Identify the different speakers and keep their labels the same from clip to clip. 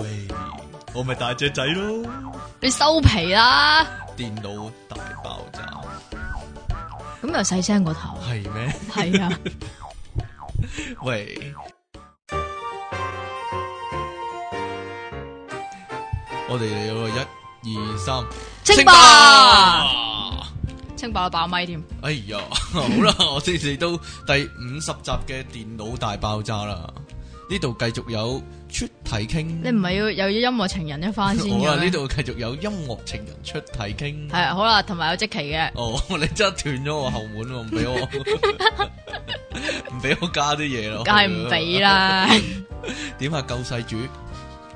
Speaker 1: 喂，我咪大隻仔咯，
Speaker 2: 你收皮啦，
Speaker 1: 電腦大爆炸
Speaker 2: 咁又細聲個頭，
Speaker 1: 係咩？
Speaker 2: 係啊，
Speaker 1: 喂，我哋有個一二三，
Speaker 2: 清霸，清霸爆咪添，
Speaker 1: 哎呀，好啦， 我哋嚟到第五十集嘅電腦大爆炸啦，呢度繼續有出體
Speaker 2: 你
Speaker 1: 傾，
Speaker 2: 唔係要又要音樂情人一番先
Speaker 1: 好
Speaker 2: 嘅
Speaker 1: 啦，
Speaker 2: 咩
Speaker 1: 呢度繼續有音樂情人出體傾。
Speaker 2: 係啊，好啦，同埋有即期嘅，
Speaker 1: 哦，你真係斷咗我後門喎，唔俾我，唔俾我加啲嘢咯，
Speaker 2: 梗係唔俾。啦。
Speaker 1: 點啊，救世主，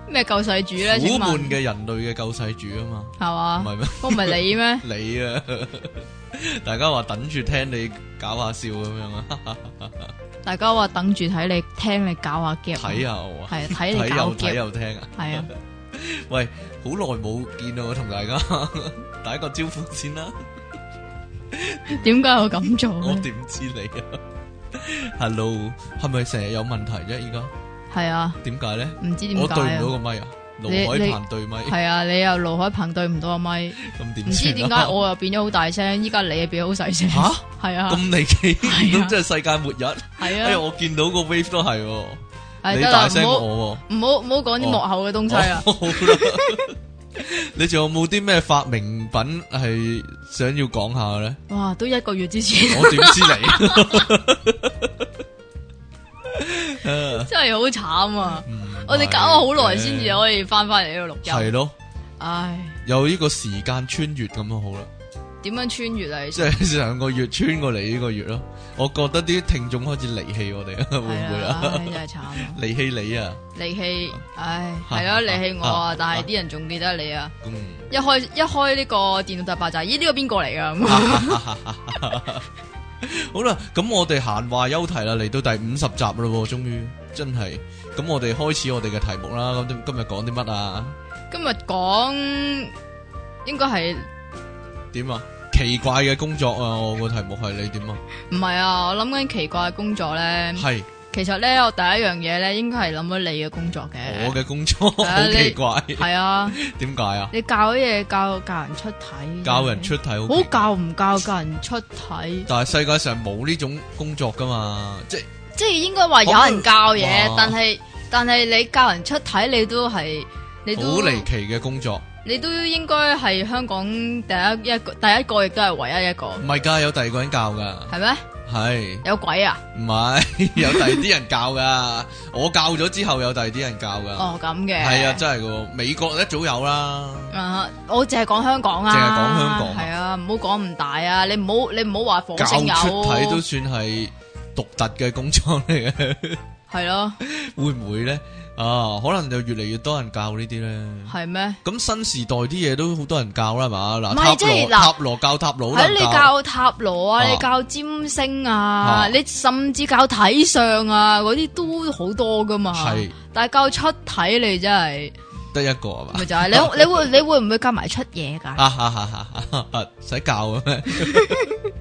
Speaker 2: 咩救世主咧？請
Speaker 1: 苦悶
Speaker 2: 問
Speaker 1: 嘅人類嘅救世主啊嘛，
Speaker 2: 係嘛
Speaker 1: 唔？ 係咩？
Speaker 2: 我唔係你咩？
Speaker 1: 你 啊，大家話等住聽你搞下笑咁樣啊，
Speaker 2: 大家話等住睇你，聽你搞下 gap，
Speaker 1: 睇下我啊，
Speaker 2: 係啊睇你
Speaker 1: 睇
Speaker 2: 搞
Speaker 1: 又睇
Speaker 2: gap，
Speaker 1: 又聽啊，
Speaker 2: 係啊，
Speaker 1: 喂，好耐冇見啦，我同大家 打一個招呼先啦，
Speaker 2: 點解我咁
Speaker 1: 我
Speaker 2: 做咧？
Speaker 1: 點知你啊？Hello，係咪成日有問題啫？而家
Speaker 2: 係啊，
Speaker 1: 點解咧？
Speaker 2: 唔知點
Speaker 1: 我對
Speaker 2: 解
Speaker 1: 唔到
Speaker 2: 啊？
Speaker 1: 個咪啊，盧
Speaker 2: 你
Speaker 1: 海
Speaker 2: 你
Speaker 1: 鵬對咪，
Speaker 2: 係啊，你又盧海鵬對唔到阿咪，
Speaker 1: 咁
Speaker 2: 唔
Speaker 1: 點
Speaker 2: 知
Speaker 1: 算
Speaker 2: 點解
Speaker 1: 啊
Speaker 2: 我又變咗好大聲，依家你又變咗好細聲。
Speaker 1: 吓
Speaker 2: 係啊，
Speaker 1: 咁離奇，
Speaker 2: 係啊
Speaker 1: 咁真係世界末日。
Speaker 2: 係
Speaker 1: 哎呀，
Speaker 2: 啊，
Speaker 1: 我見到個 wave 都係喎，
Speaker 2: 係
Speaker 1: 你
Speaker 2: 得啦，
Speaker 1: 大
Speaker 2: 唔
Speaker 1: 聲過
Speaker 2: 好啊
Speaker 1: 我哦喎。哦
Speaker 2: 唔好唔好講啲幕後嘅東西啦。
Speaker 1: 好啦， 你仲有冇啲咩發明品係想要講下嘅咧？
Speaker 2: 哇，都一個月 之前，
Speaker 1: 我點知你？
Speaker 2: 真係好慘啊！
Speaker 1: 嗯
Speaker 2: 我哋搞咗好耐先至。可以翻翻嚟呢度錄
Speaker 1: 係
Speaker 2: 音。
Speaker 1: 咯，
Speaker 2: 唉，
Speaker 1: 有呢個時間穿越咁就好啦，
Speaker 2: 點樣穿越啊？
Speaker 1: 即係上個月穿過嚟呢個月咯。我覺得啲聽眾開始離棄我哋，會唔會
Speaker 2: 係
Speaker 1: 啊
Speaker 2: 啊？，唉真係慘啊！
Speaker 1: 離棄你啊？
Speaker 2: 離棄，唉，係咯，離棄我啊！但係啲人仲記得你啊！
Speaker 1: 嗯。
Speaker 2: 一開一開呢個電腦大爆炸，咦？呢個邊個嚟噶？咁
Speaker 1: 啊好啦，咁我哋閒話休題啦，嚟到第五十集啦喎，終於真係。咁我哋開始我哋嘅題目啦。咁今今日講啲乜啊？
Speaker 2: 今日講應該係
Speaker 1: 點啊？奇怪嘅工作啊！我個題目係你點啊？
Speaker 2: 唔係啊？我諗緊奇怪嘅工作咧，
Speaker 1: 係
Speaker 2: 其實咧我第一樣嘢咧，應該係諗咗你嘅工作
Speaker 1: 我
Speaker 2: 嘅。
Speaker 1: 嘅工作
Speaker 2: 係啊
Speaker 1: 好奇怪，
Speaker 2: 係啊，
Speaker 1: 點解啊？
Speaker 2: 你教啲嘢教教人出體，
Speaker 1: 教人出題好奇
Speaker 2: 好
Speaker 1: 怪，
Speaker 2: 教唔教教人出體？
Speaker 1: 但係世界上冇呢種工作噶嘛？即係
Speaker 2: 即係應該話有人教嘢
Speaker 1: 哇，
Speaker 2: 但係但係你教人出體，你都係你
Speaker 1: 好
Speaker 2: 都
Speaker 1: 離奇嘅工作，
Speaker 2: 你都應該係香港第一一個第一個，亦都係唯一一個，
Speaker 1: 唔係㗎，有第二個人教㗎，
Speaker 2: 係咩？
Speaker 1: 係
Speaker 2: 有鬼啊！
Speaker 1: 唔係 有第二啲人教㗎？我教咗之後有第二啲人教㗎。
Speaker 2: 哦，咁嘅
Speaker 1: 系啊，真系噶，美國一早有啦，
Speaker 2: 啊我淨係講香港啊，
Speaker 1: 淨係講香港啊
Speaker 2: 係啊，唔好講唔大啊，你唔好你唔好話火
Speaker 1: 教
Speaker 2: 星
Speaker 1: 出體都
Speaker 2: 有，
Speaker 1: 算係獨特嘅 工作嚟嘅，
Speaker 2: 係咯，
Speaker 1: 會唔會咧？啊，可能就越嚟越多人教呢啲咧。
Speaker 2: 係咩？
Speaker 1: 咁新時代啲嘢都好多人教啦，係嘛？嗱，
Speaker 2: 唔
Speaker 1: 塔
Speaker 2: 係即
Speaker 1: 羅
Speaker 2: 係嗱
Speaker 1: 塔羅教塔羅
Speaker 2: 喺
Speaker 1: 啦，
Speaker 2: 哎你教塔羅啊，
Speaker 1: 啊
Speaker 2: 你教占星
Speaker 1: 啊
Speaker 2: 啊，你甚至教體相啊，嗰啲都好多噶嘛。
Speaker 1: 係
Speaker 2: 但係教出體你真係，
Speaker 1: 得一個係嘛？
Speaker 2: 咪就係你你會你會唔會教埋出嘢㗎？
Speaker 1: 啊哈哈哈哈！使教嘅咩？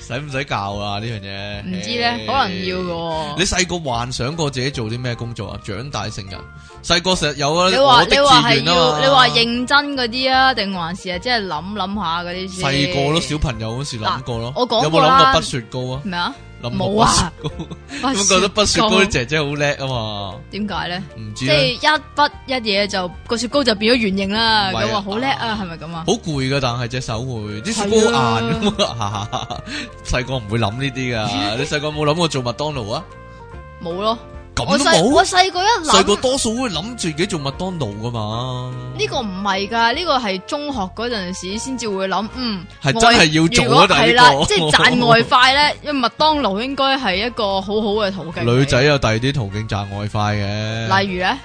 Speaker 1: 使唔使教啊？呢樣嘢
Speaker 2: 唔知咧，可能要。嘅
Speaker 1: 你
Speaker 2: 喎。
Speaker 1: 細個幻想過自己做啲咩工作啊？長大成人，細個成日有啊。
Speaker 2: 你話
Speaker 1: 我的
Speaker 2: 你話係
Speaker 1: 志願啊
Speaker 2: 要
Speaker 1: 嘛
Speaker 2: 你話認真嗰啲啊，定還是係即係諗諗下嗰啲先？
Speaker 1: 細個咯，小朋友嗰時諗過咯。
Speaker 2: 嗱我講過
Speaker 1: 有冇諗
Speaker 2: 啦
Speaker 1: 過筆雪糕啊？
Speaker 2: 咩啊？
Speaker 1: 諗
Speaker 2: 冇
Speaker 1: 過筆
Speaker 2: 啊
Speaker 1: 雪糕，
Speaker 2: 不
Speaker 1: 咁覺得筆雪糕啊啲
Speaker 2: 雪糕
Speaker 1: 姐姐好叻啊嘛？
Speaker 2: 點解咧？
Speaker 1: 唔知
Speaker 2: 即
Speaker 1: 咧
Speaker 2: 係，一筆一嘢就個雪糕就變咗圓形啦，
Speaker 1: 唔係啊
Speaker 2: 咁話好叻啊，係咪咁啊？
Speaker 1: 好攰噶，但係隻手會啲雪
Speaker 2: 係
Speaker 1: 糕
Speaker 2: 啊
Speaker 1: 硬啊嘛。 細個唔會諗呢啲噶，你細個有冇諗過做麥當勞啊？
Speaker 2: 冇咯，
Speaker 1: 咁
Speaker 2: 我
Speaker 1: 都
Speaker 2: 細我
Speaker 1: 冇。啊
Speaker 2: 細個一
Speaker 1: 細
Speaker 2: 諗
Speaker 1: 個。多數會諗自己做麥當勞噶嘛。
Speaker 2: 呢個唔係㗎，呢個係中學嗰陣時先至會諗，嗯，
Speaker 1: 係
Speaker 2: 外
Speaker 1: 真係要做啊
Speaker 2: 如果
Speaker 1: 但係
Speaker 2: 係
Speaker 1: 呢個
Speaker 2: 啦，即係賺外快咧， 因為麥當勞應該係一個好好嘅途徑。
Speaker 1: 女仔，啊有第二啲途徑賺外快嘅，
Speaker 2: 例如咧，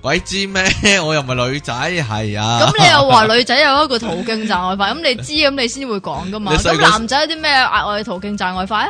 Speaker 1: 鬼知咩？ 我又唔係女仔，係啊。
Speaker 2: 咁你又話女仔有一個途徑賺外快，咁你知咁你先會講㗎嘛？
Speaker 1: 你細
Speaker 2: 咁
Speaker 1: 個
Speaker 2: 男仔有啲咩額外途徑賺外快啊？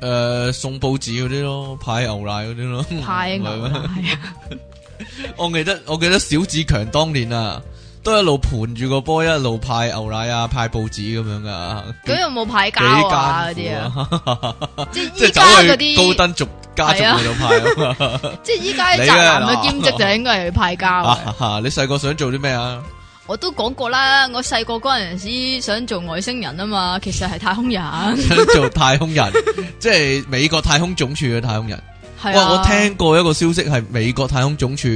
Speaker 1: 诶、送報紙嗰啲咯，派牛奶嗰啲咯，
Speaker 2: 派牛
Speaker 1: 嗯唔係咩
Speaker 2: 奶啊，
Speaker 1: 我記得我記得小志強當年啊，都一路盤住個波，一路派牛奶啊，派報紙咁樣噶。
Speaker 2: 咁有冇派
Speaker 1: 幾
Speaker 2: 膠啊嗰啲
Speaker 1: 艱
Speaker 2: 啊？
Speaker 1: 苦啊！
Speaker 2: 即
Speaker 1: 即係
Speaker 2: 係依家嗰
Speaker 1: 走去高
Speaker 2: 啲，
Speaker 1: 登族家族嗰度派啊嘛
Speaker 2: 即 係依家啲宅男嘅兼職
Speaker 1: 哦
Speaker 2: 就應該係去派膠
Speaker 1: 啊
Speaker 2: 啊。
Speaker 1: 哈哈！你細個想做啲咩啊？
Speaker 2: 我都講過啦，我細個嗰陣時想做外星人啊嘛，其實係太空人。
Speaker 1: 想做太空人，即係美國太空總署嘅太空人。
Speaker 2: 係
Speaker 1: 哇！
Speaker 2: 啊，
Speaker 1: 我聽過一個消息係美國太空總署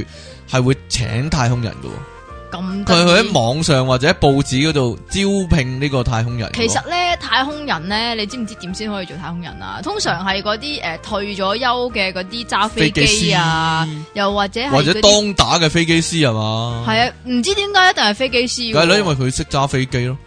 Speaker 1: 係會請太空人嘅
Speaker 2: 咁
Speaker 1: 喎，佢
Speaker 2: 得
Speaker 1: 佢
Speaker 2: 意
Speaker 1: 喺網上或者喺報紙嗰度招聘呢個太空人嘅喎。
Speaker 2: 其實咧，太空人咧，你知唔知點先可以做太空人啊？通常係嗰啲诶退咗休嘅嗰啲揸飛機啊，
Speaker 1: 師
Speaker 2: 又或者係
Speaker 1: 或者
Speaker 2: 嗰啲
Speaker 1: 當打嘅飛機師係嘛？
Speaker 2: 係啊，唔知點解一定係飛機師喎。
Speaker 1: 梗係啦，因為佢識揸飛機咯。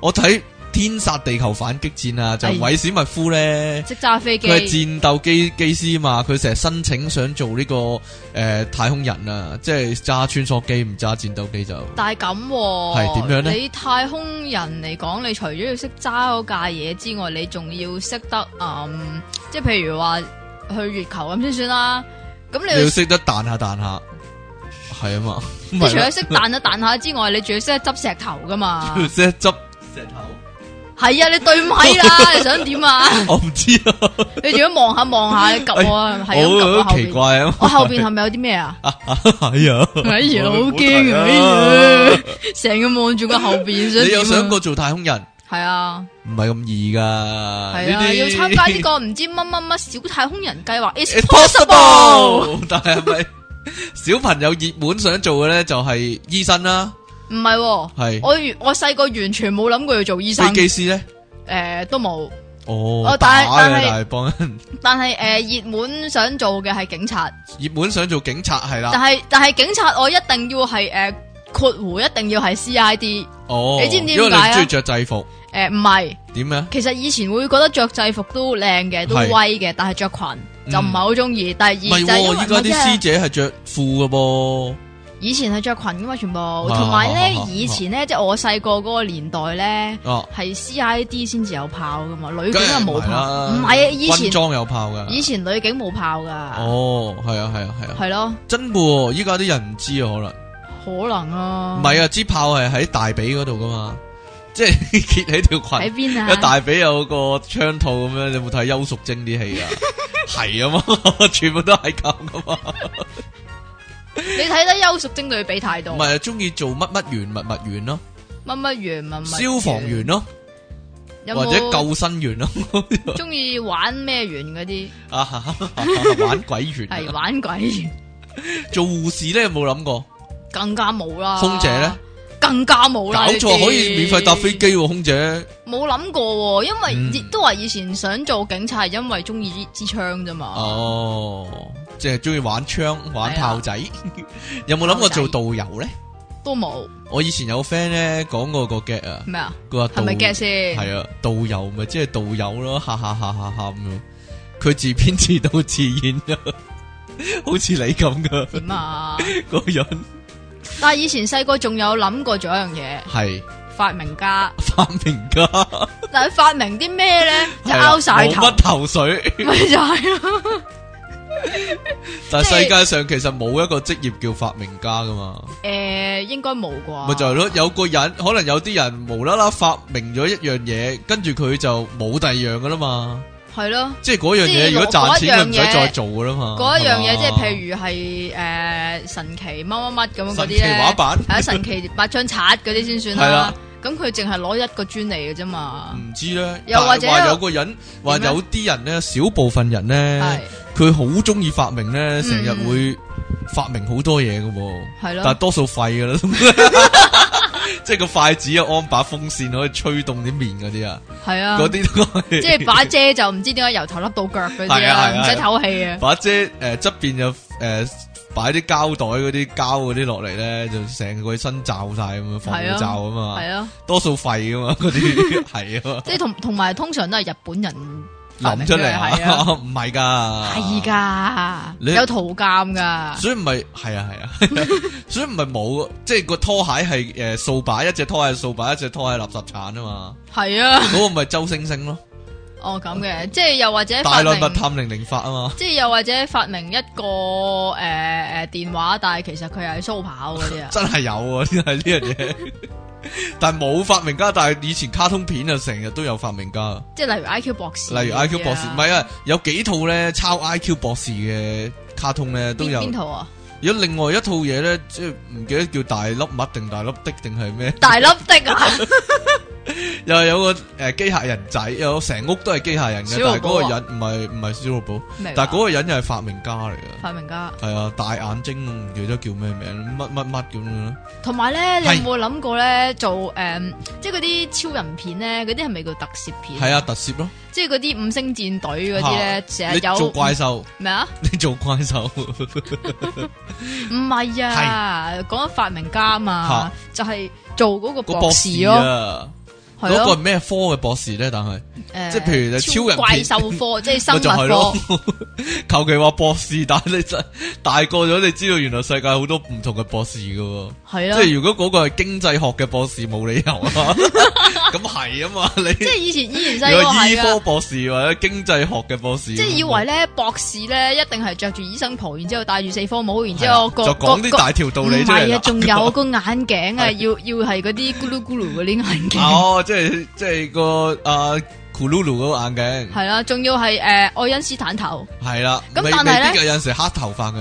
Speaker 1: 我睇《天殺地球反擊戰》啊，就
Speaker 2: 哎
Speaker 1: 韋史密夫咧。
Speaker 2: 識揸飛機。
Speaker 1: 佢係戰鬥機機師嘛，佢成日申請想做呢、個誒、呃太空人啊，即係揸穿梭機唔揸戰鬥機就
Speaker 2: 但係咁喎
Speaker 1: 係點樣呢
Speaker 2: 你太空人嚟講，你除咗要識揸嗰架嘢之外，你仲要識得嗯，即係譬如話去月球咁先算啦。咁 你
Speaker 1: 要
Speaker 2: 要
Speaker 1: 識得彈下彈下，係啊 嘛，唔
Speaker 2: 你除咗識彈一彈下之外，你仲要識得執石頭噶嘛？
Speaker 1: 要識得執石頭，
Speaker 2: 係啊，你對唔 係啦？你想點啊？
Speaker 1: 我唔知 啊，
Speaker 2: 你仲要望下望下，你及我 啊，系咁及
Speaker 1: 我
Speaker 2: 我
Speaker 1: 好
Speaker 2: 後
Speaker 1: 奇
Speaker 2: 邊。
Speaker 1: 怪啊，
Speaker 2: 我後邊係咪有啲 咩啊？
Speaker 1: 係啊，
Speaker 2: 哎呀，好
Speaker 1: 我唔好
Speaker 2: 驚
Speaker 1: 提啊
Speaker 2: 啊！哎呀，成日望住個後邊想
Speaker 1: 你有
Speaker 2: 點啊
Speaker 1: 想過做太空人？
Speaker 2: 係啊，
Speaker 1: 唔係咁易噶，
Speaker 2: 係
Speaker 1: 呢
Speaker 2: 啊，
Speaker 1: 啲
Speaker 2: 要參加呢個唔知乜乜乜小太空人計劃
Speaker 1: It's
Speaker 2: ，It's possible。
Speaker 1: possible，但係係咪 小朋友熱門想做嘅咧就係醫生啦，
Speaker 2: 唔係喎，
Speaker 1: 係
Speaker 2: 我完我細個完全冇諗過要做醫生
Speaker 1: 飛，機師咧。
Speaker 2: 誒都冇。
Speaker 1: 哦，
Speaker 2: 哦
Speaker 1: 打
Speaker 2: 但係但
Speaker 1: 嘅
Speaker 2: 係
Speaker 1: 大幫人，
Speaker 2: 但係誒熱門想做嘅係警察，
Speaker 1: 熱門想做警察係
Speaker 2: 但
Speaker 1: 啦。
Speaker 2: 係但係警察我一定要係誒括弧一定要係 CID，
Speaker 1: 哦，
Speaker 2: 你知唔知
Speaker 1: 因為
Speaker 2: 點解
Speaker 1: 你
Speaker 2: 啊
Speaker 1: 中意着制服，
Speaker 2: 誒唔係。
Speaker 1: 點咧？
Speaker 2: 其實以前會覺得着制服都靚嘅，都
Speaker 1: 係嗯
Speaker 2: 威嘅，但係着裙就唔係好中意。第二
Speaker 1: 唔
Speaker 2: 就
Speaker 1: 係
Speaker 2: 係因為
Speaker 1: 喎，依家
Speaker 2: 唔係
Speaker 1: 啲
Speaker 2: 啫
Speaker 1: 師姐係着褲嘅噃。
Speaker 2: 以前係着裙噶嘛，全部同埋咧
Speaker 1: 啊啊，
Speaker 2: 以前咧即係我細個嗰個年代咧，
Speaker 1: 哦，
Speaker 2: 係 CID 先至有炮噶嘛，女警
Speaker 1: 梗係
Speaker 2: 係
Speaker 1: 唔係
Speaker 2: 冇炮，
Speaker 1: 啦，
Speaker 2: 唔係啊，以
Speaker 1: 軍
Speaker 2: 前
Speaker 1: 裝有炮噶。
Speaker 2: 以前女警冇炮噶，
Speaker 1: 哦，係啊，係啊，係啊，
Speaker 2: 係咯，
Speaker 1: 真嘅喎！依家啲人唔知啊，可能
Speaker 2: 可能啊，
Speaker 1: 唔係啊，支炮係喺大髀嗰度噶嘛，即係 揭起條裙
Speaker 2: 喺。邊啊？
Speaker 1: 一大髀有個槍套咁樣，你有冇睇邱淑貞啲戲啊？係啊嘛， 全部都係咁噶嘛。
Speaker 2: 你睇得邱淑貞對比態度
Speaker 1: 唔，係中意做乜乜員、物物員咯，
Speaker 2: 乜乜員乜乜
Speaker 1: 消防員咯，
Speaker 2: 有
Speaker 1: 或者
Speaker 2: 冇
Speaker 1: 救生員咯，
Speaker 2: 中意玩咩員嗰啲？
Speaker 1: 啊玩鬼員啊，
Speaker 2: 係玩鬼員。
Speaker 1: 做護士咧有冇諗過？
Speaker 2: 更加冇啦。
Speaker 1: 空姐呢？
Speaker 2: 更加冇啦。
Speaker 1: 搞錯
Speaker 2: 呢啲
Speaker 1: 可以免費搭飛？機喎，空姐
Speaker 2: 冇諗過喎，因為
Speaker 1: 嗯
Speaker 2: 亦都話以前想做警察係因為中意支支槍啫嘛。
Speaker 1: 哦，即係中意玩槍、玩
Speaker 2: 啊係啊
Speaker 1: 炮仔， 有冇諗過做導遊咧？
Speaker 2: 都冇
Speaker 1: 我以前有 friend 咧講過個 get 啊，
Speaker 2: 咩啊？
Speaker 1: 佢話
Speaker 2: 係咪
Speaker 1: 導
Speaker 2: get 先？
Speaker 1: 係啊，導遊咪即係導遊咯， 哈哈哈哈哈咁樣。佢自編自導自演 啊，好似你咁噶
Speaker 2: 點啊？
Speaker 1: 個人，
Speaker 2: 但啊係以前細個仲有諗過做一樣嘢，
Speaker 1: 係
Speaker 2: 發明家。
Speaker 1: 發明家，
Speaker 2: 但係發明啲咩咧？就
Speaker 1: 係啊
Speaker 2: 拗晒
Speaker 1: 冇
Speaker 2: 頭
Speaker 1: 乜，頭緒。
Speaker 2: 咪就係咯。
Speaker 1: 但
Speaker 2: 即
Speaker 1: 係
Speaker 2: 係
Speaker 1: 世界上其實冇一個職業叫發明家噶嘛，
Speaker 2: 誒，應該冇啩？
Speaker 1: 咪就係咯，有個人可能有啲人無啦啦發明咗一樣嘢，跟住佢就冇第二樣噶啦嘛，
Speaker 2: 係咯。
Speaker 1: 即係嗰樣
Speaker 2: 即係
Speaker 1: 嘢如果賺錢佢唔
Speaker 2: 嗰一樣
Speaker 1: 使
Speaker 2: 嘢
Speaker 1: 再做噶啦嘛。
Speaker 2: 嗰一樣嘢即係
Speaker 1: 如
Speaker 2: 譬如係誒神奇乜乜乜咁樣嗰啲
Speaker 1: 神奇
Speaker 2: 咧
Speaker 1: 畫。板，
Speaker 2: 系神奇八張刷嗰啲先算
Speaker 1: 係啊
Speaker 2: 啦
Speaker 1: 啦。
Speaker 2: 咁佢淨係攞一個專利嘅啫嘛。
Speaker 1: 唔知咧，但
Speaker 2: 又
Speaker 1: 係
Speaker 2: 或者
Speaker 1: 話
Speaker 2: 有
Speaker 1: 有個人話
Speaker 2: 點咧
Speaker 1: 有啲人咧，少部分人
Speaker 2: 係
Speaker 1: 咧，佢好中意發明咧，成日
Speaker 2: 嗯
Speaker 1: 會發明好多嘢噶喎。
Speaker 2: 係
Speaker 1: 但係
Speaker 2: 咯，
Speaker 1: 多數廢噶啦， 即係個筷子啊，安把風扇可以吹動啲面嗰啲啊，
Speaker 2: 係啊
Speaker 1: 嗰，啲都係
Speaker 2: 即係把遮就唔知點解由頭笠到腳嗰
Speaker 1: 係
Speaker 2: 啲
Speaker 1: 啊
Speaker 2: 啊，
Speaker 1: 係啊
Speaker 2: 唔使唞氣啊。
Speaker 1: 把遮誒側邊就誒擺啲膠袋嗰啲膠嗰啲落嚟咧，就成個身罩晒咁樣防
Speaker 2: 係
Speaker 1: 護
Speaker 2: 啊
Speaker 1: 罩啊嘛，
Speaker 2: 係啊，
Speaker 1: 多數廢噶嘛嗰 啲係啊，
Speaker 2: 即係同同埋通常都係日本人發
Speaker 1: 諗
Speaker 2: 明
Speaker 1: 出嚟
Speaker 2: 係啊，
Speaker 1: 啊，唔係噶，
Speaker 2: 係噶，
Speaker 1: 你
Speaker 2: 有圖鑑噶，
Speaker 1: 所以唔係係啊係啊， 所以唔係冇，即係個拖鞋係呃誒掃把，一隻拖鞋掃把，一隻拖鞋垃圾鏟啊嘛，
Speaker 2: 係啊，
Speaker 1: 嗰個咪周星星咯，
Speaker 2: 哦咁嘅，即系又或者
Speaker 1: 大
Speaker 2: 發
Speaker 1: 內密
Speaker 2: 明，
Speaker 1: 探零零發啊 嘛，
Speaker 2: 即系又或者發明一個诶诶电话，但係其實佢係蘇跑嗰
Speaker 1: 。
Speaker 2: 啲啊
Speaker 1: 真係有啊，真係呢樣嘢。但係冇發明家，但係以前卡通片啊，成日都有發明家，
Speaker 2: 即係例如 I Q 博士嗰啲啊，
Speaker 1: 例如 I Q 博士，唔係啊，有幾套咧抄 I Q 博士嘅卡通咧都有
Speaker 2: 邊邊。套啊？
Speaker 1: 如果另外一套嘢咧，即係唔記得叫大粒物定大粒的定係咩？
Speaker 2: 大粒的啊，
Speaker 1: 又有個诶机械人仔，有成屋都係機械人嘅，
Speaker 2: 小
Speaker 1: 但係嗰
Speaker 2: 露寶
Speaker 1: 個
Speaker 2: 啊
Speaker 1: 人唔係唔係小露寶，
Speaker 2: 明白
Speaker 1: 但係嗰個人又係發明家嚟嘅，
Speaker 2: 發明家。
Speaker 1: 係啊，大眼睛唔記得叫咩名，乜乜乜咁樣啦，
Speaker 2: 同埋咧，你
Speaker 1: 係
Speaker 2: 有冇諗過咧做诶，嗯即係嗰啲超人片咧，嗰啲係咪叫特攝片？
Speaker 1: 係啊，，特攝咯，
Speaker 2: 即係嗰啲五星戰隊嗰啲咧，成
Speaker 1: 你
Speaker 2: 日
Speaker 1: 做
Speaker 2: 有
Speaker 1: 怪獸，
Speaker 2: 咩啊？
Speaker 1: 你做怪獸，
Speaker 2: 唔係啊，講緊發明家嘛，就係做嗰個
Speaker 1: 個
Speaker 2: 博
Speaker 1: 博
Speaker 2: 士
Speaker 1: 士
Speaker 2: 咯，
Speaker 1: 啊，
Speaker 2: 係
Speaker 1: 嗰個係
Speaker 2: 咯，
Speaker 1: 咩科嘅博士咧？但係
Speaker 2: 誒
Speaker 1: 即係譬如就超人片
Speaker 2: 怪 獸科，即係生
Speaker 1: 咪就係
Speaker 2: 物
Speaker 1: 咯
Speaker 2: 科，，
Speaker 1: 求其話博士，但係你真大個咗，你知道原來世界好多唔同嘅博士嘅喎。
Speaker 2: 係
Speaker 1: 即
Speaker 2: 咯
Speaker 1: 系。如果嗰个系经济学嘅博士，冇理由 啊。咁系啊嘛，你
Speaker 2: 即係以前以前細
Speaker 1: 如
Speaker 2: 個
Speaker 1: 果医
Speaker 2: 係
Speaker 1: 科
Speaker 2: 啊，
Speaker 1: 博士或者经济学嘅博士，
Speaker 2: 即係以為咧博士咧一定係着住醫生袍，然之後戴住四科帽，然之後個
Speaker 1: 啊就
Speaker 2: 個
Speaker 1: 讲啲大条道理出
Speaker 2: 唔係
Speaker 1: 嚟
Speaker 2: 啊，
Speaker 1: 啦。
Speaker 2: 仲有個眼鏡啊，
Speaker 1: 係
Speaker 2: 要要係嗰啲咕嚕咕嚕嗰啲眼 鏡，
Speaker 1: 哦，即系即系个啊 Kululu 嗰个眼镜
Speaker 2: 係啦，仲要係诶愛因斯坦頭，
Speaker 1: 系啦，
Speaker 2: 咁
Speaker 1: 未
Speaker 2: 但係
Speaker 1: 未
Speaker 2: 呢
Speaker 1: 必有阵时黑头发嘅，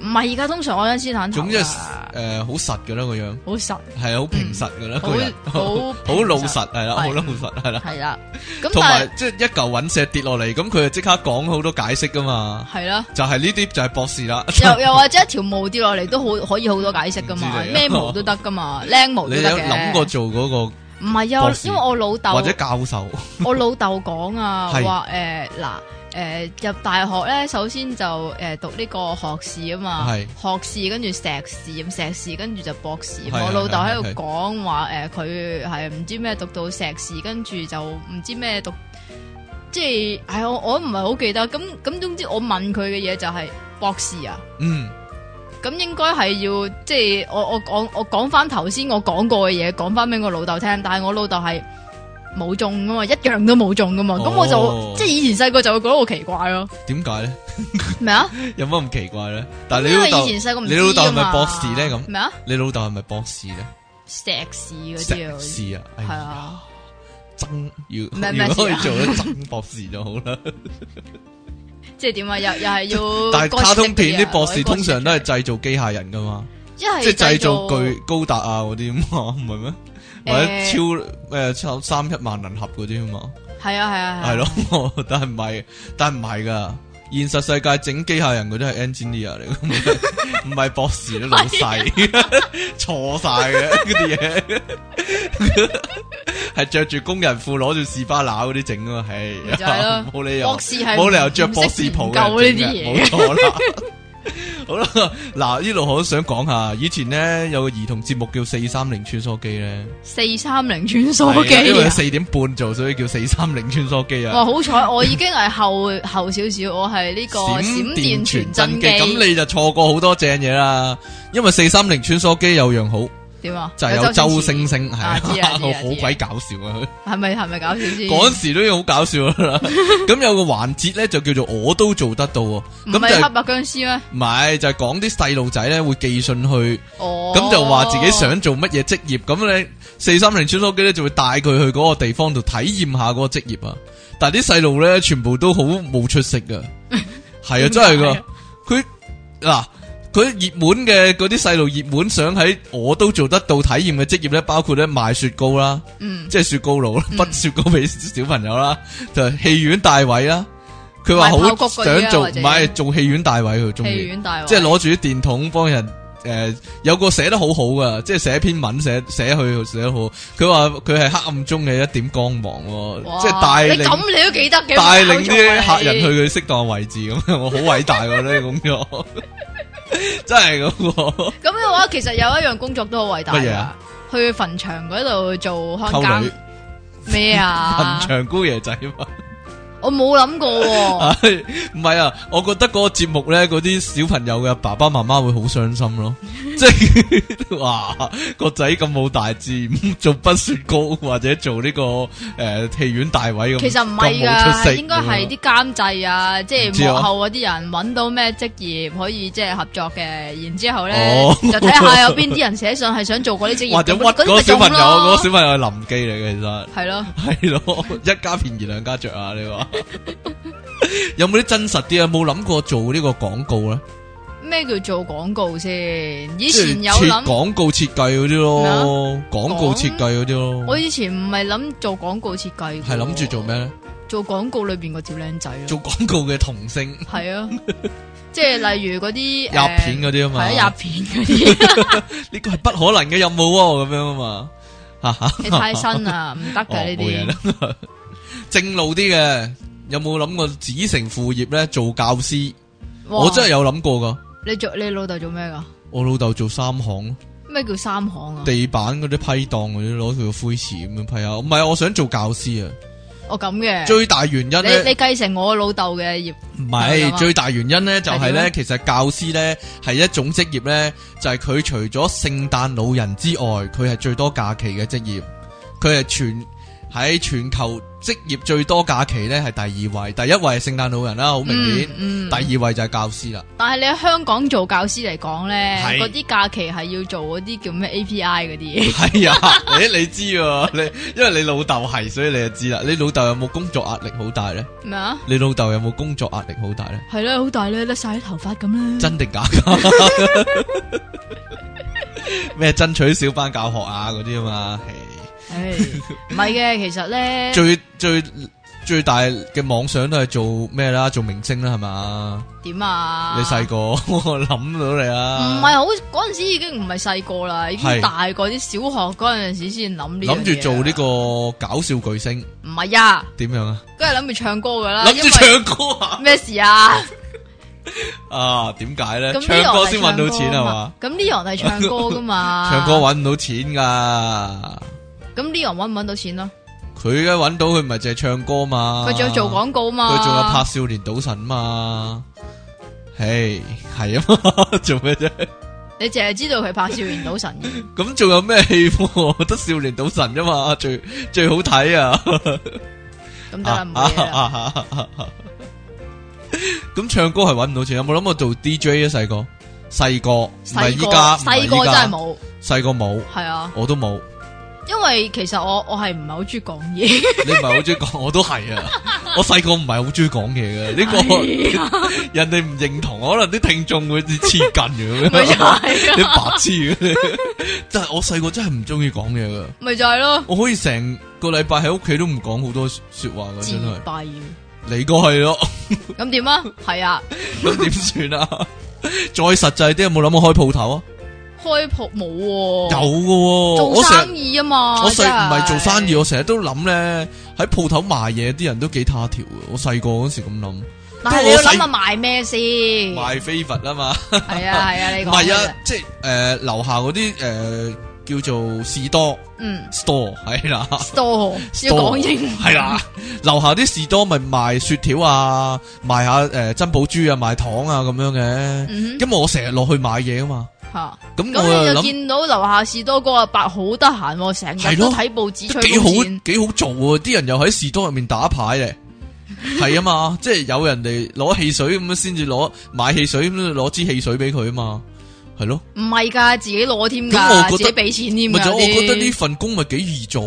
Speaker 2: 唔係而家通常愛因斯坦頭
Speaker 1: 总之
Speaker 2: 啊，
Speaker 1: 诶好实嘅啦个样，
Speaker 2: 好實，
Speaker 1: 系好平实嘅啦
Speaker 2: 好
Speaker 1: 个人，
Speaker 2: 好
Speaker 1: 好老实
Speaker 2: 實
Speaker 1: 系啦，
Speaker 2: 係
Speaker 1: 好老实系啦。
Speaker 2: 係啦，咁
Speaker 1: 同埋
Speaker 2: 但
Speaker 1: 即系一嚿陨石跌落嚟，咁佢就即刻讲好多解釋噶嘛，
Speaker 2: 係係啦。
Speaker 1: 就係呢啲就係博士啦。
Speaker 2: 又又或者一條毛跌落嚟都好可以好多解釋噶
Speaker 1: 唔知
Speaker 2: 嘛，
Speaker 1: 你啊
Speaker 2: 咩毛都得 噶嘛，靚哦毛都
Speaker 1: 你
Speaker 2: 得
Speaker 1: 有
Speaker 2: 嘅。
Speaker 1: 諗過做嗰、個
Speaker 2: 唔係
Speaker 1: 博
Speaker 2: 啊
Speaker 1: 士，
Speaker 2: 因為我老豆
Speaker 1: 或者教授？
Speaker 2: 我老豆講啊，
Speaker 1: 係
Speaker 2: 話诶嗱诶入大學咧，首先就诶讀呢個學士啊嘛
Speaker 1: 係，
Speaker 2: 學士跟住碩士，咁碩士跟住就博士。
Speaker 1: 係
Speaker 2: 我老豆喺
Speaker 1: 係係
Speaker 2: 度講話诶，佢係唔知咩讀到碩士，跟住就唔知咩讀，即係係我我唔係好記得。咁咁總之我問佢嘅嘢就係博士啊。
Speaker 1: 嗯，
Speaker 2: 咁應該係要即係我我講我講翻頭先我講過嘅嘢，講翻俾我老豆聽，但係我老豆係冇中噶嘛，一樣都冇中噶嘛，咁、我
Speaker 1: 哦
Speaker 2: 就即係以前細個就會覺得我奇怪咯，
Speaker 1: 點解咧？
Speaker 2: 咩啊？
Speaker 1: 有乜咁奇怪咧？但係你
Speaker 2: 因
Speaker 1: 老
Speaker 2: 為以
Speaker 1: 豆，
Speaker 2: 前細個唔
Speaker 1: 你老豆係
Speaker 2: 係
Speaker 1: 咪博士咧咁
Speaker 2: 咩啊？
Speaker 1: 你老豆係咪博士咧？
Speaker 2: 碩士嗰啲
Speaker 1: 碩
Speaker 2: 啊，
Speaker 1: 士啊，係
Speaker 2: 係，啊，
Speaker 1: 曾要
Speaker 2: 咩咩
Speaker 1: 如果可以
Speaker 2: 事啊
Speaker 1: 做到曾博士就好 啦。
Speaker 2: 即係點啊？又又係要
Speaker 1: 但係卡通片啲博士通常都係
Speaker 2: Gothic
Speaker 1: 製造機械人噶嘛，
Speaker 2: 嘅人
Speaker 1: 即
Speaker 2: 一係
Speaker 1: 係製
Speaker 2: 造
Speaker 1: 造巨高達啊 嗰啲嘛，唔係咩？或
Speaker 2: 誒
Speaker 1: 者超诶超三一萬能俠嗰啲嘛。
Speaker 2: 係啊係啊
Speaker 1: 系，咯， 但系唔系，但系唔系噶。現實世界整機械人嗰啲係 engineer 嚟嘅，唔係博 士啲老細，錯晒嘅嗰啲嘢， 係着住工人褲攞住士巴拿嗰啲整啊，
Speaker 2: 咪就係
Speaker 1: 係
Speaker 2: 咯
Speaker 1: 冇理由，
Speaker 2: 博士係
Speaker 1: 冇理由着博士袍嘅
Speaker 2: 唔識研究呢啲
Speaker 1: 啊冇
Speaker 2: 嘢
Speaker 1: 錯啦。 好啦，嗱呢度我都想講下，以前咧有個兒童節目叫四三零穿梭機咧，
Speaker 2: 四三零穿
Speaker 1: 係
Speaker 2: 梭
Speaker 1: 啊因為
Speaker 2: 機啊。
Speaker 1: 四點半做，所以叫四三零穿梭機啊。
Speaker 2: 哇！好彩我已經係後後少少，我係呢個閃電傳真
Speaker 1: 機，
Speaker 2: 機。
Speaker 1: 咁你就錯過好多正嘢啦。因為四三零穿梭機有樣好，
Speaker 2: 点啊？
Speaker 1: 就係有周星星，係
Speaker 2: 啊知啊
Speaker 1: 好
Speaker 2: 知啊知啊
Speaker 1: 鬼搞笑啊！
Speaker 2: 系咪系咪搞笑先？
Speaker 1: 嗰陣時都已經好搞笑啦。咁有個環節咧就叫做我都做得到喎，
Speaker 2: 唔
Speaker 1: 咁
Speaker 2: 係
Speaker 1: 就
Speaker 2: 黑白僵屍咩？
Speaker 1: 唔係就係講啲細路仔咧會寄信去，
Speaker 2: 哦，
Speaker 1: 咁就話自己想啊做乜嘢職業，咁咧四三零穿梭機咧就會帶佢去嗰個地方度體驗下嗰個職業啊。但係啲細路咧全部都好冇出息 噶，係
Speaker 2: 嗯
Speaker 1: 啊真係噶。佢嗱，佢熱門嘅嗰啲細路熱門想喺我都做得到體驗嘅職業咧，包括咧賣雪糕啦，
Speaker 2: 嗯，
Speaker 1: 即係雪糕佬啦，
Speaker 2: 嗯
Speaker 1: 筆雪糕俾 小朋友啦，就係戲院大位啦。佢話好
Speaker 2: 賣爆谷嗰啲啊
Speaker 1: 想做，
Speaker 2: 或
Speaker 1: 唔
Speaker 2: 者
Speaker 1: 係做戲院大位佢中
Speaker 2: 戲
Speaker 1: 意，
Speaker 2: 院大王
Speaker 1: 即係攞住啲電筒幫人。誒、有個寫得好好噶，即係寫篇文寫寫去寫得好。佢話佢係黑暗中嘅一點光芒
Speaker 2: 哇
Speaker 1: 喎，即係帶
Speaker 2: 你
Speaker 1: 領
Speaker 2: 咁你都記得嘅，
Speaker 1: 带领啲客人去
Speaker 2: 去。
Speaker 1: 佢適當位置咁樣，我好偉大喎呢個工 作，真係咁喎。
Speaker 2: 咁嘅話，其實有一樣工作都好偉大㗎
Speaker 1: 乜嘢啊
Speaker 2: 去墳場嗰度做看
Speaker 1: 溝
Speaker 2: 更
Speaker 1: 女
Speaker 2: 咩啊
Speaker 1: 墳？場姑爺仔嘛，
Speaker 2: 我冇谂过喎，
Speaker 1: 唉唔系啊，我覺得嗰個節目咧，嗰啲小朋友嘅爸爸媽媽會好傷心咯， 即係哇個仔咁冇大志，唔做不雪糕或者做呢、個诶戏、院大位咁，
Speaker 2: 其实唔
Speaker 1: 咁
Speaker 2: 系
Speaker 1: 冇出
Speaker 2: 噶，
Speaker 1: 息
Speaker 2: 应该系啲监制啊，即
Speaker 1: 唔
Speaker 2: 系
Speaker 1: 知啊
Speaker 2: 幕后嗰啲人揾到咩职业可以即系合作嘅，然之后咧
Speaker 1: 哦
Speaker 2: 就睇下有边啲人写信系想做嗰啲 职业，
Speaker 1: 或者屈嗰個小朋友，嗰個 小朋友係臨記嚟嘅，其實。
Speaker 2: 系咯，
Speaker 1: 系咯， 一家便宜兩家着啊！你話 有冇啲真實啲啊？冇諗過做呢個廣告咧？
Speaker 2: 咩叫做广告先？以
Speaker 1: 以
Speaker 2: 前有
Speaker 1: 設
Speaker 2: 谂，
Speaker 1: 廣告設計嗰啲
Speaker 2: 咩啊
Speaker 1: 咯，廣告設計嗰啲咯。
Speaker 2: 我以前唔系谂做广告设计，
Speaker 1: 系
Speaker 2: 系
Speaker 1: 谂住做咩咧？
Speaker 2: 做广告里边嗰条僆仔咯，
Speaker 1: 做廣告嘅童星
Speaker 2: 系啊，即系例如 嗰啲
Speaker 1: 入片嗰啲啊嘛，
Speaker 2: 系啊，入片嗰啲，
Speaker 1: 呢個係不可能嘅任務喎，咁樣啊嘛，哈哈，
Speaker 2: 你太新啦，唔得
Speaker 1: 哦
Speaker 2: 噶呢
Speaker 1: 冇嘢
Speaker 2: 啲。
Speaker 1: 啦， 正路啲嘅，有冇諗過子承父業咧？做教師，
Speaker 2: 哇
Speaker 1: 我真係有諗過噶，
Speaker 2: 你做你老豆做咩噶？
Speaker 1: 我老豆做三行咯。
Speaker 2: 咩叫三行啊？
Speaker 1: 地板嗰啲批檔嗰啲攞佢個灰匙咁樣批下，唔係我想做教師啊！
Speaker 2: 我哦咁嘅，
Speaker 1: 最大原因
Speaker 2: 你你
Speaker 1: 咧，
Speaker 2: 继承我老豆嘅業，
Speaker 1: 唔
Speaker 2: 係咁
Speaker 1: 係
Speaker 2: 啊
Speaker 1: 最大原因咧，就係
Speaker 2: 係點
Speaker 1: 咧，
Speaker 2: 咧
Speaker 1: 其實教師咧係一種職業咧，就係佢除咗聖誕老人之外，佢係最多假期嘅職業，佢係全喺全球職業最多假期咧係第二位，第一位係聖誕老人啦，好明顯，
Speaker 2: 嗯嗯
Speaker 1: 第二位就係教師 啦。
Speaker 2: 但係你喺香港做教師嚟講咧，
Speaker 1: 係
Speaker 2: 嗰啲假期係要做嗰啲叫咩 API 嗰啲嘢，
Speaker 1: 係啊，誒你知喎，你因為你老豆係，所以你就知啦。你老豆有冇工作壓力好大咧？
Speaker 2: 咩啊？
Speaker 1: 你老豆有冇工作壓力好大咧？
Speaker 2: 係啦，好大咧，甩晒啲頭髮咁啦。
Speaker 1: 真定假噶？咩爭取小班教學啊嗰啲啊嘛，唉
Speaker 2: 唉，唔係嘅，其實咧，
Speaker 1: 最最最大嘅妄想都係做咩啦？做明星啦係嘛？
Speaker 2: 點啊？
Speaker 1: 你細個 我諗到你
Speaker 2: 唔
Speaker 1: 啊，
Speaker 2: 係好嗰陣時已經唔係細個啦，已
Speaker 1: 係
Speaker 2: 經大個啲，小學嗰陣時先諗呢樣嘢啦。
Speaker 1: 諗住做呢個搞笑巨星
Speaker 2: 唔係啊，
Speaker 1: 點樣啊？
Speaker 2: 梗係諗住唱歌噶啦，
Speaker 1: 諗住
Speaker 2: 因為
Speaker 1: 唱歌啊？
Speaker 2: 咩事啊？
Speaker 1: 啊，點解咧？
Speaker 2: 咁呢
Speaker 1: 唱歌
Speaker 2: 行
Speaker 1: 先搵到錢係啊嘛？？
Speaker 2: 咁呢行係唱歌噶 嘛？
Speaker 1: 唱歌搵唔到錢噶，
Speaker 2: 咁呢行搵唔搵到錢咯？
Speaker 1: 佢而家搵到佢咪就係唱歌嘛？
Speaker 2: 佢仲有做廣告嘛？
Speaker 1: 啊佢仲有拍少年賭神嘛？嘿，系啊嘛， 做咩啫？
Speaker 2: 你淨係知道佢拍《少年賭神》嘅，
Speaker 1: 咁仲有咩戲？得少年賭神啫嘛，最最好睇啊！
Speaker 2: 咁得啦，唔會啦。
Speaker 1: 咁唱歌係搵唔到錢，有冇諗過做 DJ 啊？細個，細個啊唔係
Speaker 2: 細
Speaker 1: 依
Speaker 2: 個
Speaker 1: 家，唔係
Speaker 2: 細
Speaker 1: 依
Speaker 2: 個真
Speaker 1: 家
Speaker 2: 係，冇，
Speaker 1: 細個冇，
Speaker 2: 係啊，
Speaker 1: 我都冇。
Speaker 2: 因為其實我我係唔係好中意講嘢，
Speaker 1: 你唔係好中意講，我都係 啊！我細個唔係好中意講嘢嘅，呢個人哋唔認同，可能啲聽眾會黐筋嘅
Speaker 2: 咪就
Speaker 1: 咁樣。你
Speaker 2: 係啊，
Speaker 1: 白痴嘅， 真系我细个真系唔中意讲嘢噶，
Speaker 2: 咪就係咯，
Speaker 1: 我可以成个礼拜喺屋企都唔讲好多说话噶，
Speaker 2: 自
Speaker 1: 真系。
Speaker 2: 閉。
Speaker 1: 你个系咯，
Speaker 2: 咁點啊？係啊，
Speaker 1: 咁点算啊？再实际啲，有冇谂过开铺头啊？
Speaker 2: 開鋪冇
Speaker 1: 有
Speaker 2: 喎，
Speaker 1: 噶，我
Speaker 2: 哦做
Speaker 1: 成
Speaker 2: 生意啊嘛，
Speaker 1: 我细
Speaker 2: 真
Speaker 1: 唔系做生意，我成日都谂咧喺铺头卖嘢啲人都几他条嘅，我细个嗰时咁谂，
Speaker 2: 但
Speaker 1: 不過
Speaker 2: 係你要
Speaker 1: 我細
Speaker 2: 諗下賣咩先，係
Speaker 1: 卖非佛啊嘛，
Speaker 2: 啊係啊，你
Speaker 1: 唔
Speaker 2: 講
Speaker 1: 系
Speaker 2: 嘅
Speaker 1: 啊，即系诶楼下嗰啲诶叫做士多
Speaker 2: 嗯。
Speaker 1: store 系啦。
Speaker 2: 多要講英文
Speaker 1: 系啦，楼下啲士多咪賣雪條啊，賣下诶、呃珍寶珠啊，賣糖啊咁樣嘅。
Speaker 2: 嗯哼
Speaker 1: 因為我成日落去買嘢啊嘛，
Speaker 2: 吓，
Speaker 1: 咁
Speaker 2: 咁
Speaker 1: 我
Speaker 2: 你
Speaker 1: 又
Speaker 2: 就
Speaker 1: 諗
Speaker 2: 見到樓下士多嗰個阿伯好得閒喎，成日
Speaker 1: 係
Speaker 2: 都
Speaker 1: 咯
Speaker 2: 睇報紙
Speaker 1: 都
Speaker 2: 吹
Speaker 1: 幾好
Speaker 2: 風扇，
Speaker 1: 幾好做喎，啲人又喺士多入面打牌 咧，係啊嘛，即係有人哋攞汽水咁樣先至攞買汽水咁樣攞支汽水俾佢啊嘛，係咯，
Speaker 2: 唔係㗎，自己攞添
Speaker 1: 咁我覺
Speaker 2: 㗎，
Speaker 1: 得
Speaker 2: 自己俾錢添
Speaker 1: 咪
Speaker 2: 㗎。
Speaker 1: 就哦我覺得
Speaker 2: 有
Speaker 1: 呢
Speaker 2: 啲
Speaker 1: 份工咪幾易做，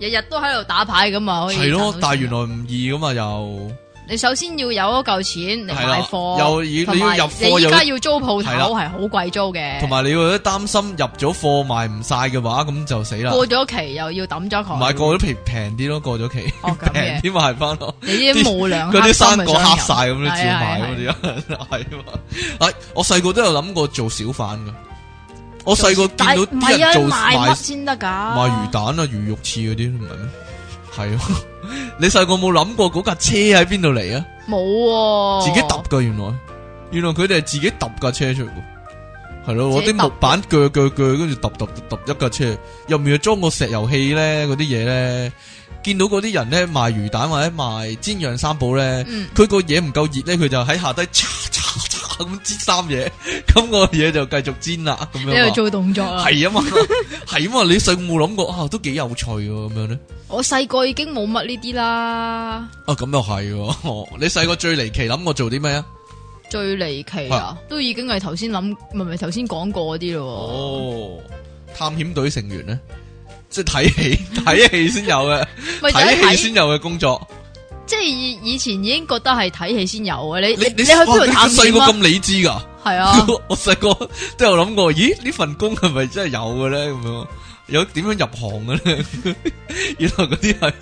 Speaker 2: 日日都喺度打牌咁嘛，可以
Speaker 1: 係
Speaker 2: 賺到
Speaker 1: 咯
Speaker 2: 錢，
Speaker 1: 但係原來唔易噶嘛又。
Speaker 2: 你首先要有一嚿錢嚟
Speaker 1: 係
Speaker 2: 買
Speaker 1: 啦
Speaker 2: 貨，
Speaker 1: 又要你要入貨
Speaker 2: 同埋你
Speaker 1: 又
Speaker 2: 依家要租鋪
Speaker 1: 係啦
Speaker 2: 頭係好貴租嘅，
Speaker 1: 同埋你會擔心入咗貨賣唔晒嘅話，咁就死啦。
Speaker 2: 過咗期又要抌咗佢，
Speaker 1: 唔係過咗期平啲咯，過咗期
Speaker 2: 哦咁
Speaker 1: 平
Speaker 2: 嘅，
Speaker 1: 啲賣翻咯。
Speaker 2: 你啲
Speaker 1: 啲
Speaker 2: 無良
Speaker 1: 嗰啲
Speaker 2: 黑心嘅
Speaker 1: 生果
Speaker 2: 商人
Speaker 1: 黑晒咁，你照
Speaker 2: 係啊
Speaker 1: 賣
Speaker 2: 係啊
Speaker 1: 嗰啲啊， 係嘛？係我細個都有諗過做小販噶，我細個見
Speaker 2: 但係
Speaker 1: 到
Speaker 2: 唔
Speaker 1: 啲
Speaker 2: 係
Speaker 1: 人
Speaker 2: 啊
Speaker 1: 做
Speaker 2: 賣
Speaker 1: 賣
Speaker 2: 乜先得㗎？
Speaker 1: 賣魚蛋啊、魚肉翅嗰啲，唔係咩？係啊！ 你細個冇諗過嗰架車喺邊度嚟啊？
Speaker 2: 冇喎，
Speaker 1: 自己揼噶原來，原來佢哋係自己揼架車出嚟喎，系咯，攞
Speaker 2: 自
Speaker 1: 啲
Speaker 2: 己揼
Speaker 1: 木板锯锯锯，跟住揼揼揼揼一架車，入面又裝個石油氣咧，嗰啲嘢咧，見到嗰啲人咧賣魚蛋或者賣煎釀三寶咧，
Speaker 2: 嗯，
Speaker 1: 佢個嘢唔夠熱咧，佢就喺下低嚓嚓嚓咁煎三嘢， 咁個嘢就繼續煎啦，咁
Speaker 2: 你喺度
Speaker 1: 樣
Speaker 2: 做動作啊
Speaker 1: 嘛，？係啊嘛，係啊嘛，你細個冇諗過啊，都幾有趣喎， 咁樣咧，
Speaker 2: 我細個已經冇乜呢啲啦，
Speaker 1: 啊咁又係喎，你細個最離奇諗過做啲咩啊？
Speaker 2: 最離奇啊，都已經係頭先諗，唔係唔係頭先講過嗰啲咯
Speaker 1: 哦，探險隊成員咧，即係 睇戲睇戲先有嘅。
Speaker 2: 喎，咪就係
Speaker 1: 睇戲先
Speaker 2: 睇，
Speaker 1: 有嘅工作。
Speaker 2: 即係以以前已經覺得係睇戲先有嘅，你
Speaker 1: 你
Speaker 2: 你
Speaker 1: 你
Speaker 2: 去邊度探
Speaker 1: 细
Speaker 2: 險
Speaker 1: 个
Speaker 2: 啊？
Speaker 1: 咁理智噶？
Speaker 2: 係啊，
Speaker 1: 我細個都有諗過，咦呢份工係咪真係有嘅咧？咁樣有點樣入行嘅咧？ 原來嗰啲係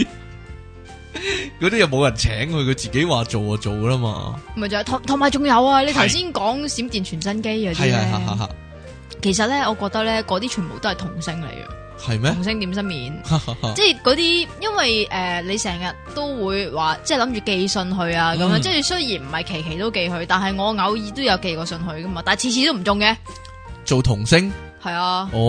Speaker 1: 嗰啲又冇人請佢，佢自己話做就做啦嘛。
Speaker 2: 咪就係同同埋仲有啊，你頭
Speaker 1: 係
Speaker 2: 先講閃電傳真機嗰啲
Speaker 1: 係啊係
Speaker 2: 咧
Speaker 1: 係係
Speaker 2: 其實咧，我覺得咧，嗰啲全部都係童星嚟嘅，
Speaker 1: 係咩？
Speaker 2: 童星點心面，即係嗰啲，因為诶、呃你成日都會話，即係諗住寄信去啊咁樣，
Speaker 1: 嗯
Speaker 2: 即係雖然唔係期期都寄去，但係我偶爾都有寄過信去噶啊嘛，但係次次都唔中嘅，
Speaker 1: 做童星
Speaker 2: 係啊。
Speaker 1: 哦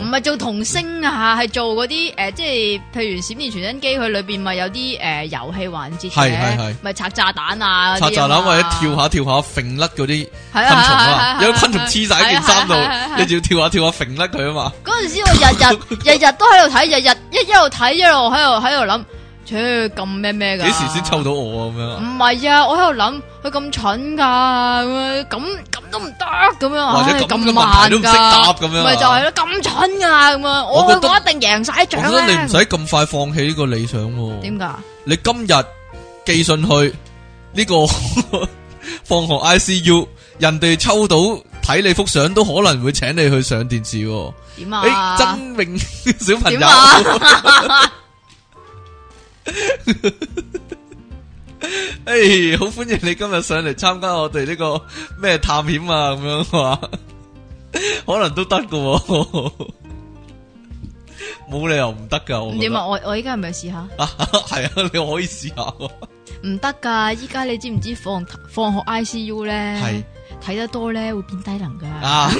Speaker 2: 唔，係做童星啊，係做嗰啲诶，呃即係譬如閃電傳真機，佢裏邊咪有啲诶遊戲環節
Speaker 1: 係係係
Speaker 2: 嘅，咪拆炸彈啊，
Speaker 1: 拆炸彈或者跳
Speaker 2: 下
Speaker 1: 下跳下揈甩嗰啲
Speaker 2: 係
Speaker 1: 昆蟲啊嘛，有啲昆蟲
Speaker 2: 係係
Speaker 1: 黐晒喺件
Speaker 2: 係係啊
Speaker 1: 衫度
Speaker 2: 係係係，
Speaker 1: 你就要跳下跳下揈甩佢啊嘛。
Speaker 2: 嗰陣時我日 日日日都喺度睇，日日一一路睇一路喺度喺度諗，切咁咩咩噶？
Speaker 1: 幾時先抽？到我咁樣
Speaker 2: 唔
Speaker 1: 啊？
Speaker 2: 係啊，我喺度諗佢咁蠢噶，咁樣咁咁都唔得咁樣啊，
Speaker 1: 或者
Speaker 2: 唉
Speaker 1: 咁嘅
Speaker 2: 咁
Speaker 1: 問題
Speaker 2: 慢
Speaker 1: 都唔識答
Speaker 2: 噶，
Speaker 1: 咁樣啊
Speaker 2: 咪就係咯，咁蠢噶咁啊！我
Speaker 1: 我覺得
Speaker 2: 我一定贏晒
Speaker 1: 我
Speaker 2: 獎
Speaker 1: 覺得你唔使
Speaker 2: 咧。
Speaker 1: 咁快放棄呢個理想喎。
Speaker 2: 點㗎？
Speaker 1: 你今日寄信去呢個 放學 ICU，人哋抽到睇你幅相都可能會請你去上電視喎。
Speaker 2: 點
Speaker 1: 诶，
Speaker 2: 啊？
Speaker 1: 曾 穎小朋
Speaker 2: 點
Speaker 1: 友，
Speaker 2: 啊？
Speaker 1: 诶，好歡迎你今日上嚟參加我哋呢個咩探險啊，咁樣話，可能都得噶，冇理由唔得噶。我
Speaker 2: 咁
Speaker 1: 覺
Speaker 2: 點
Speaker 1: 得
Speaker 2: 啊？我我依家係咪試下？
Speaker 1: 係啊，你可以試下喎。
Speaker 2: 唔得㗎！依家你知唔知放放學 ICU
Speaker 1: 係
Speaker 2: 咧？睇得多咧會變低能㗎。
Speaker 1: 啊！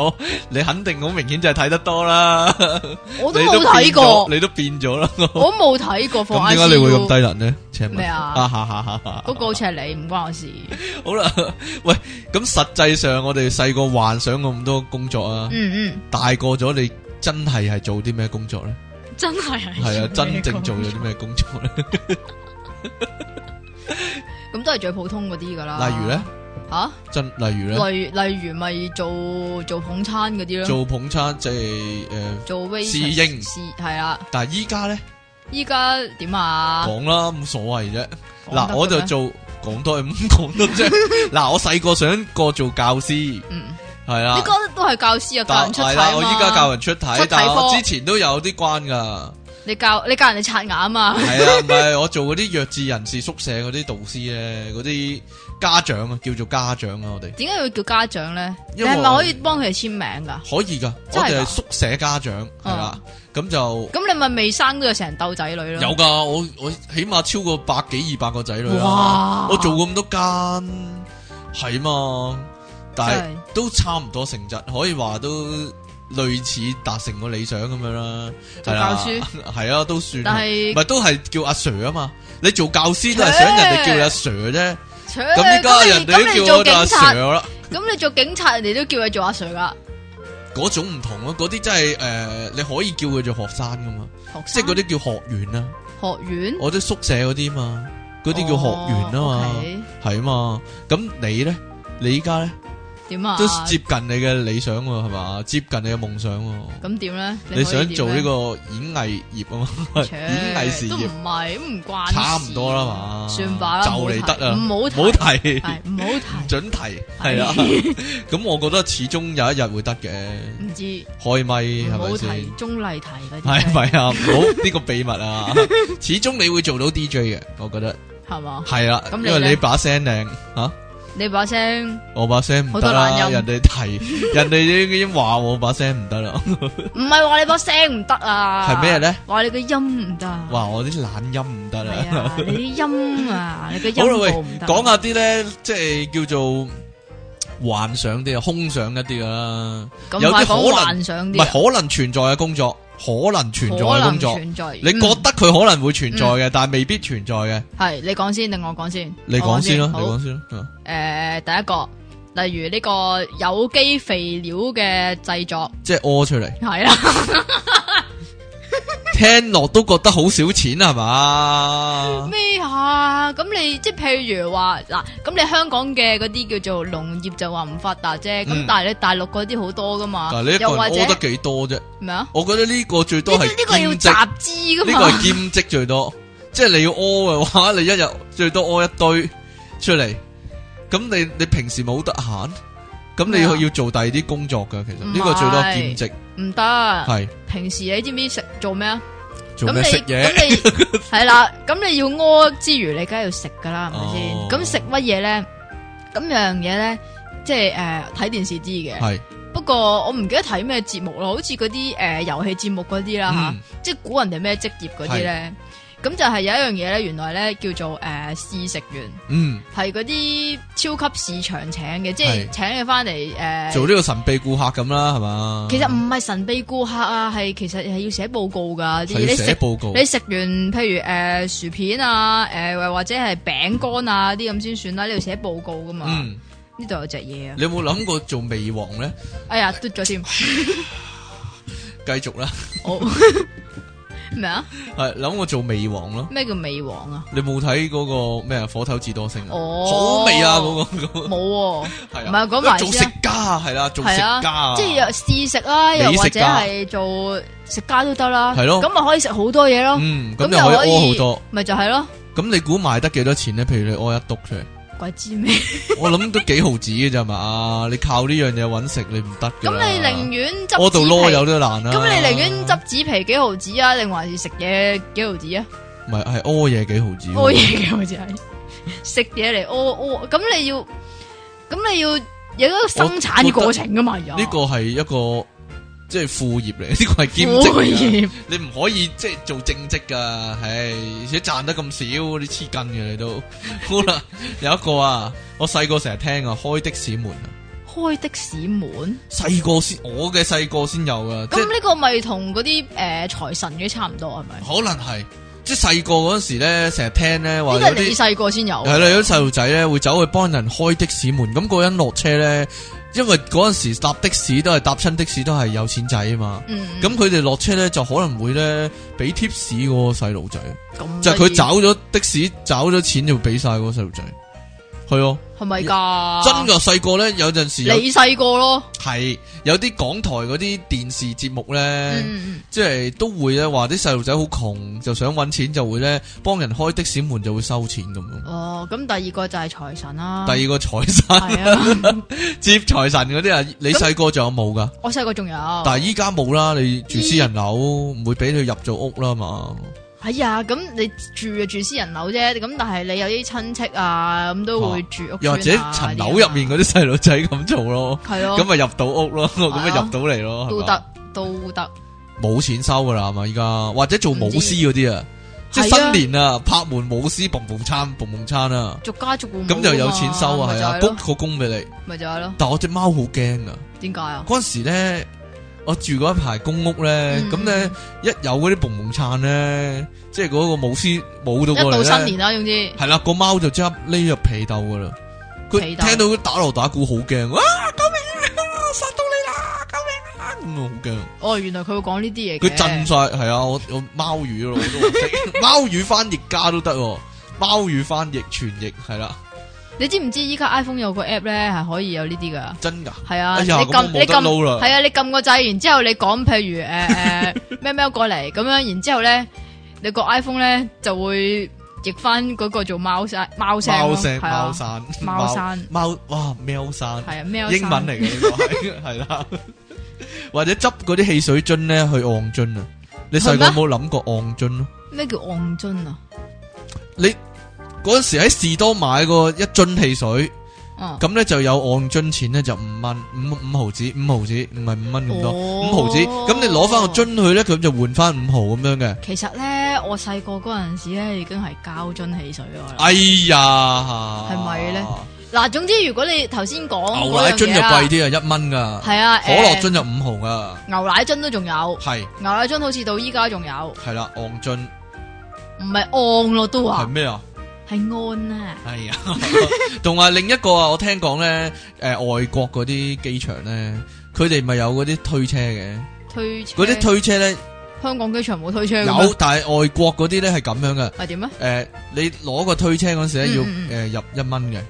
Speaker 1: 我你肯定好明顯就係睇得多啦，
Speaker 2: 我都
Speaker 1: 你
Speaker 2: 冇睇
Speaker 1: 變
Speaker 2: 過
Speaker 1: 咗。你都變咗啦。
Speaker 2: 我冇睇過放
Speaker 1: 咁
Speaker 2: I
Speaker 1: 點
Speaker 2: C
Speaker 1: 解
Speaker 2: U。
Speaker 1: 你會咁低能呢？請問
Speaker 2: 咩啊嗰個好似係你，唔關我事。
Speaker 1: 好啦，喂，咁實際上我哋細個幻想咁多工作啊，
Speaker 2: 嗯嗯，
Speaker 1: 大個咗你真係係做啲咩工作咧？
Speaker 2: 真係係
Speaker 1: 係啊，真正做咗啲咩工作 咧？
Speaker 2: 咁都係最普通嗰啲噶啦。
Speaker 1: 例如咧，
Speaker 2: 吓，
Speaker 1: 真例如咧，
Speaker 2: 例例如咪做做捧餐嗰啲咯，
Speaker 1: 做捧餐即係诶，呃
Speaker 2: 做 wait
Speaker 1: 侍應
Speaker 2: 侍係啦。
Speaker 1: 但係依家咧
Speaker 2: 依家點啊？
Speaker 1: 講啦，冇所謂啫。
Speaker 2: 講得
Speaker 1: 嗱，我就
Speaker 2: 嘅咩
Speaker 1: 做講多咁講多 啫。嗱，我細個想過做教師，
Speaker 2: 嗯，
Speaker 1: 係啦
Speaker 2: 依，家都係教師啊，教
Speaker 1: 但
Speaker 2: 人出
Speaker 1: 係
Speaker 2: 體
Speaker 1: 啦，
Speaker 2: 啊
Speaker 1: 我
Speaker 2: 嘛
Speaker 1: 依家教人出體
Speaker 2: 出體，
Speaker 1: 但係我
Speaker 2: 科
Speaker 1: 之前都有啲關噶，
Speaker 2: 你教你教人哋刷牙啊嘛。
Speaker 1: 係啊，唔係我做嗰啲弱智人士宿舍嗰啲導師咧，嗰啲家長啊，叫做家長啊，我哋
Speaker 2: 點解要叫家長咧？你
Speaker 1: 因為
Speaker 2: 係咪可以幫佢哋簽名噶？
Speaker 1: 可以噶，我
Speaker 2: 真係㗎啊
Speaker 1: 哋係宿舍家長係啦，咁就
Speaker 2: 咁你咪未生都有成竇仔女咯。
Speaker 1: 有噶，我我起碼超過百幾二百個仔女啦
Speaker 2: 哇，
Speaker 1: 我做過咁多間係嘛，但係。
Speaker 2: 真係
Speaker 1: 都差唔多成績，可以話都類似達成個理想咁樣啦。
Speaker 2: 做
Speaker 1: 係啦
Speaker 2: 教書，
Speaker 1: 係啊，都算。
Speaker 2: 但
Speaker 1: 唔
Speaker 2: 係
Speaker 1: 係都係叫阿 Sir 啊嘛？你做教師都係想人哋叫你阿 Sir 啫。
Speaker 2: 切
Speaker 1: 咁依家
Speaker 2: 你
Speaker 1: 人哋
Speaker 2: 咁你
Speaker 1: 都叫我
Speaker 2: 做
Speaker 1: 做阿
Speaker 2: 警察
Speaker 1: Sir 啦。
Speaker 2: 咁你做警察，人哋都叫你做阿 Sir 噶，
Speaker 1: 嗰種唔同咯，啊嗰啲真係誒、呃你可以叫佢做學生噶嘛，
Speaker 2: 學
Speaker 1: 即
Speaker 2: 生
Speaker 1: 係嗰啲叫學員啦。
Speaker 2: 學院
Speaker 1: 我啲宿舍嗰啲嘛，嗰啲叫學員啊
Speaker 2: 哦
Speaker 1: 嘛，
Speaker 2: ，OK，
Speaker 1: 係啊嘛。咁你咧，你依家咧
Speaker 2: 點啊？
Speaker 1: 都接近你嘅理想喎，係嘛？接近你嘅夢想喎。
Speaker 2: 咁點咧？
Speaker 1: 你想做呢
Speaker 2: 個
Speaker 1: 個演藝業啊嘛， 演藝事
Speaker 2: 都
Speaker 1: 業
Speaker 2: 唔係唔關事
Speaker 1: 差唔多啦嘛，
Speaker 2: 算吧啦
Speaker 1: 就
Speaker 2: 唔好
Speaker 1: 嚟
Speaker 2: 提
Speaker 1: 得啦，
Speaker 2: 唔好
Speaker 1: 唔
Speaker 2: 提
Speaker 1: 好提，
Speaker 2: 係唔好
Speaker 1: 唔
Speaker 2: 提，
Speaker 1: 准提，係 啊，咁我覺得始終有一日會得嘅，
Speaker 2: 唔知
Speaker 1: 開咪
Speaker 2: 唔
Speaker 1: 係
Speaker 2: 好
Speaker 1: 咪
Speaker 2: 提
Speaker 1: 先？
Speaker 2: 中麗提 嗰啲
Speaker 1: 係
Speaker 2: 咧，
Speaker 1: 咪啊？唔好呢個秘密 啊！始終你會做到 DJ 嘅，我覺得
Speaker 2: 係嘛？
Speaker 1: 係啦，
Speaker 2: 咁
Speaker 1: 因
Speaker 2: 你
Speaker 1: 為
Speaker 2: 呢
Speaker 1: 你把聲靚吓，
Speaker 2: 你把聲
Speaker 1: 我把聲唔得
Speaker 2: 好多懶
Speaker 1: 啦，
Speaker 2: 音
Speaker 1: 人哋提， 人哋已經話我把聲唔得啦，
Speaker 2: 唔係話你把聲唔得啊？
Speaker 1: 係咩？咧？
Speaker 2: 話你個音唔得啊。
Speaker 1: 話我啲懶音唔得啦
Speaker 2: 係。啊， 你啲音啊，你個
Speaker 1: 好啦，
Speaker 2: 音
Speaker 1: 喂
Speaker 2: 部唔，得。
Speaker 1: 講下啲咧，即係叫做幻想啲啊，空想一啲噶啦，
Speaker 2: 咁
Speaker 1: 有啲
Speaker 2: 快
Speaker 1: 可
Speaker 2: 講
Speaker 1: 能
Speaker 2: 幻想
Speaker 1: 唔
Speaker 2: 啲啊，
Speaker 1: 係可能存在嘅工作，可能存在
Speaker 2: 可
Speaker 1: 嘅工
Speaker 2: 能
Speaker 1: 作，
Speaker 2: 存在。嗯你
Speaker 1: 你覺得佢可能會存在嘅，但係未必存在嘅，
Speaker 2: 係你講先定我講先？
Speaker 1: 你
Speaker 2: 我
Speaker 1: 講先啦，你
Speaker 2: 好
Speaker 1: 講先啦，嗯
Speaker 2: 诶、呃第一個，例如呢個有機肥料嘅製作，
Speaker 1: 即係屙出嚟，
Speaker 2: 係啦，
Speaker 1: 聽落都覺得好少錢係嘛？
Speaker 2: 咩啊？咁你即係譬如話嗱，咁你香港嘅嗰啲叫做農業就話唔發達啫，咁、
Speaker 1: 嗯
Speaker 2: 但係你大陸嗰啲好多噶嘛
Speaker 1: 但係你一，個
Speaker 2: 又或
Speaker 1: 人
Speaker 2: 者
Speaker 1: 屙得幾多啫？
Speaker 2: 咩啊？
Speaker 1: 我覺得呢個最
Speaker 2: 呢
Speaker 1: 多
Speaker 2: 呢
Speaker 1: 係
Speaker 2: 呢個要
Speaker 1: 兼職
Speaker 2: 集資噶
Speaker 1: 呢個
Speaker 2: 嘛
Speaker 1: 係？兼職最多，即係你要屙嘅話，你一日最多屙一堆出嚟。咁你你平時冇得閒，咁你
Speaker 2: 咩
Speaker 1: 要
Speaker 2: 啊
Speaker 1: 要做第二啲工作噶。其實
Speaker 2: 唔
Speaker 1: 呢個最多
Speaker 2: 係
Speaker 1: 兼職，
Speaker 2: 唔得，
Speaker 1: 係
Speaker 2: 平時你知唔知食做咩啊？
Speaker 1: 做
Speaker 2: 咁
Speaker 1: 咩
Speaker 2: 你
Speaker 1: 食嘢？
Speaker 2: 咁你係啦，咁你要屙之餘，你梗係要食噶啦，係咪先
Speaker 1: 哦？
Speaker 2: 咁食乜嘢咧？咁樣嘢咧，即係诶睇電視知嘅。
Speaker 1: 係
Speaker 2: 不過我唔記得睇咩節目啦，好似嗰啲诶遊戲節目嗰啲啦吓，
Speaker 1: 嗯
Speaker 2: 即係估人哋咩職業嗰啲咧。咁就係有一樣嘢咧，原來咧叫做诶試食員，
Speaker 1: 嗯，
Speaker 2: 係嗰啲超級市場請嘅，即
Speaker 1: 係
Speaker 2: 係請佢翻嚟诶。
Speaker 1: 做呢個神秘顧客咁啦，係嘛？
Speaker 2: 其實唔係神秘顧客啊，係其實係要寫報告噶，啲
Speaker 1: 係
Speaker 2: 你
Speaker 1: 要寫
Speaker 2: 食
Speaker 1: 報告，
Speaker 2: 你食完譬如诶、呃薯片啊，诶、或者係餅乾啊啲咁先算啦，你要寫報告噶嘛。呢
Speaker 1: 嗯，
Speaker 2: 度、有隻嘢啊，
Speaker 1: 你有冇諗過做味王咧？
Speaker 2: 哎呀，嘟咗添，
Speaker 1: 繼續啦，
Speaker 2: 我咩啊？
Speaker 1: 係諗過做味王咯。
Speaker 2: 咩叫美王啊？
Speaker 1: 你冇睇嗰個咩啊？火頭至多星啊，
Speaker 2: 哦
Speaker 1: 好味啊！嗰個嗰個
Speaker 2: 어。冇喎、
Speaker 1: 係啊
Speaker 2: 唔係講埋
Speaker 1: 做
Speaker 2: 先
Speaker 1: 食
Speaker 2: 啊
Speaker 1: 家係啦，做食
Speaker 2: 係
Speaker 1: 家
Speaker 2: 啊
Speaker 1: 啊，
Speaker 2: 即係試食啦，又
Speaker 1: 美
Speaker 2: 或
Speaker 1: 食
Speaker 2: 者
Speaker 1: 家
Speaker 2: 係做食家都得啦。
Speaker 1: 係咯
Speaker 2: 咁咪可以食好多嘢咯。
Speaker 1: 嗯，咁
Speaker 2: 咁
Speaker 1: 又
Speaker 2: 又
Speaker 1: 可以
Speaker 2: 可以
Speaker 1: 屙好多。
Speaker 2: 咪就係咯，
Speaker 1: 咁你估賣得幾多錢咧？譬如你屙一督出嚟，
Speaker 2: 鬼知 咩？
Speaker 1: 我諗都幾毫子嘅咋嘛？啊你靠呢樣嘢搵食，你唔得㗎
Speaker 2: 咁
Speaker 1: 啦
Speaker 2: 你寧願執
Speaker 1: 屙到
Speaker 2: 紙
Speaker 1: 箩
Speaker 2: 皮
Speaker 1: 有都難啦。啊
Speaker 2: 咁你寧願執紙皮幾毫子啊，定還是食嘢幾毫子啊？
Speaker 1: 唔係係屙嘢幾毫子喎？
Speaker 2: 屙嘢幾毫子係食嘢嚟屙屙，咁你要咁你要有一個生產嘅過程噶嘛？呢
Speaker 1: 呢個係一個即係副業嚟，呢個係兼職
Speaker 2: 副
Speaker 1: 嚟㗎。
Speaker 2: 業
Speaker 1: 你唔可以即係做正職㗎，唉，而且賺得咁少，你黐筋嘅你都。 好啦，有一個啊，我細個成日聽啊，開的士門啊，
Speaker 2: 開的士門，
Speaker 1: 細個先，我嘅細個先有噶，即係
Speaker 2: 咁呢個咪同嗰啲誒財神嘅差唔多係咪？
Speaker 1: 可能係，即係細個嗰陣時咧，成日聽咧話有
Speaker 2: 呢個係你
Speaker 1: 啲
Speaker 2: 細個先有，
Speaker 1: 係啦，有啲細路仔咧會走去幫人開的士門，咁嗰人落車咧，因為嗰陣時搭的士都係搭親的士都係有錢仔啊嘛，
Speaker 2: 嗯，
Speaker 1: 咁佢哋落車咧就可能會咧俾 tips 嗰個細路仔，
Speaker 2: 咁
Speaker 1: 就係佢
Speaker 2: 得意
Speaker 1: 找咗的士找咗錢就俾晒嗰個細路仔，係哦，
Speaker 2: 係咪㗎？
Speaker 1: 真噶細個咧有陣時有
Speaker 2: 啊你細個咯，
Speaker 1: 係有啲港台嗰啲電視節目咧。
Speaker 2: 嗯，
Speaker 1: 即係都會咧話啲細路仔好窮，就想揾錢，就會咧幫人開的士門就會收錢咁樣。
Speaker 2: 哦，咁第二個就係財神啦，
Speaker 1: 第二個財神
Speaker 2: 啊係啊，
Speaker 1: 接財神嗰啲啊，你細個仲有冇噶？
Speaker 2: 我細個仲有，
Speaker 1: 但係依家冇啦，你住私人樓，唔會俾佢入咗屋啦嘛。
Speaker 2: 哎呀，咁你住就住私人樓啫，咁但係你有啲親戚啊，咁都會住屋、
Speaker 1: 哦又或者層樓入面
Speaker 2: 嗰
Speaker 1: 嗰啲細路仔咁做咯，
Speaker 2: 係咯，
Speaker 1: 咁咪入到屋咯，咁
Speaker 2: 啊
Speaker 1: 咪入到嚟咯，
Speaker 2: 哦都
Speaker 1: 係嘛
Speaker 2: 得都得，
Speaker 1: 冇錢收噶啦，係嘛？依家或者做舞獅嗰啲啊，即
Speaker 2: 係
Speaker 1: 係
Speaker 2: 啊
Speaker 1: 新年啊，拍門舞獅，嘣嘣餐，嘣嘣餐啊，
Speaker 2: 逐家逐户
Speaker 1: 咁就有錢收啊，係
Speaker 2: 係
Speaker 1: 啊
Speaker 2: 咯
Speaker 1: ，book 個工俾你。
Speaker 2: 咪就係咯，
Speaker 1: 但我只貓好驚啊！
Speaker 2: 點解啊？
Speaker 1: 嗰陣時咧，我住嗰一排公屋咧，
Speaker 2: 嗯
Speaker 1: 咁咧、一有嗰啲蹦蹦撐咧，即係嗰個舞獅舞到
Speaker 2: 一
Speaker 1: 過
Speaker 2: 到
Speaker 1: 嚟
Speaker 2: 新
Speaker 1: 咧，
Speaker 2: 年啦，總之
Speaker 1: 係啦，個貓就即刻匿入被竇噶啦。佢
Speaker 2: 被
Speaker 1: 聽
Speaker 2: 竇
Speaker 1: 到佢打鑼打鼓好驚，哇！救命啊！殺到你啦！救命啊！咁啊
Speaker 2: 哦，原來佢會講呢啲嘢
Speaker 1: 好驚，
Speaker 2: 嘅，
Speaker 1: 佢震晒係啊！我我貓語咯，我 都唔識貓語翻譯家都得喎，貓語翻譯全譯係啦，
Speaker 2: 你知唔知依家 iPhone 有個 app 咧係可以有呢啲㗎？
Speaker 1: 真㗎。
Speaker 2: 係啊，
Speaker 1: 哎
Speaker 2: 你
Speaker 1: 呀咁
Speaker 2: 撳
Speaker 1: 我冇
Speaker 2: 你
Speaker 1: 得撈啦
Speaker 2: 撳係啊，你撳個掣，然之後你講譬如誒誒咩咩過嚟咁樣，然之後咧你個 iPhone 咧就會譯翻嗰個做貓聲貓聲
Speaker 1: 貓
Speaker 2: 咯
Speaker 1: 聲、
Speaker 2: 係
Speaker 1: 貓
Speaker 2: 啊，
Speaker 1: 山、
Speaker 2: 貓山
Speaker 1: 貓哇喵山，
Speaker 2: 係啊，喵聲
Speaker 1: 英文嚟嘅呢個 係係啦，或者執嗰啲汽水樽咧去按樽啊！你細個有
Speaker 2: 係
Speaker 1: 冇諗過按樽咯？
Speaker 2: 咩叫昂樽啊？
Speaker 1: 你嗰阵时喺士多買過一樽汽水，
Speaker 2: 嗯，
Speaker 1: 咁咧就有按樽錢咧就五蚊五五毫子五毫子，唔係五蚊咁多，
Speaker 2: 哦
Speaker 1: 五毫子。咁你攞翻個樽去咧，佢就換翻五毫咁樣嘅。
Speaker 2: 其實咧我細個嗰陣時咧已經係膠樽汽水㗎啦，
Speaker 1: 哎哎呀，
Speaker 2: 係咪呢？嗱，總之如果你頭先講
Speaker 1: 牛
Speaker 2: 嗰
Speaker 1: 奶
Speaker 2: 樣
Speaker 1: 樽就
Speaker 2: 嘢啦
Speaker 1: 貴，啲啊，一蚊噶，
Speaker 2: 係啊，
Speaker 1: 可樂樽就五毫啊，
Speaker 2: 誒、牛奶樽都仲有，
Speaker 1: 係
Speaker 2: 牛奶樽好似到依家仲有，
Speaker 1: 係啦，昂樽
Speaker 2: 唔係按咯都
Speaker 1: 係
Speaker 2: 話
Speaker 1: 咩啊？
Speaker 2: 係安啊，
Speaker 1: 係啊， 同埋另一個啊，我聽講咧，诶、外國嗰啲機場咧，佢哋咪有嗰啲推車嘅，
Speaker 2: 推車
Speaker 1: 嗰啲推車咧
Speaker 2: 香港機場冇推車嘅咩
Speaker 1: 有，但係外國嗰啲咧係咁樣嘅。
Speaker 2: 係點咧？
Speaker 1: 诶、你攞個推車嗰時咧要
Speaker 2: 嗯嗯嗯
Speaker 1: 诶、入一蚊嘅，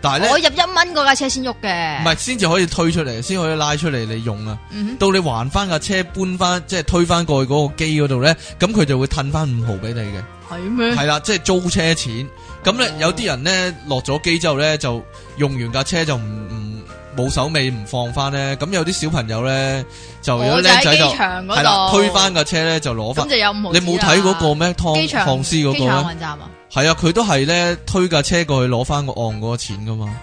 Speaker 1: 但係咧
Speaker 2: 我入一蚊嗰架車先喐嘅，
Speaker 1: 唔係先至可以推出嚟，先可以拉出嚟你用啊。
Speaker 2: 嗯
Speaker 1: 到你還翻架車搬翻，即係推翻過去嗰個機嗰度咧，咁佢就會褪翻五毫俾你嘅。
Speaker 2: 哼，係咩？
Speaker 1: 係啦，即係租車錢。咁咧
Speaker 2: 哦
Speaker 1: 有啲人咧落咗機之後咧，就用完架車就唔唔冇手尾唔放翻咧。咁有啲小朋友咧就有
Speaker 2: 我
Speaker 1: 啲
Speaker 2: 就
Speaker 1: 僆
Speaker 2: 喺
Speaker 1: 仔就
Speaker 2: 機場
Speaker 1: 係啦
Speaker 2: 嗰度
Speaker 1: 推翻架車咧就攞翻
Speaker 2: 咁。就有五毫紙
Speaker 1: 你
Speaker 2: 啦。
Speaker 1: 冇睇嗰個咩
Speaker 2: 機
Speaker 1: 湯
Speaker 2: 場
Speaker 1: 唐詩嗰
Speaker 2: 機
Speaker 1: 個
Speaker 2: 場
Speaker 1: 咧？
Speaker 2: 運站啊？
Speaker 1: 係啊，佢都係咧推架車過去攞翻個按嗰個錢噶嘛。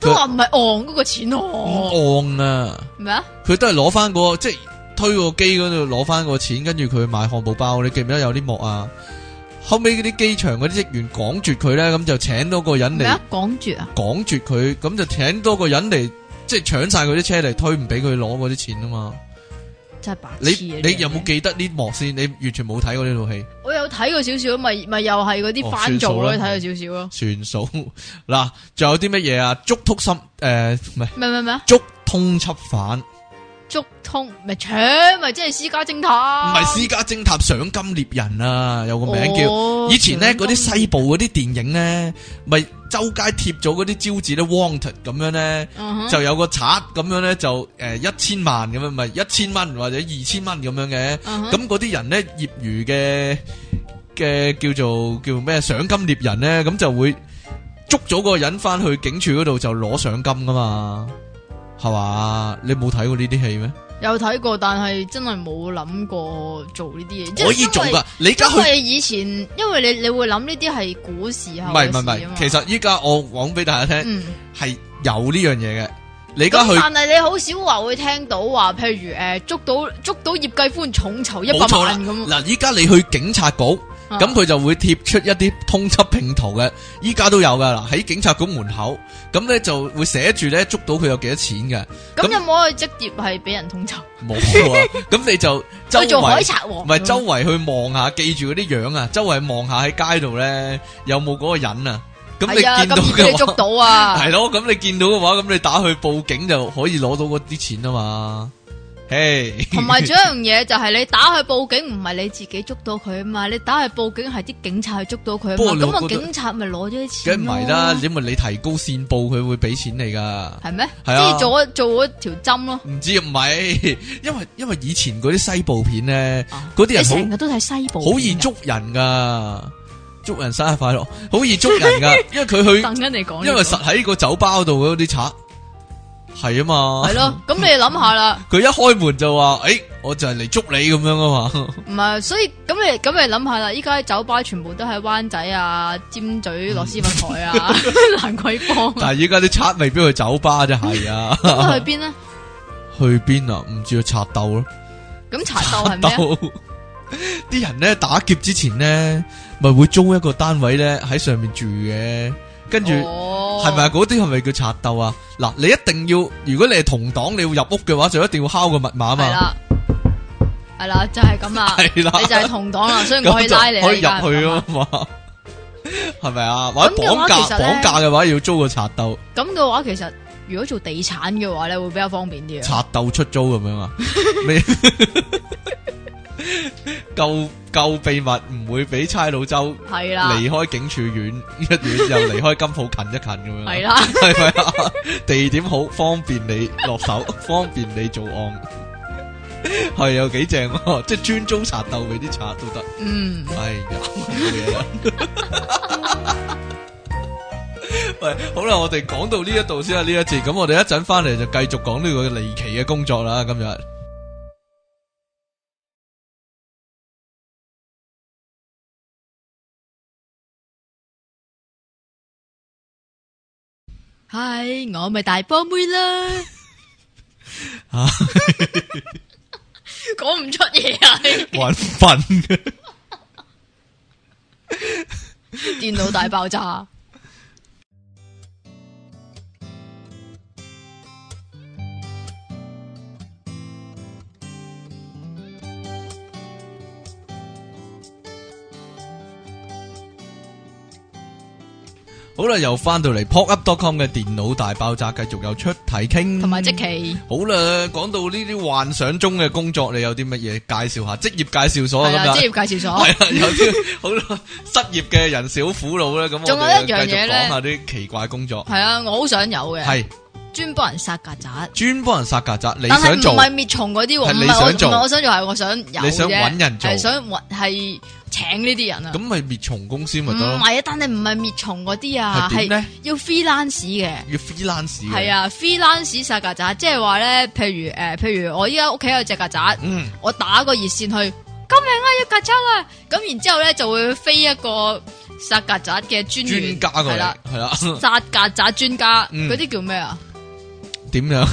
Speaker 2: 都話唔係按嗰個錢喎，
Speaker 1: 唔按啊！
Speaker 2: 咩啊？
Speaker 1: 佢都係攞翻個即係推個機嗰度攞翻個錢，跟住佢買漢堡包。你記唔記得有啲幕啊？後尾嗰啲機場嗰啲職員趕絕佢咧，咁就請多個人
Speaker 2: 咩
Speaker 1: 嚟
Speaker 2: 啊？港絕啊？
Speaker 1: 趕絕佢，咁就請多個人嚟即係搶晒佢啲車嚟推，唔俾佢攞嗰啲錢啊嘛！
Speaker 2: 真係白
Speaker 1: 你
Speaker 2: 痴啊
Speaker 1: 你有冇？
Speaker 2: 呢樣嘢
Speaker 1: 記得呢幕先？你完全冇睇過呢套戲，
Speaker 2: 我有睇過少少，咪咪又係嗰啲
Speaker 1: 哦
Speaker 2: 翻做咯，
Speaker 1: 算
Speaker 2: 睇
Speaker 1: 數啦
Speaker 2: 過少少咯。
Speaker 1: 算數 嗱。仲有啲乜嘢啊？捉通心誒唔係
Speaker 2: 咩咩咩啊？
Speaker 1: 捉通緝犯，唔
Speaker 2: 捉通咪搶咪即係私家偵探？
Speaker 1: 係私家偵探賞金獵人啊，有個名叫。
Speaker 2: 叫
Speaker 1: 以前咧嗰啲西部嗰啲電影咧，咪周街貼咗嗰啲招紙咧，wanted 咁樣咧，
Speaker 2: 嗯
Speaker 1: 就有個賊咁樣咧就誒一千萬咁樣，咪一千蚊或者二千蚊咁樣嘅。
Speaker 2: 咁
Speaker 1: 咁嗰啲人咧業餘嘅嘅叫做叫咩賞金獵人咧，咁就會捉咗個人翻去警署嗰度就攞賞金噶嘛，係嘛？你冇睇過呢啲戲咩？
Speaker 2: 有睇過，但係真係冇諗過做呢啲嘢。即係
Speaker 1: 可以做
Speaker 2: 因為
Speaker 1: 噶，你而家去
Speaker 2: 因為以前，因為你你會諗呢啲係古時
Speaker 1: 唔
Speaker 2: 候
Speaker 1: 係唔
Speaker 2: 嘅事
Speaker 1: 係
Speaker 2: 啊
Speaker 1: 唔
Speaker 2: 嘛
Speaker 1: 係，其實依家我講俾大家聽。
Speaker 2: 嗯。
Speaker 1: 系有呢样嘢嘅。你而家去
Speaker 2: 咁但係你好少話會聽到話，譬如诶捉到捉到葉繼歡重酬一百
Speaker 1: 冇錯啦
Speaker 2: 萬咁。
Speaker 1: 嗱，依家你去警察局，咁
Speaker 2: 啊
Speaker 1: 佢就會貼出一啲通緝拼圖嘅，依家都有噶嗱，喺警察局門口，咁咧就會寫住咧捉到佢有幾多錢嘅，
Speaker 2: 咁
Speaker 1: 咁
Speaker 2: 有冇一個職業係俾人通酬？
Speaker 1: 冇啊，咁你就周
Speaker 2: 去做海
Speaker 1: 圍
Speaker 2: 賊王。
Speaker 1: 唔係周圍去望下，記住嗰啲樣啊，周圍望下喺街度咧有冇嗰個人啊，咁你
Speaker 2: 係啊
Speaker 1: 見到
Speaker 2: 咁你
Speaker 1: 嘅
Speaker 2: 捉
Speaker 1: 話，
Speaker 2: 到 啊？
Speaker 1: 係咯，咁你見到嘅話，咁你打去報警就可以攞到嗰啲錢啊嘛，嘿，
Speaker 2: 同埋仲有一樣嘢就係你打去報警，唔係你自己捉到佢啊嘛，你打去報警係啲警察去捉到佢
Speaker 1: 不過
Speaker 2: 啊
Speaker 1: 你
Speaker 2: 嘛，咁
Speaker 1: 我
Speaker 2: 啊
Speaker 1: 覺得
Speaker 2: 警察咪攞咗啲錢
Speaker 1: 梗唔
Speaker 2: 咯
Speaker 1: 係啦，因為你提高線報，佢會俾錢你噶。
Speaker 2: 係咩？即
Speaker 1: 係啊
Speaker 2: 係做咗做咗條針咯。
Speaker 1: 唔知唔係， 因為因為以前嗰啲西部片咧，
Speaker 2: 啊
Speaker 1: 嗰啲
Speaker 2: 你
Speaker 1: 人
Speaker 2: 成日都睇西部
Speaker 1: 好
Speaker 2: 片㗎，啊
Speaker 1: 好易捉人噶，捉人生日快樂，好易捉人噶， 因為佢
Speaker 2: 等
Speaker 1: 去，
Speaker 2: 緊你講呢個。
Speaker 1: 因為實喺個酒吧度嗰啲賊係啊嘛，
Speaker 2: 係咯，咁你諗下啦。
Speaker 1: 佢一開門就話：，诶、我就係嚟捉你咁樣啊嘛，
Speaker 2: 唔係，所以咁你咁你諗下啦，依家酒吧全部都喺灣仔啊、尖咀、羅斯福台啊、 蘭桂坊 啊，
Speaker 1: 但係依家啲賊未必去酒吧啫，係 啊，
Speaker 2: 咁去邊呢？
Speaker 1: 去邊啊？唔知去賊鬥咯。
Speaker 2: 咁茶斗係咩啊？
Speaker 1: 鬥啲人咧打劫之前咧，咪會租一個單位咧喺上面住嘅，跟住係
Speaker 2: 哦，
Speaker 1: 咪啊嗰啲係咪叫賊鬥啊？嗱，你一定要，如果你係同黨，你要入屋嘅話，就一定要敲個密碼啊
Speaker 2: 係
Speaker 1: 嘛，
Speaker 2: 啦，係啦，就係咁啦，
Speaker 1: 係啦，
Speaker 2: 你就係同 黨啦，所以我可
Speaker 1: 咁
Speaker 2: 以
Speaker 1: 就
Speaker 2: 拉你啦，
Speaker 1: 可以
Speaker 2: 依家係
Speaker 1: 入去
Speaker 2: 咁
Speaker 1: 啊
Speaker 2: 啊。
Speaker 1: 嘛，係咪啊？或者
Speaker 2: 咁嘅話
Speaker 1: 綁架
Speaker 2: 其實呢
Speaker 1: 綁架嘅話，要租個賊鬥，
Speaker 2: 咁嘅話，其實如果做地產嘅話咧，會比較方便啲啊。
Speaker 1: 賊鬥出租咁樣 啊？你 夠夠秘密，唔會俾差佬周。
Speaker 2: 係啦，
Speaker 1: 離開警署遠 一遠，又離開金鋪近一近咁樣。
Speaker 2: 係，啦，
Speaker 1: 係咪啊？地點好，方便你落手， 方便你做案。係又幾正喎，即係專租賊鬥俾啲賊都得。
Speaker 2: 嗯，
Speaker 1: 哎呀，冇嘢啦。 喂，好啦，我哋講到呢一度先啦，呢一節咁，我哋一陣翻嚟就繼續講呢個離奇嘅工作啦。今日
Speaker 2: 係我咪大波妹啦。
Speaker 1: 啊
Speaker 2: 講唔出嘢啊！你
Speaker 1: 搵笨嘅，
Speaker 2: 電腦大爆炸。
Speaker 1: 好啦，又翻到嚟 popup.com 嘅電腦大爆炸，繼續有出體傾，
Speaker 2: 同埋即期
Speaker 1: 好啦，講到呢啲幻想中嘅工作，你有啲乜嘢介紹下？職業介紹所啊
Speaker 2: 係
Speaker 1: 咁
Speaker 2: 啦，
Speaker 1: 樣。
Speaker 2: 職業介紹所
Speaker 1: 系。啦，有啲好啦，失業嘅人士好苦惱咧，咁
Speaker 2: 仲
Speaker 1: 我
Speaker 2: 有
Speaker 1: 哋
Speaker 2: 一
Speaker 1: 繼
Speaker 2: 樣嘢
Speaker 1: 續
Speaker 2: 呢
Speaker 1: 講下啲奇怪工作，
Speaker 2: 系啊，我好想有嘅，
Speaker 1: 係
Speaker 2: 專幫人殺曱甴，
Speaker 1: 專幫人殺曱甴，你
Speaker 2: 但係
Speaker 1: 想做
Speaker 2: 唔係滅蟲嗰啲喎，
Speaker 1: 係
Speaker 2: 唔
Speaker 1: 你
Speaker 2: 係我
Speaker 1: 想做
Speaker 2: 唔係我想做，係我想有
Speaker 1: 你想
Speaker 2: 啫
Speaker 1: 搵人做
Speaker 2: 係想搵係請呢啲人啊
Speaker 1: 咁，咪滅蟲公司咪
Speaker 2: 唔
Speaker 1: 得咯？
Speaker 2: 係啊，但係唔係滅蟲嗰啲啊，
Speaker 1: 係點
Speaker 2: 係
Speaker 1: 咧？
Speaker 2: 要 freelance 嘅。
Speaker 1: 要 freelance 嘅
Speaker 2: 系，啊，freelance 殺曱甴，即係話咧，譬如诶、呃譬如我依家屋企有隻曱甴，
Speaker 1: 嗯，
Speaker 2: 我打個熱線去，救命啊，有曱甴啦！咁然之后咧就會飛一個殺曱甴嘅專
Speaker 1: 專
Speaker 2: 員，
Speaker 1: 家過
Speaker 2: 係
Speaker 1: 嚟
Speaker 2: 啦，
Speaker 1: 係啦，
Speaker 2: 殺曱甴專家，
Speaker 1: 嗯
Speaker 2: 嗰啲叫咩啊？
Speaker 1: 點樣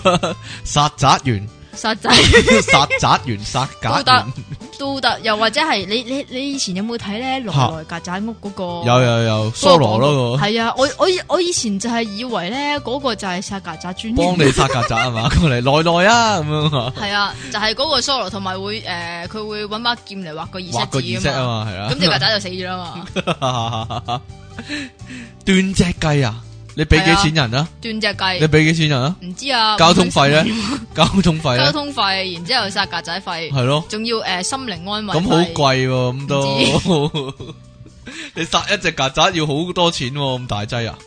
Speaker 1: 殺曱員、
Speaker 2: 殺仔。
Speaker 1: 殺曱員、殺曱
Speaker 2: 都得
Speaker 1: 員，
Speaker 2: 都得，又或者系你你你以前有冇睇咧《
Speaker 1: 嚇
Speaker 2: 來來曱甴屋》嗰個？
Speaker 1: 有有有，梭羅咯個，
Speaker 2: 系啊，我我以我以前就係以為咧嗰個就係殺曱甴專
Speaker 1: 幫
Speaker 2: 員，
Speaker 1: 你殺曱甴係嘛？ 過嚟內內啊，咁樣啊，
Speaker 2: 係啊，就係嗰個 solo，同埋會诶佢會搵把劍嚟畫個意識
Speaker 1: 畫個啊耳
Speaker 2: 字
Speaker 1: 石
Speaker 2: 啊
Speaker 1: 啊
Speaker 2: 嘛，
Speaker 1: 嘛，係啊
Speaker 2: 咁。隻曱甴就死咗啦 嘛，
Speaker 1: 断只鸡啊！你俾几钱人啊？
Speaker 2: 斷隻
Speaker 1: 你
Speaker 2: 雞，
Speaker 1: 俾几钱人啊？
Speaker 2: 唔知啊，
Speaker 1: 交通費呢交通费
Speaker 2: 交
Speaker 1: 咧，
Speaker 2: 通費，然之后杀曱甴費，
Speaker 1: 系咯，
Speaker 2: 仲要诶心靈安慰費，
Speaker 1: 咁好貴喎，咁都 你殺一隻曱甴要好多錢喎，咁大劑啊！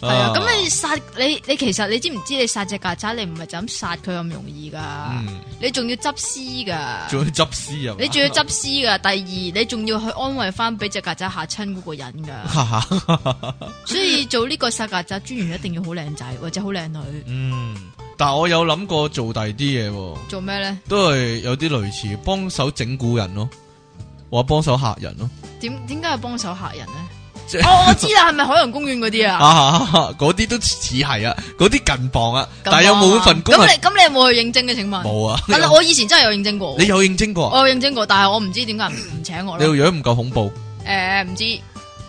Speaker 2: 系啊，咁你殺你你其實你知唔知你殺隻曱甴，你唔係就咁殺佢咁容易噶，
Speaker 1: 嗯，
Speaker 2: 你仲要執屍噶。
Speaker 1: 仲要執屍啊？
Speaker 2: 你仲要執屍噶，第二你仲要去安慰翻俾只曱甴嚇親嗰個人噶，
Speaker 1: 執？
Speaker 2: 所以做呢個殺曱甴專員一定要好靚仔或者好靚女。
Speaker 1: 嗯，但我有諗過做第二啲嘢喎，
Speaker 2: 做咩咧？
Speaker 1: 都係有啲類似幫手整蠱人咯，或者幫手嚇人咯。
Speaker 2: 點點解要幫手嚇人咧？
Speaker 1: 即
Speaker 2: 哦，我知啦，係咪海洋公園嗰啲啊？
Speaker 1: 啊，嗰啲都似係啊，嗰啲近磅啊，
Speaker 2: 咁
Speaker 1: 但係有冇
Speaker 2: 啊
Speaker 1: 份工
Speaker 2: 咁
Speaker 1: 係
Speaker 2: 你咁你有冇去應徵嘅？請問，
Speaker 1: 冇啊？
Speaker 2: 但係我以前真係有應徵過
Speaker 1: 你，有認真過啊？
Speaker 2: 我有應徵過，但係我唔知點解唔唔請我
Speaker 1: 你個
Speaker 2: 咯。
Speaker 1: 樣唔夠恐怖，
Speaker 2: 誒 唔知。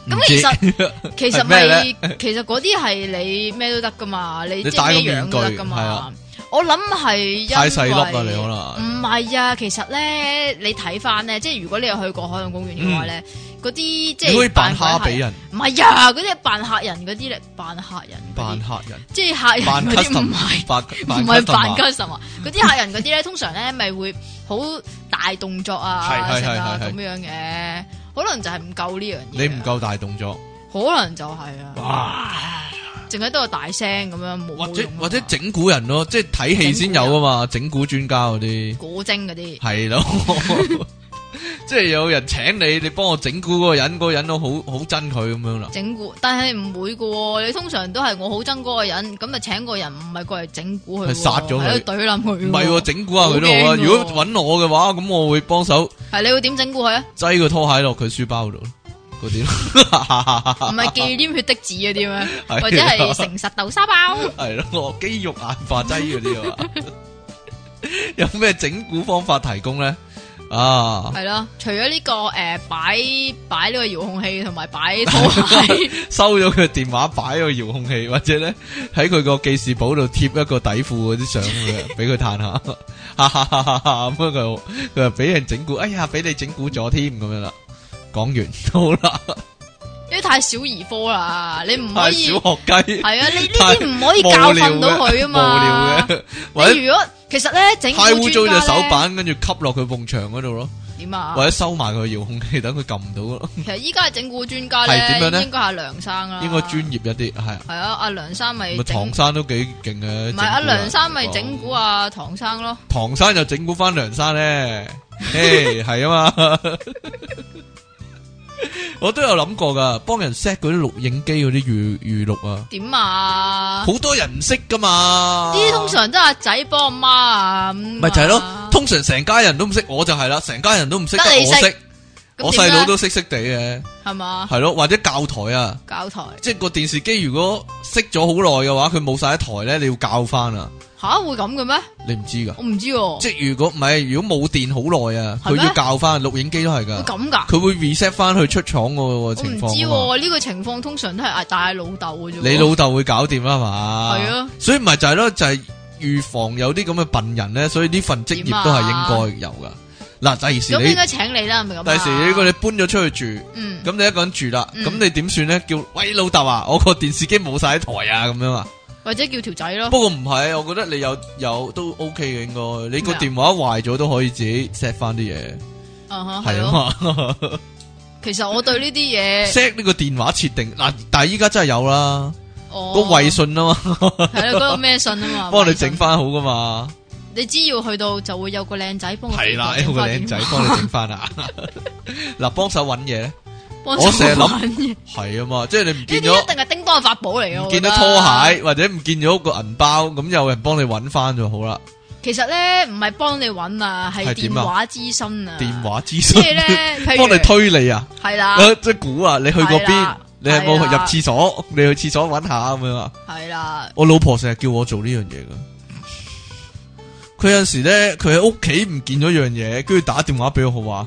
Speaker 1: 唔
Speaker 2: 咁
Speaker 1: 知
Speaker 2: 其實其實
Speaker 1: 係咩
Speaker 2: 咪
Speaker 1: 咧
Speaker 2: 其實嗰啲係你咩都得噶嘛，你
Speaker 1: 你
Speaker 2: 即係
Speaker 1: 戴個
Speaker 2: 咩樣都得
Speaker 1: 面具
Speaker 2: 噶
Speaker 1: 係
Speaker 2: 嘛
Speaker 1: 啊。
Speaker 2: 我諗係
Speaker 1: 太細粒啦，你可
Speaker 2: 因為
Speaker 1: 能
Speaker 2: 唔係啊，其實咧，你睇翻咧，即係如果你有去過海洋公園嘅話咧，嗰啲即
Speaker 1: 嗯你可以
Speaker 2: 係
Speaker 1: 扮蝦
Speaker 2: 鬼
Speaker 1: 俾
Speaker 2: 嚇，
Speaker 1: 人，
Speaker 2: 唔係啊，嗰啲係扮客人嗰啲咧，扮客人嗰
Speaker 1: 扮
Speaker 2: 啲，
Speaker 1: 客人，
Speaker 2: 即係客 人
Speaker 1: 扮
Speaker 2: 嗰啲唔
Speaker 1: custom，
Speaker 2: 係
Speaker 1: 扮
Speaker 2: 唔係扮
Speaker 1: custom 啊
Speaker 2: custom 嗰啲客人嗰啲咧，通常咧咪會好大動作啊，
Speaker 1: 係係
Speaker 2: 成啊
Speaker 1: 係係
Speaker 2: 咁樣嘅，可能就係唔夠呢樣嘢，啊
Speaker 1: 你唔，夠大動作，
Speaker 2: 可能就係啊，
Speaker 1: 哇！
Speaker 2: 淨係都有大聲咁樣冇
Speaker 1: 或
Speaker 2: 冇
Speaker 1: 者
Speaker 2: 用啊嘛
Speaker 1: 或者整蠱人咯，即係睇戲先有啊嘛，整蠱專家嗰啲
Speaker 2: 果精嗰啲，
Speaker 1: 係咯，即係有人請你，你幫我整蠱嗰個人，嗰個人都好好憎佢咁樣啦。
Speaker 2: 整蠱，但係唔會嘅喎。你通常都係我好憎嗰個人，咁就請嗰個人，唔係過嚟整蠱佢喎，
Speaker 1: 係殺咗佢
Speaker 2: 喺度懟冧佢
Speaker 1: 唔
Speaker 2: 喎。
Speaker 1: 係喎，整蠱下佢都好
Speaker 2: 好
Speaker 1: 啊。
Speaker 2: 驚喎
Speaker 1: 如果揾我嘅話，咁我會幫手
Speaker 2: 係你會點整蠱 佢啊？
Speaker 1: 擠個拖鞋落佢書包度，嗰啲咯。
Speaker 2: 唔係忌廉血的子嗰啲咩？
Speaker 1: 係
Speaker 2: 或者係誠實 豆沙包？
Speaker 1: 系咯，肌肉硬化劑嗰啲啊 嘛，有咩整蠱方法提供咧？啊，
Speaker 2: 係咯，除咗呢個誒擺擺呢個遙控器同埋擺 拖鞋，
Speaker 1: 收咗佢電話，擺個遙控器，或者咧喺佢個記事簿度貼一個底褲嗰啲相 嘅，俾佢嘆下， 咁樣佢佢話俾人整蠱，哎呀，俾你整蠱咗添咁樣啦。講完好啦，
Speaker 2: 呢啲太小兒科啦，你唔可
Speaker 1: 太
Speaker 2: 以
Speaker 1: 小學雞，
Speaker 2: 係啊，你 呢啲唔可以教訓到佢啊嘛
Speaker 1: 無。聊嘅，或者
Speaker 2: 你如果其實咧整
Speaker 1: 太污
Speaker 2: 蠱
Speaker 1: 糟
Speaker 2: 專
Speaker 1: 隻
Speaker 2: 家
Speaker 1: 手
Speaker 2: 咧
Speaker 1: 板，跟住吸落佢埲牆嗰度咯，
Speaker 2: 點啊
Speaker 1: 或？者收埋佢遙控器，等佢撳唔到咯。
Speaker 2: 其實依家嘅整蠱專
Speaker 1: 係
Speaker 2: 家
Speaker 1: 點樣咧
Speaker 2: 咧，應該係阿梁生啦，
Speaker 1: 应该专业一啲，系啊，
Speaker 2: 系啊，阿梁生咪
Speaker 1: 咪
Speaker 2: 啊整
Speaker 1: 唐生都幾勁嘅。
Speaker 2: 唔係
Speaker 1: 整蠱啊
Speaker 2: 阿梁生咪整蠱，阿唐生咯，
Speaker 1: 唐生就整蠱翻梁生咧，诶係啊嘛， 我都有諗過噶，幫人 set 嗰啲錄影機嗰啲預预录啊，
Speaker 2: 點啊？
Speaker 1: 好多人唔識噶嘛，
Speaker 2: 呢啲通常都係阿仔幫阿媽啊，咁
Speaker 1: 咪就係
Speaker 2: 係
Speaker 1: 咯，通常成家人都唔識，我就係啦，成家人都唔識，
Speaker 2: 得你
Speaker 1: 我
Speaker 2: 識
Speaker 1: 識，我細佬都識識地嘅，
Speaker 2: 系嘛，
Speaker 1: 係咯，或者教台啊。
Speaker 2: 搞台
Speaker 1: 即係個電視機如果熄咗好耐嘅話，佢冇晒一台咧，你要教翻啊！
Speaker 2: 吓會咁嘅咩？
Speaker 1: 你唔知㗎。
Speaker 2: 我唔知喎，
Speaker 1: 即系如果唔系，如果冇電好耐啊，
Speaker 2: 係
Speaker 1: 佢
Speaker 2: 咩
Speaker 1: 要校翻錄影機都係
Speaker 2: 會
Speaker 1: 噶，
Speaker 2: 咁噶？
Speaker 1: 佢會 reset 翻去出廠嗰啊個
Speaker 2: 我唔
Speaker 1: 情
Speaker 2: 知
Speaker 1: 況啊嘛。
Speaker 2: 喎，呢個情況通常都係阿大老豆嘅啫喎。
Speaker 1: 你老豆會搞掂啦係嘛？
Speaker 2: 係啊，
Speaker 1: 所以咪就係咯，就係預防有啲咁嘅笨人咧，所以呢份職業都係應該有噶。嗱，第時
Speaker 2: 咁
Speaker 1: 你
Speaker 2: 應該請你啦，係咪咁啊
Speaker 1: 第時如果你搬咗出去住。
Speaker 2: 嗯，
Speaker 1: 咁你一個人住啦，
Speaker 2: 嗯
Speaker 1: 咁你點算咧？叫喂老豆啊，我個電視機冇晒台啊，咁樣啊。
Speaker 2: 嗯或者叫條 仔咯，
Speaker 1: 不過唔係，我覺得你有有都 OK 嘅，應該你個
Speaker 2: 咩啊
Speaker 1: 電話壞咗都可以自己 set 翻啲嘢，
Speaker 2: 啊哈係
Speaker 1: 係啊
Speaker 2: 咯。
Speaker 1: 嘛。
Speaker 2: 其實我對呢啲嘢，
Speaker 1: set 呢個電話設定嗱，但係依家真係有啦， 個
Speaker 2: 我
Speaker 1: 衛信啊嘛，
Speaker 2: 係啦，嗰個咩信啊哦 嘛，
Speaker 1: 幫我哋
Speaker 2: 衛信
Speaker 1: 整，翻好噶嘛，
Speaker 2: 你只要去到就會有個靚仔幫我
Speaker 1: 係啦，
Speaker 2: 整
Speaker 1: 有
Speaker 2: 返
Speaker 1: 個靚仔
Speaker 2: 電 話
Speaker 1: 幫你整翻啊。 嗱，幫手揾嘢咧，
Speaker 2: 幫
Speaker 1: 我成日諗
Speaker 2: 手玩嘢
Speaker 1: 係啊嘛，即係你唔
Speaker 2: 呢啲
Speaker 1: 見
Speaker 2: 一
Speaker 1: 咗
Speaker 2: 定係叮當嘅法寶嚟嘅，
Speaker 1: 唔見
Speaker 2: 我覺得
Speaker 1: 咗拖。鞋或者唔見咗個銀包，咁有人幫你揾翻就好啦。
Speaker 2: 其實咧唔係幫你揾啊，係
Speaker 1: 係點
Speaker 2: 電
Speaker 1: 啊
Speaker 2: 話諮詢啊。
Speaker 1: 電話諮
Speaker 2: 即
Speaker 1: 詢
Speaker 2: 係。咧，譬如
Speaker 1: 幫你推理啊，
Speaker 2: 係啦，
Speaker 1: 啊即系估啊，你去過
Speaker 2: 係
Speaker 1: 邊
Speaker 2: 啦？
Speaker 1: 你係冇
Speaker 2: 係
Speaker 1: 入
Speaker 2: 啦
Speaker 1: 廁所？你去廁所揾下咁樣啊？
Speaker 2: 係啦，
Speaker 1: 我老婆成日叫我做呢樣嘢噶，佢有阵时咧，佢喺屋企唔見咗樣嘢，跟住打電話俾我，話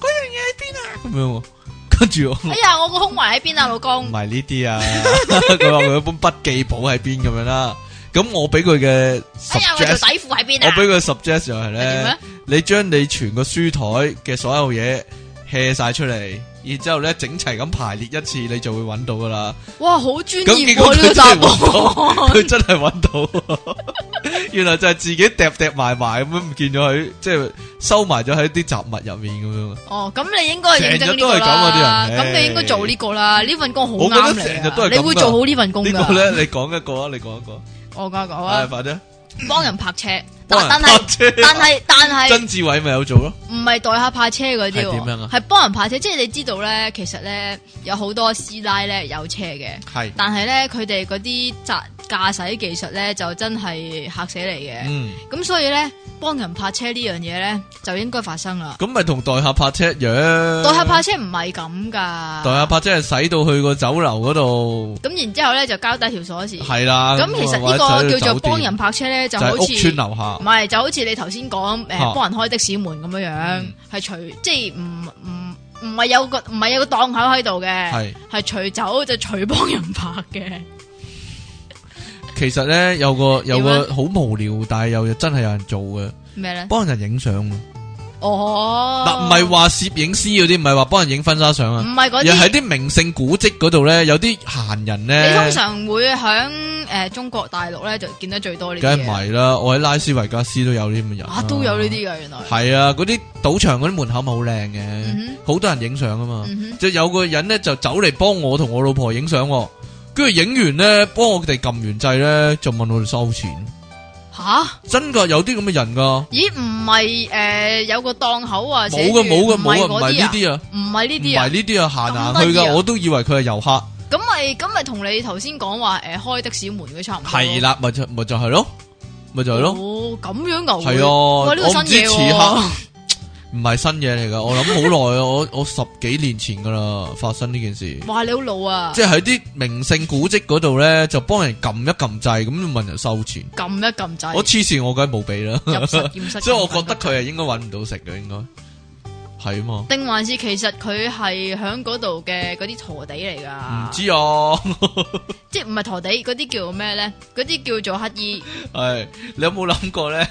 Speaker 1: 嗰樣嘢喺邊啊？咁樣喎，跟住我
Speaker 2: 哎呀，我個胸圍喺邊啊，老
Speaker 1: 唔
Speaker 2: 公，
Speaker 1: 係呢啲啊， 佢話佢有本筆記簿喺邊咁樣啦。咁我俾佢嘅
Speaker 2: 哎呀，我條
Speaker 1: suggest，
Speaker 2: 底褲喺邊
Speaker 1: 我
Speaker 2: 啊，
Speaker 1: 俾佢 suggest 就係
Speaker 2: 係點啊
Speaker 1: 咧
Speaker 2: 咧，？
Speaker 1: 你將你全個書台嘅所有嘢 hea 晒出嚟，然之后咧整齊咁排列一次，你就會揾到噶啦。
Speaker 2: 哇，好專
Speaker 1: 咁
Speaker 2: 業
Speaker 1: 結果
Speaker 2: 喎呢個
Speaker 1: 佢真
Speaker 2: 答
Speaker 1: 係揾到，
Speaker 2: 案，
Speaker 1: 佢真係揾到， 原來就係自己揼揼埋埋咁樣唔見咗佢，即係收埋咗喺啲雜物入面咁樣。
Speaker 2: 哦，咁你應該係認
Speaker 1: 成
Speaker 2: 真
Speaker 1: 日
Speaker 2: 呢
Speaker 1: 都係
Speaker 2: 個
Speaker 1: 咁啊
Speaker 2: 啦，
Speaker 1: 啲人
Speaker 2: 咁你應該做呢個啦，呢份工好
Speaker 1: 我覺得
Speaker 2: 啱
Speaker 1: 成日都
Speaker 2: 你
Speaker 1: 係咁
Speaker 2: 啊，
Speaker 1: 㗎
Speaker 2: 你會做好呢份工
Speaker 1: 呢個
Speaker 2: 㗎。
Speaker 1: 咧，你講一個啊，你講一個，
Speaker 2: 我講講
Speaker 1: 係
Speaker 2: 啊，
Speaker 1: 快啲，
Speaker 2: 幫人泊車，
Speaker 1: 幫
Speaker 2: 但
Speaker 1: 人
Speaker 2: 但
Speaker 1: 泊
Speaker 2: 係
Speaker 1: 車。
Speaker 2: 但係但係
Speaker 1: 曾志偉咪有做咯，
Speaker 2: 唔係代客泊車嗰
Speaker 1: 係
Speaker 2: 啲
Speaker 1: 點樣啊
Speaker 2: 喎，係幫人泊車，即係你知道咧，其實咧有好多師奶咧有車嘅。
Speaker 1: 係，
Speaker 2: 但係咧，佢哋嗰啲駕駕駛技術咧，就真係嚇死你嘅。
Speaker 1: 嗯，
Speaker 2: 咁、所以咧，幫人泊車呢樣嘢咧，就應該發生啦。
Speaker 1: 咁咪同代客泊車一樣。
Speaker 2: 代客泊車唔係咁噶，
Speaker 1: 嗯代客泊車係使到去個酒樓嗰度，
Speaker 2: 咁然之後咧就交低條鎖匙。
Speaker 1: 係啦。啊
Speaker 2: 咁其實呢
Speaker 1: 或者使
Speaker 2: 個
Speaker 1: 到
Speaker 2: 叫
Speaker 1: 酒
Speaker 2: 做
Speaker 1: 店
Speaker 2: 幫人泊車咧，
Speaker 1: 就
Speaker 2: 就好
Speaker 1: 係屋
Speaker 2: 似
Speaker 1: 村啊樓下
Speaker 2: 唔，係就好似你頭先講
Speaker 1: 嚇
Speaker 2: 誒幫人開的士門咁樣樣
Speaker 1: 啊嗯，
Speaker 2: 係隨即係唔唔唔係有個唔係有個檔口喺度嘅，
Speaker 1: 係。
Speaker 2: 係隨走就隨幫人泊嘅。
Speaker 1: 其實咧有個有
Speaker 2: 點啊
Speaker 1: 個好無聊，但係又真係有人做嘅，
Speaker 2: 咩咧？
Speaker 1: 幫人影相喎。
Speaker 2: 哦，
Speaker 1: 嗱，唔係話攝影師嗰啲，唔係話幫人影婚紗相
Speaker 2: 唔
Speaker 1: 啊，
Speaker 2: 哦係嗰
Speaker 1: 而
Speaker 2: 啲
Speaker 1: 喺啲名勝古蹟嗰度咧，有啲閒人
Speaker 2: 你通
Speaker 1: 咧，
Speaker 2: 常會喺誒、呃中國大陸咧就見得最多呢啲
Speaker 1: 梗係啊
Speaker 2: 嘢
Speaker 1: 唔係啦，我喺拉斯維加斯都有呢啲咁嘅人
Speaker 2: 啊，都有呢。啲嘅原來。
Speaker 1: 係啊，嗰啲賭場嗰啲門口咪好靚嘅
Speaker 2: 嗯，
Speaker 1: 好多人影相啊嘛。
Speaker 2: 嗯
Speaker 1: 就有個人咧就走嚟幫我同我老婆影相喎，跟住影完咧，幫我哋撳完掣咧，就問我哋收錢。
Speaker 2: 哼，嚇？
Speaker 1: 真㗎，有啲咁嘅人㗎，
Speaker 2: 咦，唔係誒有個檔口啊？
Speaker 1: 冇㗎，冇㗎，冇㗎，唔
Speaker 2: 啊，
Speaker 1: 係呢啲啊，
Speaker 2: 唔係呢
Speaker 1: 唔
Speaker 2: 啲
Speaker 1: 係
Speaker 2: 啊？
Speaker 1: 呢啲啊，行行
Speaker 2: 咁
Speaker 1: 去
Speaker 2: 得意
Speaker 1: 㗎，
Speaker 2: 啊
Speaker 1: 我都以為佢係遊客。
Speaker 2: 咁咪咁咪同你頭先講話誒開的士門嗰啲差唔多。
Speaker 1: 系，啦，咪就咪就系咯，咪就系咯，
Speaker 2: 哦，咁樣牛
Speaker 1: 系啊！我
Speaker 2: 哇，呢個新
Speaker 1: 唔知
Speaker 2: 嘢
Speaker 1: 此
Speaker 2: 喎
Speaker 1: 刻。唔系新嘢嚟噶，我諗好耐啊，我我十幾年前噶啦發生呢件事，
Speaker 2: 哇，你好老啊！
Speaker 1: 即係喺啲名勝古蹟嗰度咧，就幫人撳一撳掣，咁就問人收錢。
Speaker 2: 撳一撳掣，
Speaker 1: 我黐線，我梗係冇俾啦，
Speaker 2: 入 實驗室。
Speaker 1: 所以我覺得佢係應該搵唔到食嘅，應該係啊嘛，
Speaker 2: 定還是其實佢係喺嗰度嘅嗰啲陀地嚟㗎。
Speaker 1: 唔知啊，
Speaker 2: 即系唔係陀地嗰啲叫咩咧？嗰啲叫做乞衣
Speaker 1: 係你有冇諗過咧？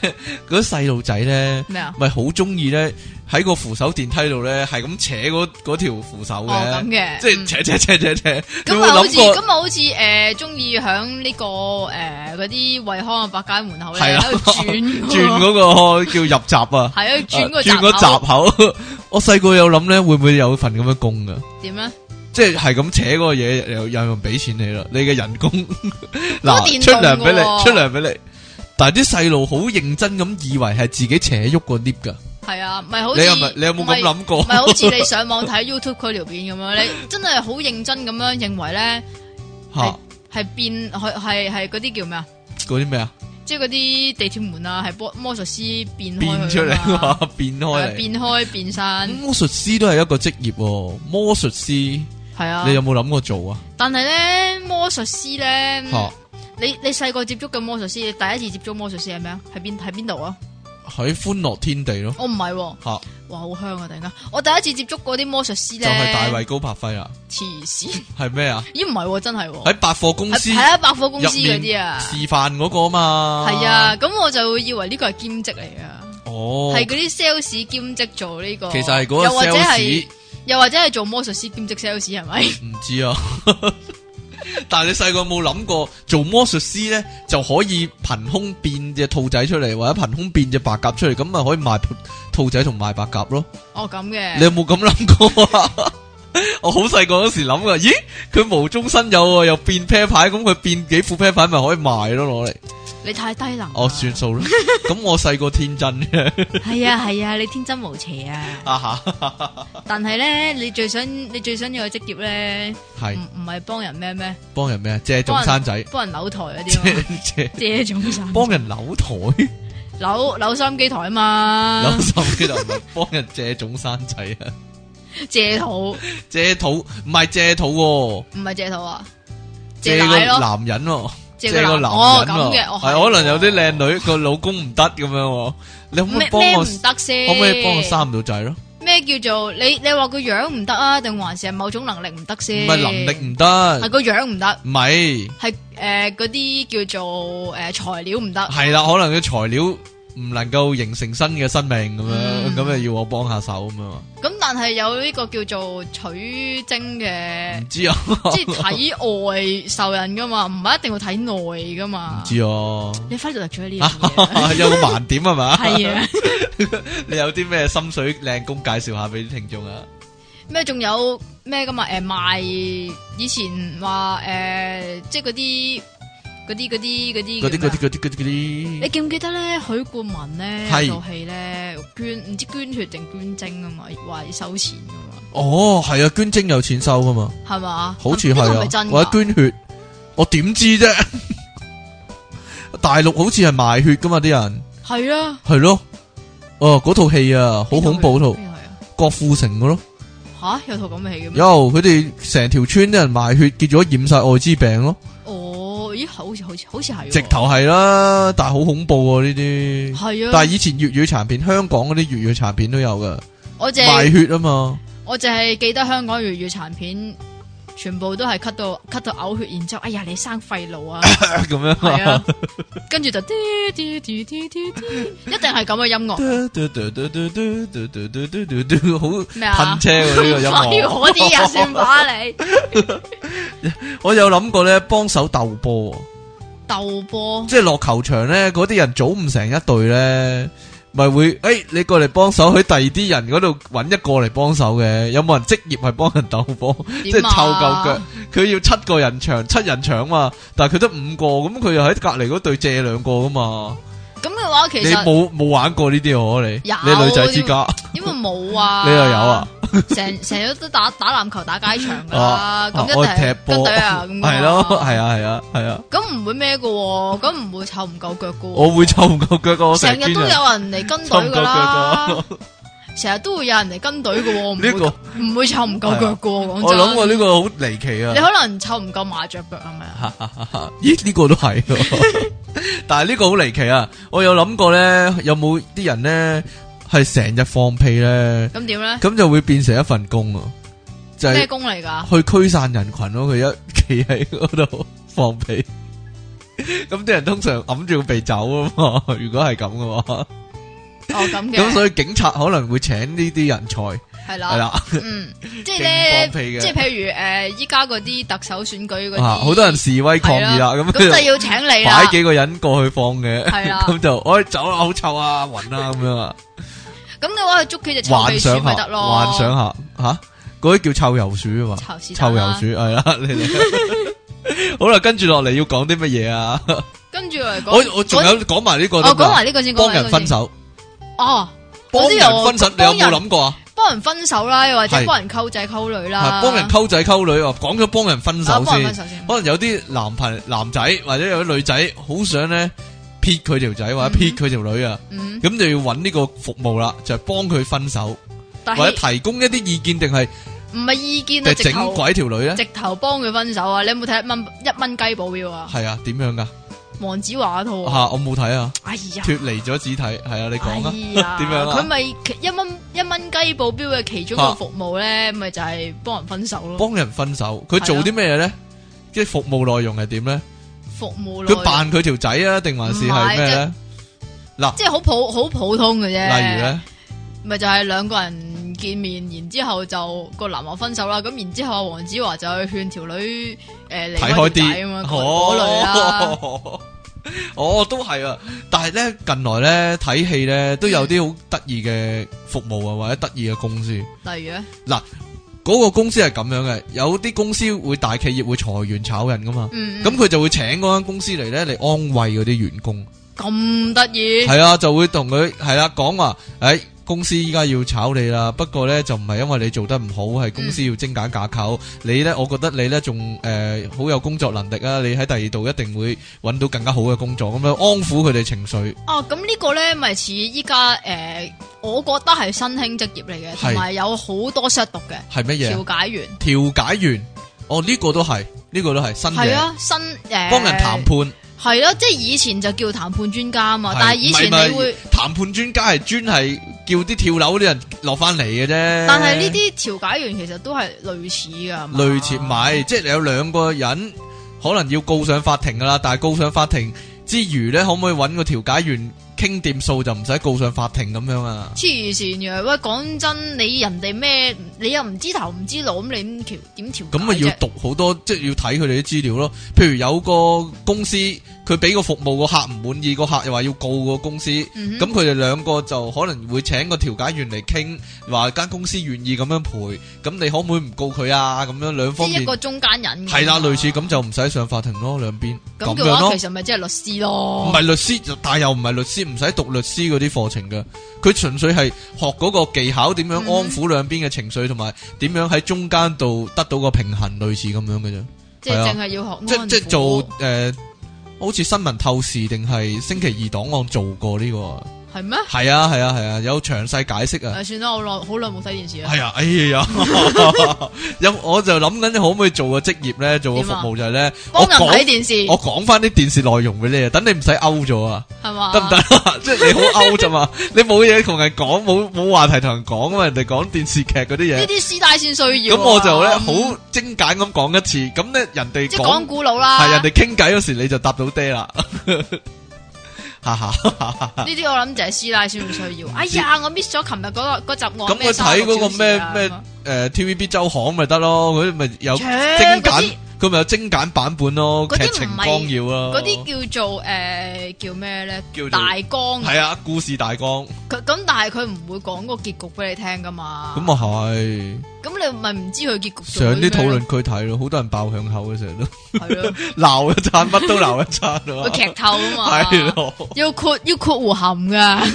Speaker 1: 嗰啲細路仔咧，
Speaker 2: 咩啊？
Speaker 1: 咪好中意咧喺個扶手電梯度咧，係咁扯嗰嗰條扶手
Speaker 2: 哦
Speaker 1: 嘅
Speaker 2: 咁。嘅，
Speaker 1: 即系
Speaker 2: 嗯
Speaker 1: 扯扯扯扯扯，你
Speaker 2: 咁
Speaker 1: 會
Speaker 2: 啊，好似
Speaker 1: 諗
Speaker 2: 咁
Speaker 1: 過
Speaker 2: 啊，好似诶，中意響呢個诶嗰啲惠康啊百佳門口咧
Speaker 1: 係啦
Speaker 2: 喺度轉
Speaker 1: 轉
Speaker 2: 嗰個，
Speaker 1: 嗰個叫入閘啊，
Speaker 2: 係啊， 轉個
Speaker 1: 轉
Speaker 2: 個
Speaker 1: 個閘口。 我細個有諗咧，會唔會有份咁嘅工噶？
Speaker 2: 點咧？
Speaker 1: 即係係咁扯嗰個嘢，又有人俾錢你啦，你嘅 人工嗱
Speaker 2: 電
Speaker 1: 出
Speaker 2: 動
Speaker 1: 糧俾你，
Speaker 2: 㗎喎
Speaker 1: 出糧俾你。但係啲細路好認真咁以為係自己扯喐個 lift 噶，
Speaker 2: 係啊，咪好似
Speaker 1: 你有咪你有冇咁
Speaker 2: 唔係？
Speaker 1: 諗過？
Speaker 2: 唔係 好似你上網睇 YouTube 嗰條片咁樣，你真係好認真咁樣認為咧
Speaker 1: 吓
Speaker 2: 係變係係係嗰啲叫咩啊？
Speaker 1: 嗰啲咩啊？
Speaker 2: 即係嗰啲地鐵門啊，係魔魔術師變
Speaker 1: 變
Speaker 2: 開
Speaker 1: 出
Speaker 2: 佢
Speaker 1: 嚟
Speaker 2: 㗎嘛
Speaker 1: 啊， 變
Speaker 2: 係啊
Speaker 1: 開嚟。
Speaker 2: 變開變身。
Speaker 1: 魔術師都係一個職業喎，魔術師你
Speaker 2: 系啊，
Speaker 1: 有冇諗過做啊？
Speaker 2: 但系咧魔術師咧，
Speaker 1: 吓
Speaker 2: 你你细个接觸嘅魔術師，你第一次接觸魔術師係咩啊？喺邊喺边度啊？
Speaker 1: 喺歡樂天地咯
Speaker 2: 我唔係喎，
Speaker 1: 吓。嚇
Speaker 2: 哇好香啊！突然間，我第一次接觸嗰啲魔術師
Speaker 1: 就
Speaker 2: 咧，
Speaker 1: 係大衛高柏輝啦，
Speaker 2: 黐線，
Speaker 1: 係咩啊？
Speaker 2: 咦唔係喎，真係喎，
Speaker 1: 喺百貨公司
Speaker 2: 係哦啊百貨公司
Speaker 1: 入
Speaker 2: 嗰
Speaker 1: 面
Speaker 2: 啲啊，
Speaker 1: 示範嗰個嘛，
Speaker 2: 係啊，咁我就會以為呢個係兼職嚟啊，
Speaker 1: 哦，啊哦，
Speaker 2: 係嗰啲 sales 兼職做呢個，
Speaker 1: 其實係嗰個
Speaker 2: 又或者
Speaker 1: sales
Speaker 2: 係又或者係做魔術師兼職 sales 係咪？
Speaker 1: 唔知啊。但係你細個有冇諗過做魔術師咧就可以憑空變只兔仔出嚟，或者憑空變只白鴿出嚟，咁咪可以賣兔兔仔同賣白鴿咯？
Speaker 2: 哦咁
Speaker 1: 你
Speaker 2: 嘅，
Speaker 1: 有冇咁諗過啊？我好細個嗰時諗噶，咦，佢無中生有喎，又變 pair 牌，咁佢變幾副 pair 牌咪可以賣咯，攞嚟。
Speaker 2: 你太低能啊啦。
Speaker 1: 哦，算數啦。咁我細個 天真嘅，
Speaker 2: 係啊係啊，你天真無邪啊！
Speaker 1: 啊哈，
Speaker 2: 但係咧，你最想你最想要嘅職業咧，唔
Speaker 1: 係
Speaker 2: 唔係幫人咩咩，
Speaker 1: 幫人咩？借仲生仔，
Speaker 2: 幫人扭台嗰啲啊嘛，
Speaker 1: 借 借
Speaker 2: 借種散
Speaker 1: 幫人扭台，
Speaker 2: 扭扭收音機台 啊嘛
Speaker 1: 扭，手機就唔係幫人借種生仔啊，
Speaker 2: 借肚唔
Speaker 1: 借肚唔係借肚喎，
Speaker 2: 係借肚啊，借
Speaker 1: 借
Speaker 2: 奶
Speaker 1: 個
Speaker 2: 咯，
Speaker 1: 男人喎，
Speaker 2: 借
Speaker 1: 個
Speaker 2: 個
Speaker 1: 男人
Speaker 2: 男哦咁
Speaker 1: 喎，
Speaker 2: 嘅，哦
Speaker 1: 係可能有啲靚女個老公唔得咁樣喎，你可唔可以
Speaker 2: 咩
Speaker 1: 幫
Speaker 2: 咩
Speaker 1: 我？
Speaker 2: 唔得先？
Speaker 1: 可唔可以幫我生唔到仔咯？
Speaker 2: 咩叫做你你話個樣唔得啊？定還是係某種能力唔得
Speaker 1: 唔
Speaker 2: 先？
Speaker 1: 係能力唔
Speaker 2: 係
Speaker 1: 得，
Speaker 2: 個樣唔得，
Speaker 1: 唔係
Speaker 2: 係誒嗰啲叫做誒材 料唔得，
Speaker 1: 係啦，可能啲材料唔能夠形成新嘅生命咁樣，
Speaker 2: 嗯
Speaker 1: 咁啊要我幫下手咁樣，
Speaker 2: 咁但係有呢個叫做取精嘅
Speaker 1: 唔，知啊，
Speaker 2: 即係睇外受孕噶嘛，唔係一定要睇內噶
Speaker 1: 唔
Speaker 2: 嘛。
Speaker 1: 知 啊。
Speaker 2: 你忽略咗呢 樣嘢，啊
Speaker 1: 有個盲點係嘛？
Speaker 2: 係啊。
Speaker 1: 你有啲咩心水靚工介紹下俾啲聽眾啊？
Speaker 2: 咩仲有咩噶嘛？诶、賣以前話诶、誒即係嗰啲嗰啲嗰啲嗰啲
Speaker 1: 嗰啲
Speaker 2: 叫咩
Speaker 1: 嗰
Speaker 2: 啊
Speaker 1: 啲嗰啲嗰啲嗰
Speaker 2: 你
Speaker 1: 啲，
Speaker 2: 記唔記得咧？許冠文咧
Speaker 1: 係
Speaker 2: 套戲咧捐唔知捐血定捐精啊嘛，話要收錢噶嘛，
Speaker 1: 哦，係啊，捐精有錢收噶嘛？
Speaker 2: 係嘛？
Speaker 1: 好似
Speaker 2: 呢個係咪
Speaker 1: 係啊，
Speaker 2: 真㗎
Speaker 1: 或者捐血，我點知啫？ 大陸好似係賣血噶嘛，啲人
Speaker 2: 係啊，
Speaker 1: 係咯，哦，嗰套戲啊，好恐怖套
Speaker 2: 邊，套戲啊
Speaker 1: 郭富城嘅咯。
Speaker 2: 吓有套咁嘅戲嘅咩？
Speaker 1: 有佢哋成條村啲人賣血，結咗染晒艾滋病咯，
Speaker 2: 哦，咦，好似好似好似係喎
Speaker 1: 直頭係啦，但係好恐怖喎呢啲。
Speaker 2: 係啊，
Speaker 1: 但係以前粵語殘片，香港嗰啲粵語殘片都有噶，
Speaker 2: 我淨
Speaker 1: 賣
Speaker 2: 係
Speaker 1: 血啊嘛，
Speaker 2: 我淨係記得香港粵語殘片。全部都係咳到咳到嘔血，然之後，哎呀，你生肺癆 啊！
Speaker 1: 咁樣
Speaker 2: 係
Speaker 1: 啊。
Speaker 2: 啊，跟住就滴滴滴滴滴滴，一定係咁嘅音樂
Speaker 1: 好
Speaker 2: 咩啊
Speaker 1: 噴？車喎呢個音 樂，
Speaker 2: 我啲人算把你
Speaker 1: 我有諗過咧，幫手鬥波，
Speaker 2: 鬥波，
Speaker 1: 即係落球場咧，嗰啲人組唔成一隊咧，咪會誒你過嚟幫手，喺第二啲人嗰度揾一個嚟幫手嘅，有冇人職業係幫人鬥波？
Speaker 2: 即
Speaker 1: 即係湊夠腳，佢要七個人場，七人場嘛，但係佢得五個，咁佢又喺隔離嗰隊借兩個噶嘛。
Speaker 2: 咁嘅話其
Speaker 1: 你
Speaker 2: 實
Speaker 1: 冇冇玩過呢啲我你
Speaker 2: 有
Speaker 1: 你女仔之家，
Speaker 2: 因為冇啊，
Speaker 1: 你又有啊？
Speaker 2: 成成日都打打籃球、打街場噶
Speaker 1: 啊
Speaker 2: 啦，咁一定
Speaker 1: 我
Speaker 2: 係
Speaker 1: 踢波
Speaker 2: 跟 隊啊，咁㗎嘛
Speaker 1: 係咯，係，啊，係啊，係啊，
Speaker 2: 咁唔會咩噶喎？咁唔會湊唔夠腳噶
Speaker 1: 我
Speaker 2: 喎？
Speaker 1: 會湊唔夠腳噶，我
Speaker 2: 成日都有
Speaker 1: 邊啊
Speaker 2: 人嚟跟
Speaker 1: 湊唔夠
Speaker 2: 隊
Speaker 1: 腳
Speaker 2: 噶啦，
Speaker 1: 噶。
Speaker 2: 成日都會有人嚟跟隊噶喎，唔
Speaker 1: 呢個啊
Speaker 2: 會唔會湊唔夠腳噶喎？講
Speaker 1: 我
Speaker 2: 真，
Speaker 1: 諗過呢個好離奇
Speaker 2: 你
Speaker 1: 啊！
Speaker 2: 可能湊唔夠麻雀腳係咪啊？
Speaker 1: 咦，呢個都 係喎，但係呢個好離奇啊！我有諗過咧，有冇啲人咧係成日放屁咧，
Speaker 2: 咁點咧？
Speaker 1: 咁就會變成一份工啊，就 係
Speaker 2: 咩工啊嚟㗎？哦
Speaker 1: 去驅散人群咯，佢一 企喺嗰度放屁，咁啲人通常揞住個鼻走啊嘛。 如果係咁嘅話，
Speaker 2: 哦咁
Speaker 1: 咁
Speaker 2: 嘅，
Speaker 1: 所以警察可能會請呢啲人才，係
Speaker 2: 係啦，
Speaker 1: 啦，
Speaker 2: 嗯，哦即係
Speaker 1: 勁
Speaker 2: 咧
Speaker 1: 放，屁嘅
Speaker 2: 即係譬如诶，誒依家嗰啲特首選舉嗰
Speaker 1: 啊
Speaker 2: 啲，
Speaker 1: 好多人示威抗議啦，
Speaker 2: 係
Speaker 1: 咁
Speaker 2: 咁
Speaker 1: 佢
Speaker 2: 就要請你
Speaker 1: 就
Speaker 2: 啦
Speaker 1: 擺，幾個人過去放嘅，
Speaker 2: 係啊啦
Speaker 1: 咁就哎走啦，好臭啊，暈啦咁樣 啊，
Speaker 2: 咁嘅話佢捉佢只臭
Speaker 1: 幻
Speaker 2: 鼻鼠
Speaker 1: 想
Speaker 2: 咪
Speaker 1: 下，
Speaker 2: 得咯，
Speaker 1: 幻想下吓，嗰啲叫臭油鼠啊嘛。
Speaker 2: 臭屎
Speaker 1: 臭
Speaker 2: 蛋
Speaker 1: 油
Speaker 2: 啦
Speaker 1: 鼠系啦，你哋 好啦，跟住落嚟要講啲乜嘢啊？
Speaker 2: 跟住嚟
Speaker 1: 我
Speaker 2: 講，
Speaker 1: 我仲有講埋呢個
Speaker 2: 我
Speaker 1: 得唔得
Speaker 2: 講
Speaker 1: 啊，
Speaker 2: 埋呢個先，講
Speaker 1: 幫
Speaker 2: 埋呢
Speaker 1: 人
Speaker 2: 個
Speaker 1: 分
Speaker 2: 先，
Speaker 1: 手，
Speaker 2: 哦，
Speaker 1: 幫
Speaker 2: 嗰啲
Speaker 1: 人
Speaker 2: 又
Speaker 1: 分手，你有
Speaker 2: 幫
Speaker 1: 冇
Speaker 2: 人
Speaker 1: 諗過啊？
Speaker 2: 幫人分手啦，又或者
Speaker 1: 係
Speaker 2: 幫人溝仔溝女啦，
Speaker 1: 係幫人溝仔溝女啊，講咗幫人分
Speaker 2: 啊
Speaker 1: 手
Speaker 2: 幫人分
Speaker 1: 先，
Speaker 2: 手先，
Speaker 1: 可能有啲男朋男仔或者有啲女仔好想咧撇佢條仔或者
Speaker 2: 嗯
Speaker 1: 撇佢條女啊，
Speaker 2: 嗯，
Speaker 1: 咁就要揾呢個服務啦，就係幫佢分手
Speaker 2: 但
Speaker 1: 或者
Speaker 2: 係
Speaker 1: 提供一啲意見，定係
Speaker 2: 唔係意啊見啊，
Speaker 1: 定
Speaker 2: 直
Speaker 1: 整
Speaker 2: 頭
Speaker 1: 鬼條女咧？
Speaker 2: 直頭幫佢分手啊！你有冇睇一蚊一蚊雞保鏢啊？
Speaker 1: 係啊，點樣噶？
Speaker 2: 黃子華嗰套啊，
Speaker 1: 吓，我冇睇啊，
Speaker 2: 哎呀！
Speaker 1: 脱離咗肢體，係啊，你講啊。
Speaker 2: 哎呀
Speaker 1: 點樣啊
Speaker 2: 佢咪其一蚊一蚊雞保鏢嘅其中一
Speaker 1: 啊
Speaker 2: 個服務咧，咪就係幫人分手咯。
Speaker 1: 幫人分手，佢做啲咩咧？即係服務內容係點咧？
Speaker 2: 服務內
Speaker 1: 佢扮佢條仔啊，定還是係咩咧？嗱
Speaker 2: 即系好普好普通嘅啫。
Speaker 1: 例如咧，
Speaker 2: 咪就係兩個人見面，然之後就個男話分手啦。咁然之後，黃子華就去勸條女誒離
Speaker 1: 睇
Speaker 2: 開
Speaker 1: 開
Speaker 2: 點解啊嘛，
Speaker 1: 啲，
Speaker 2: 嗰嗰類 啦。
Speaker 1: 哦，哦，都係啊！但係咧，近來咧睇戲咧，都有啲好得意嘅服務啊，或者得意嘅公司。
Speaker 2: 例如啊咧，
Speaker 1: 嗰個公司係咁樣嘅，有啲公司會大企業會裁員炒人噶嘛，
Speaker 2: 嗯，
Speaker 1: 咁佢、就會請嗰間公司嚟咧嚟安慰嗰啲員工，
Speaker 2: 咁得意，
Speaker 1: 係啊，就會同佢係啦講話，诶、公司依家要炒你啦，不過咧就唔係因為你做得唔好，係公司要精簡架構。你咧，我覺得你咧仲诶好有工作能力啊，你喺第二度一定會揾到更加好嘅工作，咁樣安撫佢哋情緒。
Speaker 2: 哦，咁呢個咧咪似依家誒，我覺得係新興職業嚟嘅，
Speaker 1: 係
Speaker 2: 同埋有好多 shut 讀嘅
Speaker 1: 係乜嘢啊？
Speaker 2: 調解員，
Speaker 1: 調解員，哦呢、個都係，呢、個都係新
Speaker 2: 係
Speaker 1: 嘅，
Speaker 2: 啊，新誒
Speaker 1: 幫人談判。
Speaker 2: 係咯，即係以前就叫談判專家啊嘛，
Speaker 1: 係
Speaker 2: 但係以前
Speaker 1: 唔係
Speaker 2: 你會，
Speaker 1: 談判專家係專係叫啲跳樓啲人落翻嚟嘅啫。
Speaker 2: 但係呢啲調解員其實都係類似㗎，係嘛
Speaker 1: 類似唔係，即係你有兩個人可能要告上法庭噶啦，但係告上法庭之餘呢，可唔可以揾個調解員傾掂數就唔使告上法庭咁樣啊？
Speaker 2: 黐線嘅，喂，講真，你人哋咩，你又唔知頭唔知腦，咁你點調點調
Speaker 1: 咁咪要
Speaker 2: 解啫
Speaker 1: 讀好多，即係要睇佢哋啲資料咯。譬如有個公司，佢俾個服務個客唔滿意，個客又話要告個公司，
Speaker 2: 嗯
Speaker 1: 咁
Speaker 2: 哼
Speaker 1: 佢哋兩個就可能會請個調解員嚟傾，話間公司願意咁樣賠，咁你可唔可以唔告佢啊？咁樣兩方
Speaker 2: 即係一
Speaker 1: 面
Speaker 2: 個中間人㗎嘛。
Speaker 1: 係啦，類似咁就唔使上法庭咯，兩邊
Speaker 2: 咁嘅
Speaker 1: 樣咯
Speaker 2: 話，。其實咪即係律師
Speaker 1: 唔
Speaker 2: 咯。
Speaker 1: 係律師就，但又唔係律師，唔使讀律師嗰啲課程嘅。佢純粹係學嗰個技巧，點樣
Speaker 2: 嗯
Speaker 1: 安撫兩邊嘅情緒，同埋點樣喺中間度得到個平衡，類似咁樣嘅啫。
Speaker 2: 即係
Speaker 1: 係啊
Speaker 2: 淨係要學
Speaker 1: 即
Speaker 2: 安
Speaker 1: 即
Speaker 2: 撫
Speaker 1: 做诶、呃好似新聞透視定係星期二檔案做過呢、個？
Speaker 2: 係咩？
Speaker 1: 係啊係啊係啊，有詳細解釋啊。
Speaker 2: 誒，算啦，我耐好耐冇睇電視啦。
Speaker 1: 係啊，哎呀， 有我就諗緊你可唔可以做個職業咧，做個服務就係咧，
Speaker 2: 幫
Speaker 1: 我
Speaker 2: 人睇
Speaker 1: 講
Speaker 2: 電視
Speaker 1: 我講翻啲電視內容俾你啊，等你唔使勾咗啊。
Speaker 2: 係嘛？
Speaker 1: 得唔得？啊？即系你好 out 咋 嘛？你冇嘢同人講，冇冇话题同人講啊嘛？人哋講電視劇嗰啲
Speaker 2: 呢
Speaker 1: 嘢，
Speaker 2: 啲師奶先需要
Speaker 1: 咁
Speaker 2: 啊。
Speaker 1: 我就咧
Speaker 2: 嗯
Speaker 1: 好精簡咁講一次，咁咧人哋
Speaker 2: 即係講
Speaker 1: 講
Speaker 2: 古佬啦。
Speaker 1: 係啊人哋傾偈嗰時，你就答到爹啦。 哈哈，
Speaker 2: 呢啲我諗就係師奶先會需要。哎呀，我 miss 咗琴日嗰個嗰集案
Speaker 1: 嗯咁
Speaker 2: 咩
Speaker 1: 佢
Speaker 2: 三
Speaker 1: 睇
Speaker 2: 十六
Speaker 1: 嗰個
Speaker 2: 小時
Speaker 1: 咩
Speaker 2: 啊
Speaker 1: 咩
Speaker 2: 咁啊
Speaker 1: 诶 TVB 周刊咪得咯，佢咪有精
Speaker 2: 切嗰
Speaker 1: 簡
Speaker 2: 啲，
Speaker 1: 佢咪有精簡版本咯，
Speaker 2: 嗰啲
Speaker 1: 劇
Speaker 2: 唔
Speaker 1: 情
Speaker 2: 係
Speaker 1: 光耀咯，
Speaker 2: 嗰啲叫做誒叫咩咧？
Speaker 1: 哦叫做
Speaker 2: 大綱啊
Speaker 1: 係啊，故事大綱，
Speaker 2: 佢咁，但系佢唔會講個結局俾你聽噶嘛。
Speaker 1: 咁啊係
Speaker 2: 咁你咪唔知佢結局
Speaker 1: 上啲討論區睇咯，好多人爆響口嘅成日都。
Speaker 2: 系咯，
Speaker 1: 闹一餐，乜都闹一餐啊嘛
Speaker 2: 會！劇透啊 嘛。
Speaker 1: 系咯，
Speaker 2: 要括要括弧含噶，
Speaker 1: 系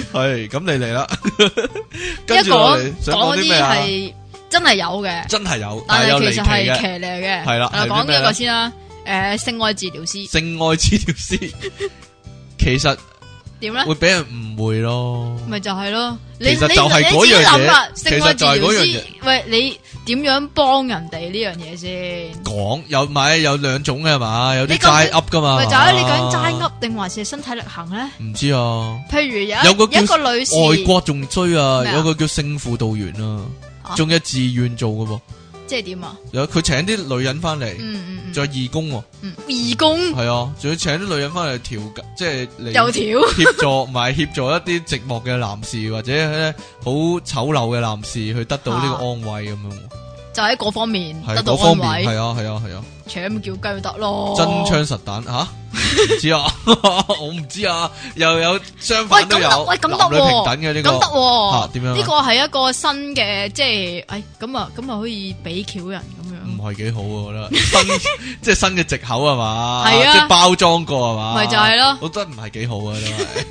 Speaker 1: 咁你 嚟啦。
Speaker 2: 一
Speaker 1: 跟住我哋
Speaker 2: 講
Speaker 1: 想
Speaker 2: 講
Speaker 1: 講啲
Speaker 2: 嗰
Speaker 1: 咩啊
Speaker 2: 啲？係真係有嘅，
Speaker 1: 真系有，
Speaker 2: 但
Speaker 1: 係有
Speaker 2: 係
Speaker 1: 離
Speaker 2: 其
Speaker 1: 奇
Speaker 2: 實係騎
Speaker 1: 嘅
Speaker 2: 呢嘅。
Speaker 1: 係啦
Speaker 2: 嗱
Speaker 1: 係啲
Speaker 2: 講
Speaker 1: 咩
Speaker 2: 呢
Speaker 1: 呢
Speaker 2: 個先啦。诶，性愛治療師
Speaker 1: 性愛治療 師，其實
Speaker 2: 點咧？
Speaker 1: 會俾人誤會咯。
Speaker 2: 咪就係咯，你
Speaker 1: 其
Speaker 2: 你
Speaker 1: 實
Speaker 2: 你自己
Speaker 1: 就係嗰樣嘢
Speaker 2: 諗啦。
Speaker 1: 其
Speaker 2: 性
Speaker 1: 實
Speaker 2: 愛治
Speaker 1: 就係
Speaker 2: 療
Speaker 1: 嗰樣
Speaker 2: 師，喂，你點樣幫人哋呢樣嘢先？
Speaker 1: 講有咪有兩種嘅嘛，有
Speaker 2: 你
Speaker 1: 啲
Speaker 2: 究竟
Speaker 1: 齋噏噶嘛。
Speaker 2: 咪就係你究竟齋
Speaker 1: 係嘛
Speaker 2: 噏定還是身體力行咧？
Speaker 1: 唔知啊。
Speaker 2: 譬如有一
Speaker 1: 有個叫
Speaker 2: 一個女士，
Speaker 1: 外國仲追啊，
Speaker 2: 咩啊
Speaker 1: 有個叫性輔導員啊，
Speaker 2: 啊
Speaker 1: 仲有自願做嘅喎。
Speaker 2: 即係點啊？
Speaker 1: 有佢請啲女人翻嚟，
Speaker 2: 嗯嗯
Speaker 1: 仲有義工喎。
Speaker 2: 嗯，義工
Speaker 1: 系啊，仲要請啲女人翻嚟調解，即係
Speaker 2: 有
Speaker 1: 嚟
Speaker 2: 條
Speaker 1: 協助，唔係協助一啲寂寞嘅男士或者咧好醜陋嘅男士去得到呢個安慰咁樣喎，
Speaker 2: 就喺嗰方面
Speaker 1: 係
Speaker 2: 啊得到
Speaker 1: 嗰方
Speaker 2: 安
Speaker 1: 面
Speaker 2: 慰，哦
Speaker 1: 係啊係啊係啊，
Speaker 2: 搶叫雞咪得咯。
Speaker 1: 真槍實彈吓，唔知啊， 我唔知啊，又有相
Speaker 2: 喂
Speaker 1: 反都
Speaker 2: 咁
Speaker 1: 有
Speaker 2: 得，喂咁
Speaker 1: 男
Speaker 2: 得
Speaker 1: 女平
Speaker 2: 喎，
Speaker 1: 等嘅呢
Speaker 2: 咁
Speaker 1: 個
Speaker 2: 得
Speaker 1: 吓
Speaker 2: 喎。
Speaker 1: 點樣啊
Speaker 2: 呢個係一個新嘅，即係誒咁啊，咁啊可以俾橋人咁
Speaker 1: 唔
Speaker 2: 樣，
Speaker 1: 係幾好啊，我覺得新 即係新嘅藉口係嘛，
Speaker 2: 係啊
Speaker 1: 即係包裝過係啊嘛，
Speaker 2: 咪就係咯。
Speaker 1: 我覺得唔係幾好啊，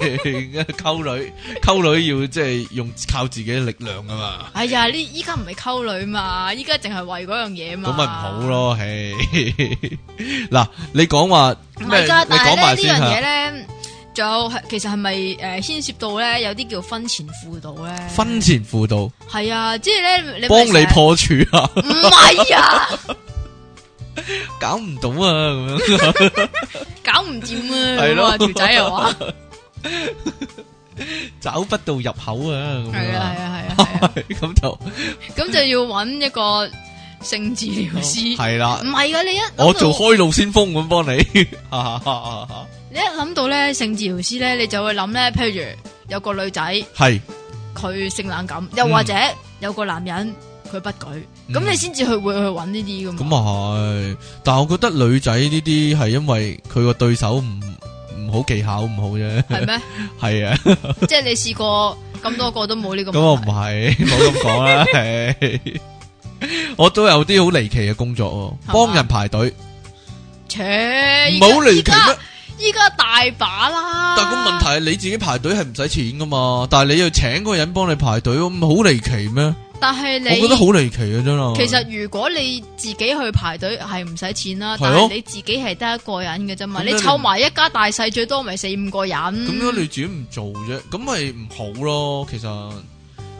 Speaker 1: 真係 溝女溝女要即係用靠自己嘅力量啊嘛。
Speaker 2: 哎呀，呢依家唔係溝女嘛，依家淨係為嗰樣嘢嘛。
Speaker 1: 咁咪唔好。咯，嘿！ 嗱，你講話
Speaker 2: 唔
Speaker 1: 咩？
Speaker 2: 係
Speaker 1: 你
Speaker 2: 㗎，但
Speaker 1: 講埋
Speaker 2: 係咧
Speaker 1: 先
Speaker 2: 呢樣嘢
Speaker 1: 吓。
Speaker 2: 咧，仲有係其實係咪誒牽涉到咧有啲叫婚前輔導咧？
Speaker 1: 婚前輔導，
Speaker 2: 係啊，即係咧你咪
Speaker 1: 幫
Speaker 2: 成
Speaker 1: 你
Speaker 2: 日
Speaker 1: 破處啊，
Speaker 2: 唔係啊，
Speaker 1: 搞唔到啊，咁樣
Speaker 2: 搞唔掂啊，
Speaker 1: 係
Speaker 2: 係
Speaker 1: 咯
Speaker 2: 咯，條仔又 話
Speaker 1: 找不到入口啊，咁
Speaker 2: 係
Speaker 1: 樣
Speaker 2: 啊
Speaker 1: 啊。
Speaker 2: 係啊係啊係啊，
Speaker 1: 咁就
Speaker 2: 咁就要揾一個性治療師，
Speaker 1: 哦係啦
Speaker 2: 唔。係噶你一諗 到
Speaker 1: 我做開路先鋒咁幫你，哈哈哈哈
Speaker 2: 你一諗到咧性治療師咧，你就會諗咧，譬如有個女仔
Speaker 1: 系
Speaker 2: 佢性冷感，又
Speaker 1: 嗯
Speaker 2: 或者有個男人佢不舉，咁
Speaker 1: 嗯
Speaker 2: 你先至去會去揾呢啲噶
Speaker 1: 咁
Speaker 2: 嘛。
Speaker 1: 啊系，但系我覺得女仔呢啲係因為佢個對手唔唔好技巧唔好啫，
Speaker 2: 係咩？
Speaker 1: 係啊，
Speaker 2: 即係你試過咁多個都冇呢個
Speaker 1: 咁我啊唔
Speaker 2: 問題。
Speaker 1: 係， 冇咁講啦，係我都有啲好離奇嘅工作
Speaker 2: 係嘛
Speaker 1: 喎，幫人排隊，
Speaker 2: 切，
Speaker 1: 唔
Speaker 2: 唔
Speaker 1: 好離奇咩？
Speaker 2: 依家大把啦。
Speaker 1: 但個問題係你自己排隊係唔使錢噶嘛，但係你要請個人幫你排隊，咁好離奇咩？
Speaker 2: 但係
Speaker 1: 我
Speaker 2: 你
Speaker 1: 覺得好離奇啊，真係。
Speaker 2: 其實如果你自己去排隊係唔使錢啦，
Speaker 1: 係
Speaker 2: 但
Speaker 1: 咯
Speaker 2: 係你自己係得一個人嘅啫嘛，
Speaker 1: 咁
Speaker 2: 你
Speaker 1: 你
Speaker 2: 湊埋一家大細最多咪四五個人。
Speaker 1: 咁樣你自己唔做啫，咁咪唔好咯。其實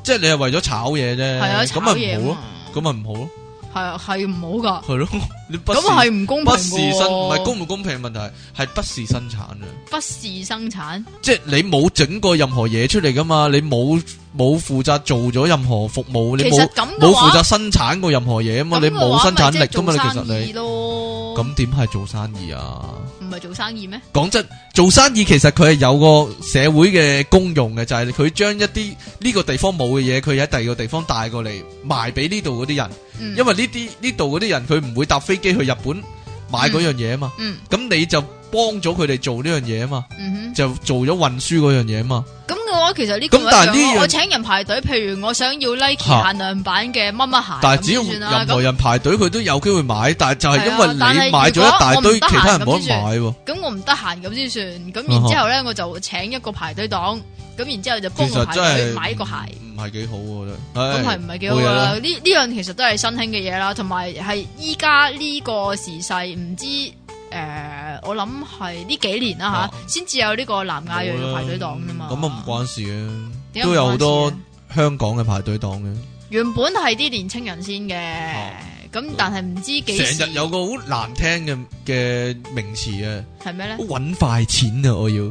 Speaker 1: 即係你係為咗炒嘢啫，
Speaker 2: 係啊，
Speaker 1: 咁
Speaker 2: 炒
Speaker 1: 咪
Speaker 2: 嘢
Speaker 1: 唔好咯
Speaker 2: 嘛，，
Speaker 1: 咁咪唔好 咯，
Speaker 2: 係啊，係唔好噶。
Speaker 1: 係咯，你不
Speaker 2: 咁
Speaker 1: 時
Speaker 2: 係唔公平
Speaker 1: 不
Speaker 2: 㗎
Speaker 1: 時
Speaker 2: 喎
Speaker 1: 生唔係公唔公平嘅問題，係不時生產啊！
Speaker 2: 不時生產，
Speaker 1: 即係你冇整過任何嘢出嚟噶嘛，你冇冇負責做咗任何服務，你
Speaker 2: 其
Speaker 1: 冇
Speaker 2: 實咁
Speaker 1: 冇
Speaker 2: 嘅
Speaker 1: 負
Speaker 2: 話，
Speaker 1: 責生產過任何嘢啊嘛，
Speaker 2: 咁
Speaker 1: 你
Speaker 2: 嘅
Speaker 1: 冇
Speaker 2: 話
Speaker 1: 生產
Speaker 2: 咪
Speaker 1: 力
Speaker 2: 即
Speaker 1: 噶
Speaker 2: 係
Speaker 1: 嘛，
Speaker 2: 做
Speaker 1: 其實
Speaker 2: 生
Speaker 1: 你
Speaker 2: 意咯，
Speaker 1: 咁點係做生意啊？
Speaker 2: 唔係做生意咩？
Speaker 1: 講真，做生意其實佢係有個社會嘅功用嘅，就係佢將一啲呢個地方冇嘅嘢，佢喺第二個地方帶過嚟賣俾呢度嗰啲人，
Speaker 2: 嗯，
Speaker 1: 因為呢啲呢度嗰啲人佢唔會搭飛機去日本買嗰樣嘢啊嘛，
Speaker 2: 嗯
Speaker 1: 咁、你就幫咗佢哋做呢樣嘢啊嘛，
Speaker 2: 嗯哼，
Speaker 1: 就做咗運輸嗰樣嘢啊嘛，
Speaker 2: 咁嘅話其實呢個
Speaker 1: 咁但係呢
Speaker 2: 一樣咯
Speaker 1: 樣
Speaker 2: 我請人排隊，譬如我想要 Nike
Speaker 1: 嚇
Speaker 2: 限量版嘅乜乜鞋，
Speaker 1: 但係
Speaker 2: 咁
Speaker 1: 只要
Speaker 2: 先算啦
Speaker 1: 任何人排隊，佢都有機會買，但係就係因
Speaker 2: 係啊但
Speaker 1: 為
Speaker 2: 係
Speaker 1: 你買咗一大堆，
Speaker 2: 如果我唔得閒
Speaker 1: 其他人冇
Speaker 2: 咁
Speaker 1: 得
Speaker 2: 先
Speaker 1: 買喎。
Speaker 2: 咁咁我唔得閒咁先算，咁
Speaker 1: 啊
Speaker 2: 然
Speaker 1: 哈
Speaker 2: 之後咧我就請一個排隊黨，咁然之後就
Speaker 1: 其
Speaker 2: 幫我
Speaker 1: 實
Speaker 2: 排
Speaker 1: 真
Speaker 2: 隊
Speaker 1: 係
Speaker 2: 買個鞋，
Speaker 1: 唔係幾好喎，真係
Speaker 2: 咁係唔係幾好啊
Speaker 1: 冇嘢
Speaker 2: 噶啦？
Speaker 1: 啦
Speaker 2: 呢呢樣其實都係新興嘅嘢啦，同埋係依家呢個時勢，唔知誒我諗係呢幾年啦
Speaker 1: 啊
Speaker 2: 吓，先至有呢個南亞裔嘅排隊黨啫嘛。
Speaker 1: 咁啊唔關事嘅，
Speaker 2: 點解唔關事啊
Speaker 1: 都有好多香港嘅排隊黨嘅，
Speaker 2: 原本係啲年青人先嘅，咁但係唔知幾時
Speaker 1: 成日有個好難聽嘅嘅名詞啊，
Speaker 2: 係咩咧？
Speaker 1: 揾快錢啊！我要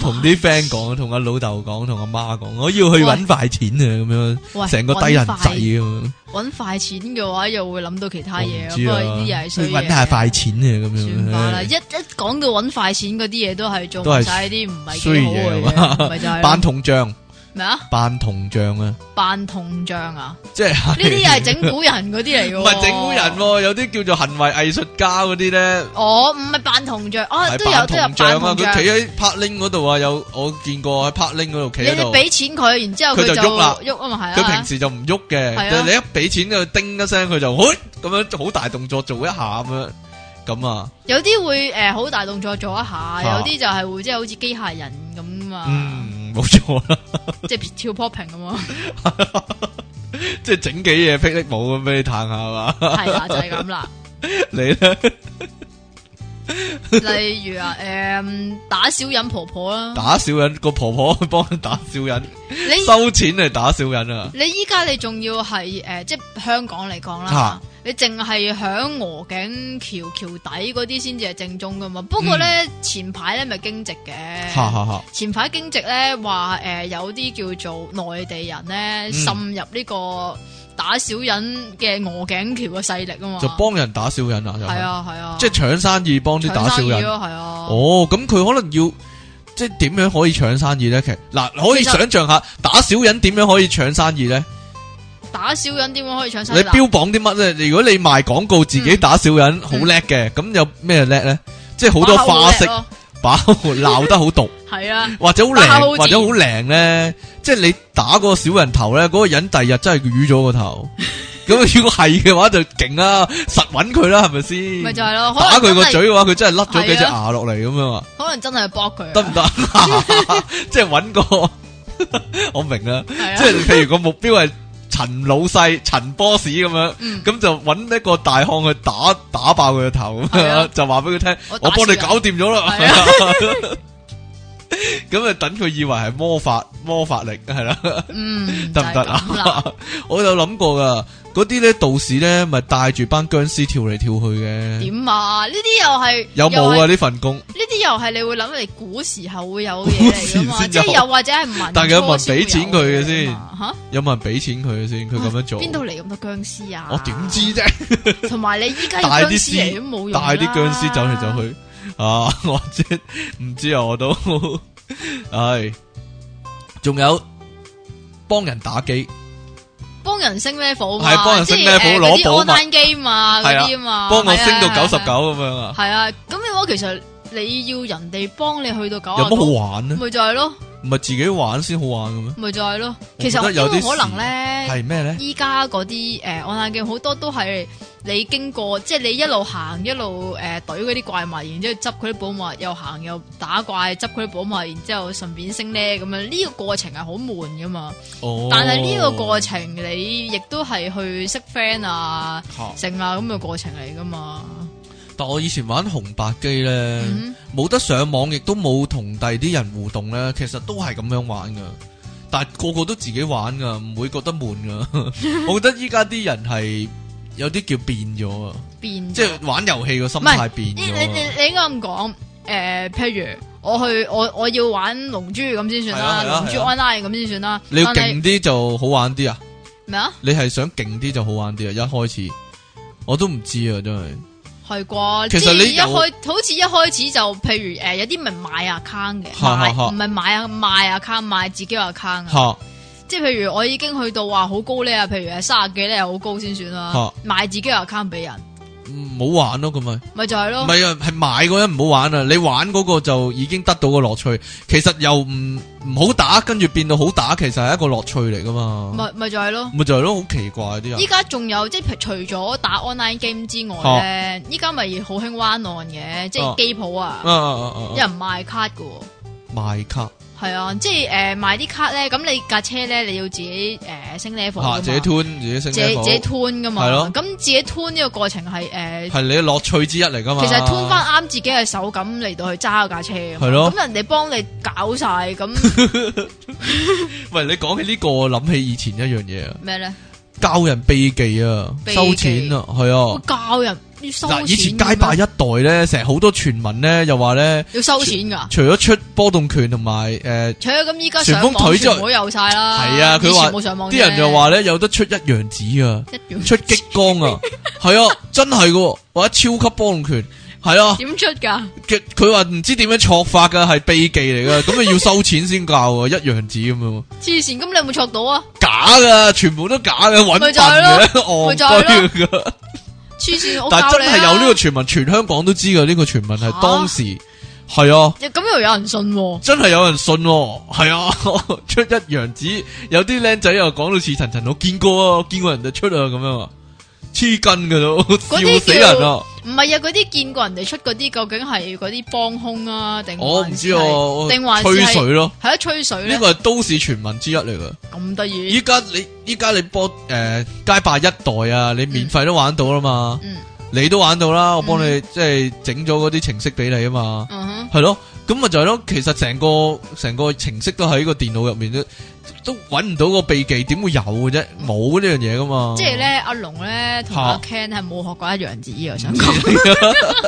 Speaker 1: 同啲 friend 講，同阿老豆講，同阿媽講，我要去揾快錢啊！咁
Speaker 2: 喂
Speaker 1: 樣，成個低人仔啊咁樣，
Speaker 2: 揾快錢嘅話，又會諗到其他
Speaker 1: 我唔
Speaker 2: 嘢，不
Speaker 1: 知
Speaker 2: 過
Speaker 1: 啊
Speaker 2: 呢啲嘢係
Speaker 1: 去
Speaker 2: 衰
Speaker 1: 揾下
Speaker 2: 嘢。
Speaker 1: 快錢啊！咁
Speaker 2: 算吧啦，一
Speaker 1: 樣，
Speaker 2: 一講到揾快錢嗰啲嘢都係做
Speaker 1: 都
Speaker 2: 唔
Speaker 1: 係
Speaker 2: 晒啲唔係
Speaker 1: 衰
Speaker 2: 幾好
Speaker 1: 嘢
Speaker 2: 嘅
Speaker 1: 啊嘛
Speaker 2: 嘢，咪 就係
Speaker 1: 扮
Speaker 2: 咯
Speaker 1: 銅像，
Speaker 2: 咩啊？
Speaker 1: 扮銅像啊！
Speaker 2: 扮銅 像啊！
Speaker 1: 即係呢
Speaker 2: 呢啲係整蠱人嗰啲 嚟嘅，
Speaker 1: 唔係整蠱人。喎，有啲叫做行為藝術家嗰啲咧。
Speaker 2: 哦，唔係扮銅像，哦
Speaker 1: 係
Speaker 2: 都有
Speaker 1: 扮
Speaker 2: 都有
Speaker 1: 銅
Speaker 2: 扮
Speaker 1: 像啊！
Speaker 2: 銅
Speaker 1: 佢
Speaker 2: 像
Speaker 1: 企。喺 à, Park Link à, 嗰度啊，有我見過喺 Park Link 嗰度企
Speaker 2: 你
Speaker 1: 喺
Speaker 2: 你
Speaker 1: 度。
Speaker 2: 俾錢佢，然之後
Speaker 1: 佢
Speaker 2: 佢
Speaker 1: 就
Speaker 2: 就
Speaker 1: 喐啦
Speaker 2: 喐啊嘛，係
Speaker 1: 佢
Speaker 2: 啊
Speaker 1: 平。時就唔喐
Speaker 2: 係啊
Speaker 1: 嘅，就你一俾錢佢叮一聲，佢就好咁樣好大動作做一下咁樣。咁啊，
Speaker 2: 有啲會誒好大動作做一下，有啲就係會即係好似機械人咁啊嘛，
Speaker 1: 嗯，冇錯啦，
Speaker 2: 即係跳 popping 咁啊，
Speaker 1: 即係整幾嘢霹靂舞咁俾你彈下係嘛？
Speaker 2: 係啊啦，就係咁啦。
Speaker 1: 你咧
Speaker 2: 例如啊，誒打小人婆婆啦，
Speaker 1: 打小人，個婆婆 去幫佢打小人，
Speaker 2: 你
Speaker 1: 收錢嚟打小人啊！
Speaker 2: 你依家你仲要係誒、呃即係香港嚟講啦
Speaker 1: 啊，
Speaker 2: 你淨係響鵝頸橋橋底嗰啲先至係正宗噶嘛。不過咧、
Speaker 1: 嗯
Speaker 2: 前排咧咪經籍嘅，
Speaker 1: 哈哈哈！
Speaker 2: 前排經籍咧話誒有啲叫做內地人咧
Speaker 1: 嗯
Speaker 2: 滲入呢個打小人嘅鵝頸橋嘅勢力啊嘛，
Speaker 1: 就幫人打小人啊！就
Speaker 2: 係
Speaker 1: 係
Speaker 2: 啊係啊，
Speaker 1: 即係搶生意幫啲
Speaker 2: 搶
Speaker 1: 打小
Speaker 2: 生意
Speaker 1: 人。
Speaker 2: 咯係啊，
Speaker 1: 哦，咁佢可能要即系点样可以搶生意咧？其實嗱，可以
Speaker 2: 其實
Speaker 1: 想象下打小人點樣可以搶生意咧？
Speaker 2: 打小人點樣可以搶生意？
Speaker 1: 你標榜啲乜咧？如果你賣廣告自己
Speaker 2: 嗯
Speaker 1: 打小人好叻嘅，咁有咩叻咧？即係好多花式
Speaker 2: 把口好叻，咯
Speaker 1: 把口鬧得好毒，
Speaker 2: 係啊。
Speaker 1: 或者好
Speaker 2: 把口好
Speaker 1: 靈，
Speaker 2: 賤
Speaker 1: 或者好靈咧。即係你打嗰個小人頭咧，嗰、個人第二日真係瘀咗個 頭。咁如果係嘅話就勁啦，實揾佢啦，係咪先？
Speaker 2: 咪就係咯，可能
Speaker 1: 打佢
Speaker 2: 真
Speaker 1: 個
Speaker 2: 係
Speaker 1: 嘴嘅話，佢真係甩咗幾隻
Speaker 2: 係啊
Speaker 1: 牙落嚟咁樣啊！
Speaker 2: 可能真係搏佢啊，
Speaker 1: 得唔 得？ 即系揾個 我明啦，
Speaker 2: 係啊
Speaker 1: 即係譬如個目標係陳老細、陳 boss 咁樣，
Speaker 2: 嗯
Speaker 1: 咁就揾一個大漢去打打爆佢個頭咁
Speaker 2: 係啊
Speaker 1: 樣，就話俾佢聽，
Speaker 2: 我打
Speaker 1: 我幫你
Speaker 2: 小人
Speaker 1: 搞掂咗啦
Speaker 2: 係。
Speaker 1: 咁啊，等佢以為係魔法魔法力係啦，
Speaker 2: 嗯，
Speaker 1: 得唔得
Speaker 2: 就係 咁啦
Speaker 1: 啊？我有諗過噶，嗰啲咧道士咧，咪帶住班僵屍跳嚟跳去嘅，
Speaker 2: 點啊？呢啲又係
Speaker 1: 有冇
Speaker 2: 又
Speaker 1: 啊？
Speaker 2: 係
Speaker 1: 呢份工？
Speaker 2: 呢啲又係你會諗你古時候會有嘢嚟噶嘛？
Speaker 1: 古時先
Speaker 2: 即
Speaker 1: 有
Speaker 2: 係又或者係民初先會有嘅嘛，
Speaker 1: 但係有冇人俾錢佢嘅先
Speaker 2: 吓？
Speaker 1: 有冇人俾錢佢先？佢咁樣做，
Speaker 2: 邊度嚟咁多僵屍啊？
Speaker 1: 我點知？啫？
Speaker 2: 同埋你依家
Speaker 1: 帶
Speaker 2: 僵
Speaker 1: 啲
Speaker 2: 屍嚟
Speaker 1: 屍
Speaker 2: 都冇用啦，啊
Speaker 1: 帶啲僵屍走嚟走去，啊， 我知唔知啊，我都 唉，仲有幫人打機，
Speaker 2: 幫人升 level
Speaker 1: 係
Speaker 2: 嘛，
Speaker 1: 幫人升
Speaker 2: 即係
Speaker 1: level，
Speaker 2: 誒
Speaker 1: 攞
Speaker 2: 嗰啲
Speaker 1: 寶物
Speaker 2: online game 啊嗰啲啊嘛，
Speaker 1: 幫我升到
Speaker 2: 係啊
Speaker 1: 九十九。咁樣啊，
Speaker 2: 係啊，咁你話其實你要人哋幫你去到九
Speaker 1: 有
Speaker 2: 啊九，
Speaker 1: 乜好玩呢？
Speaker 2: 咪就係咯，
Speaker 1: 唔係自己玩先好玩嘅咩？
Speaker 2: 咪就係咯。
Speaker 1: 我
Speaker 2: 其
Speaker 1: 覺得
Speaker 2: 實
Speaker 1: 有
Speaker 2: 因
Speaker 1: 啲
Speaker 2: 為可能咧，
Speaker 1: 係咩咧？
Speaker 2: 依家嗰啲誒 online game 好多都係你經過，即係你一路行一路誒懟嗰啲怪物，然之後執佢啲寶物，又行又打怪，執佢啲寶物，然之後順便升呢咁樣。呢個過程係好悶噶嘛，
Speaker 1: 哦，
Speaker 2: 但係呢個過程你亦都係去識 friend 啊、
Speaker 1: 嚇
Speaker 2: 剩啊咁嘅過程嚟噶嘛。
Speaker 1: 但我以前玩紅白機咧，
Speaker 2: 嗯
Speaker 1: 冇、得上網，亦都冇同第啲人互動咧，其實都係咁樣玩噶。但係個個都自己玩噶，唔會覺得悶噶。我覺得依家啲人係有啲叫變咗啊，
Speaker 2: 變
Speaker 1: 即
Speaker 2: 咗
Speaker 1: 係玩遊戲個心
Speaker 2: 唔係
Speaker 1: 態變
Speaker 2: 你你你
Speaker 1: 咗啊。
Speaker 2: 你應該咁講，誒、呃譬如我去我我要玩龍珠咁先算
Speaker 1: 係啊
Speaker 2: 啦，
Speaker 1: 係啊
Speaker 2: 龍珠
Speaker 1: 係啊
Speaker 2: online 咁先算啦。
Speaker 1: 你要
Speaker 2: 但係
Speaker 1: 勁啲就好玩啲啊！
Speaker 2: 咩啊？
Speaker 1: 你係想勁啲就好玩啲啊！一開始我都唔知啊，真係
Speaker 2: 係啩？
Speaker 1: 其
Speaker 2: 即
Speaker 1: 實
Speaker 2: 係
Speaker 1: 你
Speaker 2: 一
Speaker 1: 有
Speaker 2: 開好似一開始就譬如誒、呃有啲咪買 account 嘅，
Speaker 1: 哈哈
Speaker 2: 買
Speaker 1: 哈
Speaker 2: 唔係買啊賣 account 買自己個 account 啊。
Speaker 1: 吓
Speaker 2: 即係譬如我已經去到話好高咧，譬如誒呃三十幾咧好高先算啦
Speaker 1: 哈，
Speaker 2: 買自己個 account 俾人，
Speaker 1: 唔好玩咯咁咪。
Speaker 2: 咪就係
Speaker 1: 唔
Speaker 2: 咯。
Speaker 1: 係啊，係買嗰人唔好玩啊！你玩嗰個就已經得到個樂趣，其實又唔唔好打，跟住變到好打，其實係一個樂趣嚟噶嘛。
Speaker 2: 咪咪就係咯。
Speaker 1: 咪就係咯，好奇怪啲人
Speaker 2: 依。家仲有即係除咗打 online game 之
Speaker 1: 哦
Speaker 2: 外咧，依家咪好興灣岸嘅，即
Speaker 1: 哦
Speaker 2: 係機鋪啊。
Speaker 1: 啊啊啊
Speaker 2: 有
Speaker 1: 啊！
Speaker 2: 人賣卡嘅喎，
Speaker 1: 賣卡
Speaker 2: 係啊，即係誒賣啲卡咧，咁你架車咧你要自己誒升 level 㗎嘛
Speaker 1: 嚇，自己 turn 自己升
Speaker 2: 自己
Speaker 1: level
Speaker 2: 自己 turn 噶嘛
Speaker 1: 係咯，
Speaker 2: 咁自己 turn 呢個過程係誒，
Speaker 1: 係你嘅樂趣之一嚟噶嘛。
Speaker 2: 其實 turn 翻啱自己嘅手感嚟到去揸架車㗎嘛，
Speaker 1: 係咯
Speaker 2: 咁人哋幫你搞晒， 咁
Speaker 1: 喂，你講起呢個，我諗起以前一樣嘢啊，
Speaker 2: 咩咧？
Speaker 1: 教人秘技啊，
Speaker 2: 秘技
Speaker 1: 收錢啊，係
Speaker 2: 我
Speaker 1: 啊。
Speaker 2: 教人要收
Speaker 1: 嗱，
Speaker 2: 錢，
Speaker 1: 以前街霸一代咧，成日好多傳聞咧，又話咧，
Speaker 2: 要收錢㗎。
Speaker 1: 除咗出波動拳同埋誒。
Speaker 2: 除咗咁依家
Speaker 1: 旋
Speaker 2: 上
Speaker 1: 風
Speaker 2: 網
Speaker 1: 腿之外
Speaker 2: 全部都有晒啦，
Speaker 1: 係啊佢話
Speaker 2: 以前冇上網啫
Speaker 1: 啲人就話咧有得出一樣子啊，
Speaker 2: 一樣
Speaker 1: 出激光啊，係啊，真係噶，或者超級波動拳，係啊，
Speaker 2: 點出㗎？
Speaker 1: 佢佢話唔知點樣錯法噶，係秘技嚟噶，咁啊要收錢先教啊，一 樣子咁樣，
Speaker 2: 黐線，咁你有冇戳到啊？
Speaker 1: 假噶，全部都假嘅，搵笨
Speaker 2: 咪就係咯
Speaker 1: 嘅，戇居噶，
Speaker 2: 黐線，我
Speaker 1: 但係
Speaker 2: 教
Speaker 1: 真
Speaker 2: 你
Speaker 1: 係有呢
Speaker 2: 個
Speaker 1: 個傳聞，全香港都知噶，呢個傳聞係
Speaker 2: 嚇
Speaker 1: 當時係啊。
Speaker 2: 咁又有人信喎，
Speaker 1: 真係有人信喎，係啊， 出一洋子，有啲僆仔又講到似陳陳，我見過啊，我見過人哋出啊，咁樣啊，黐筋噶都，笑
Speaker 2: 啲
Speaker 1: 死人啊！
Speaker 2: 唔係啊，嗰啲見過人哋出嗰啲，究竟係嗰啲幫凶啊，定
Speaker 1: 我唔知啊，我
Speaker 2: 定還是
Speaker 1: 吹
Speaker 2: 係
Speaker 1: 水咯，
Speaker 2: 係一吹水
Speaker 1: 呢
Speaker 2: 咧
Speaker 1: 個係都市傳聞之一嚟噶。
Speaker 2: 咁得意，
Speaker 1: 依家你依家你播誒街霸一代啊，你免費都玩到啦嘛，
Speaker 2: 嗯
Speaker 1: 你都玩到啦，我幫你即係整咗嗰啲程式俾你啊嘛。
Speaker 2: 嗯哼，
Speaker 1: 系咯，咁咪就係咯。其實成個成個程式都喺個電腦入面都都揾唔到個秘技，點會有嘅啫？冇呢樣嘢噶嘛。
Speaker 2: 即係咧阿龍咧同
Speaker 1: 哦
Speaker 2: 阿 Ken 係冇學過一樣子嘅，我想講
Speaker 1: 嗯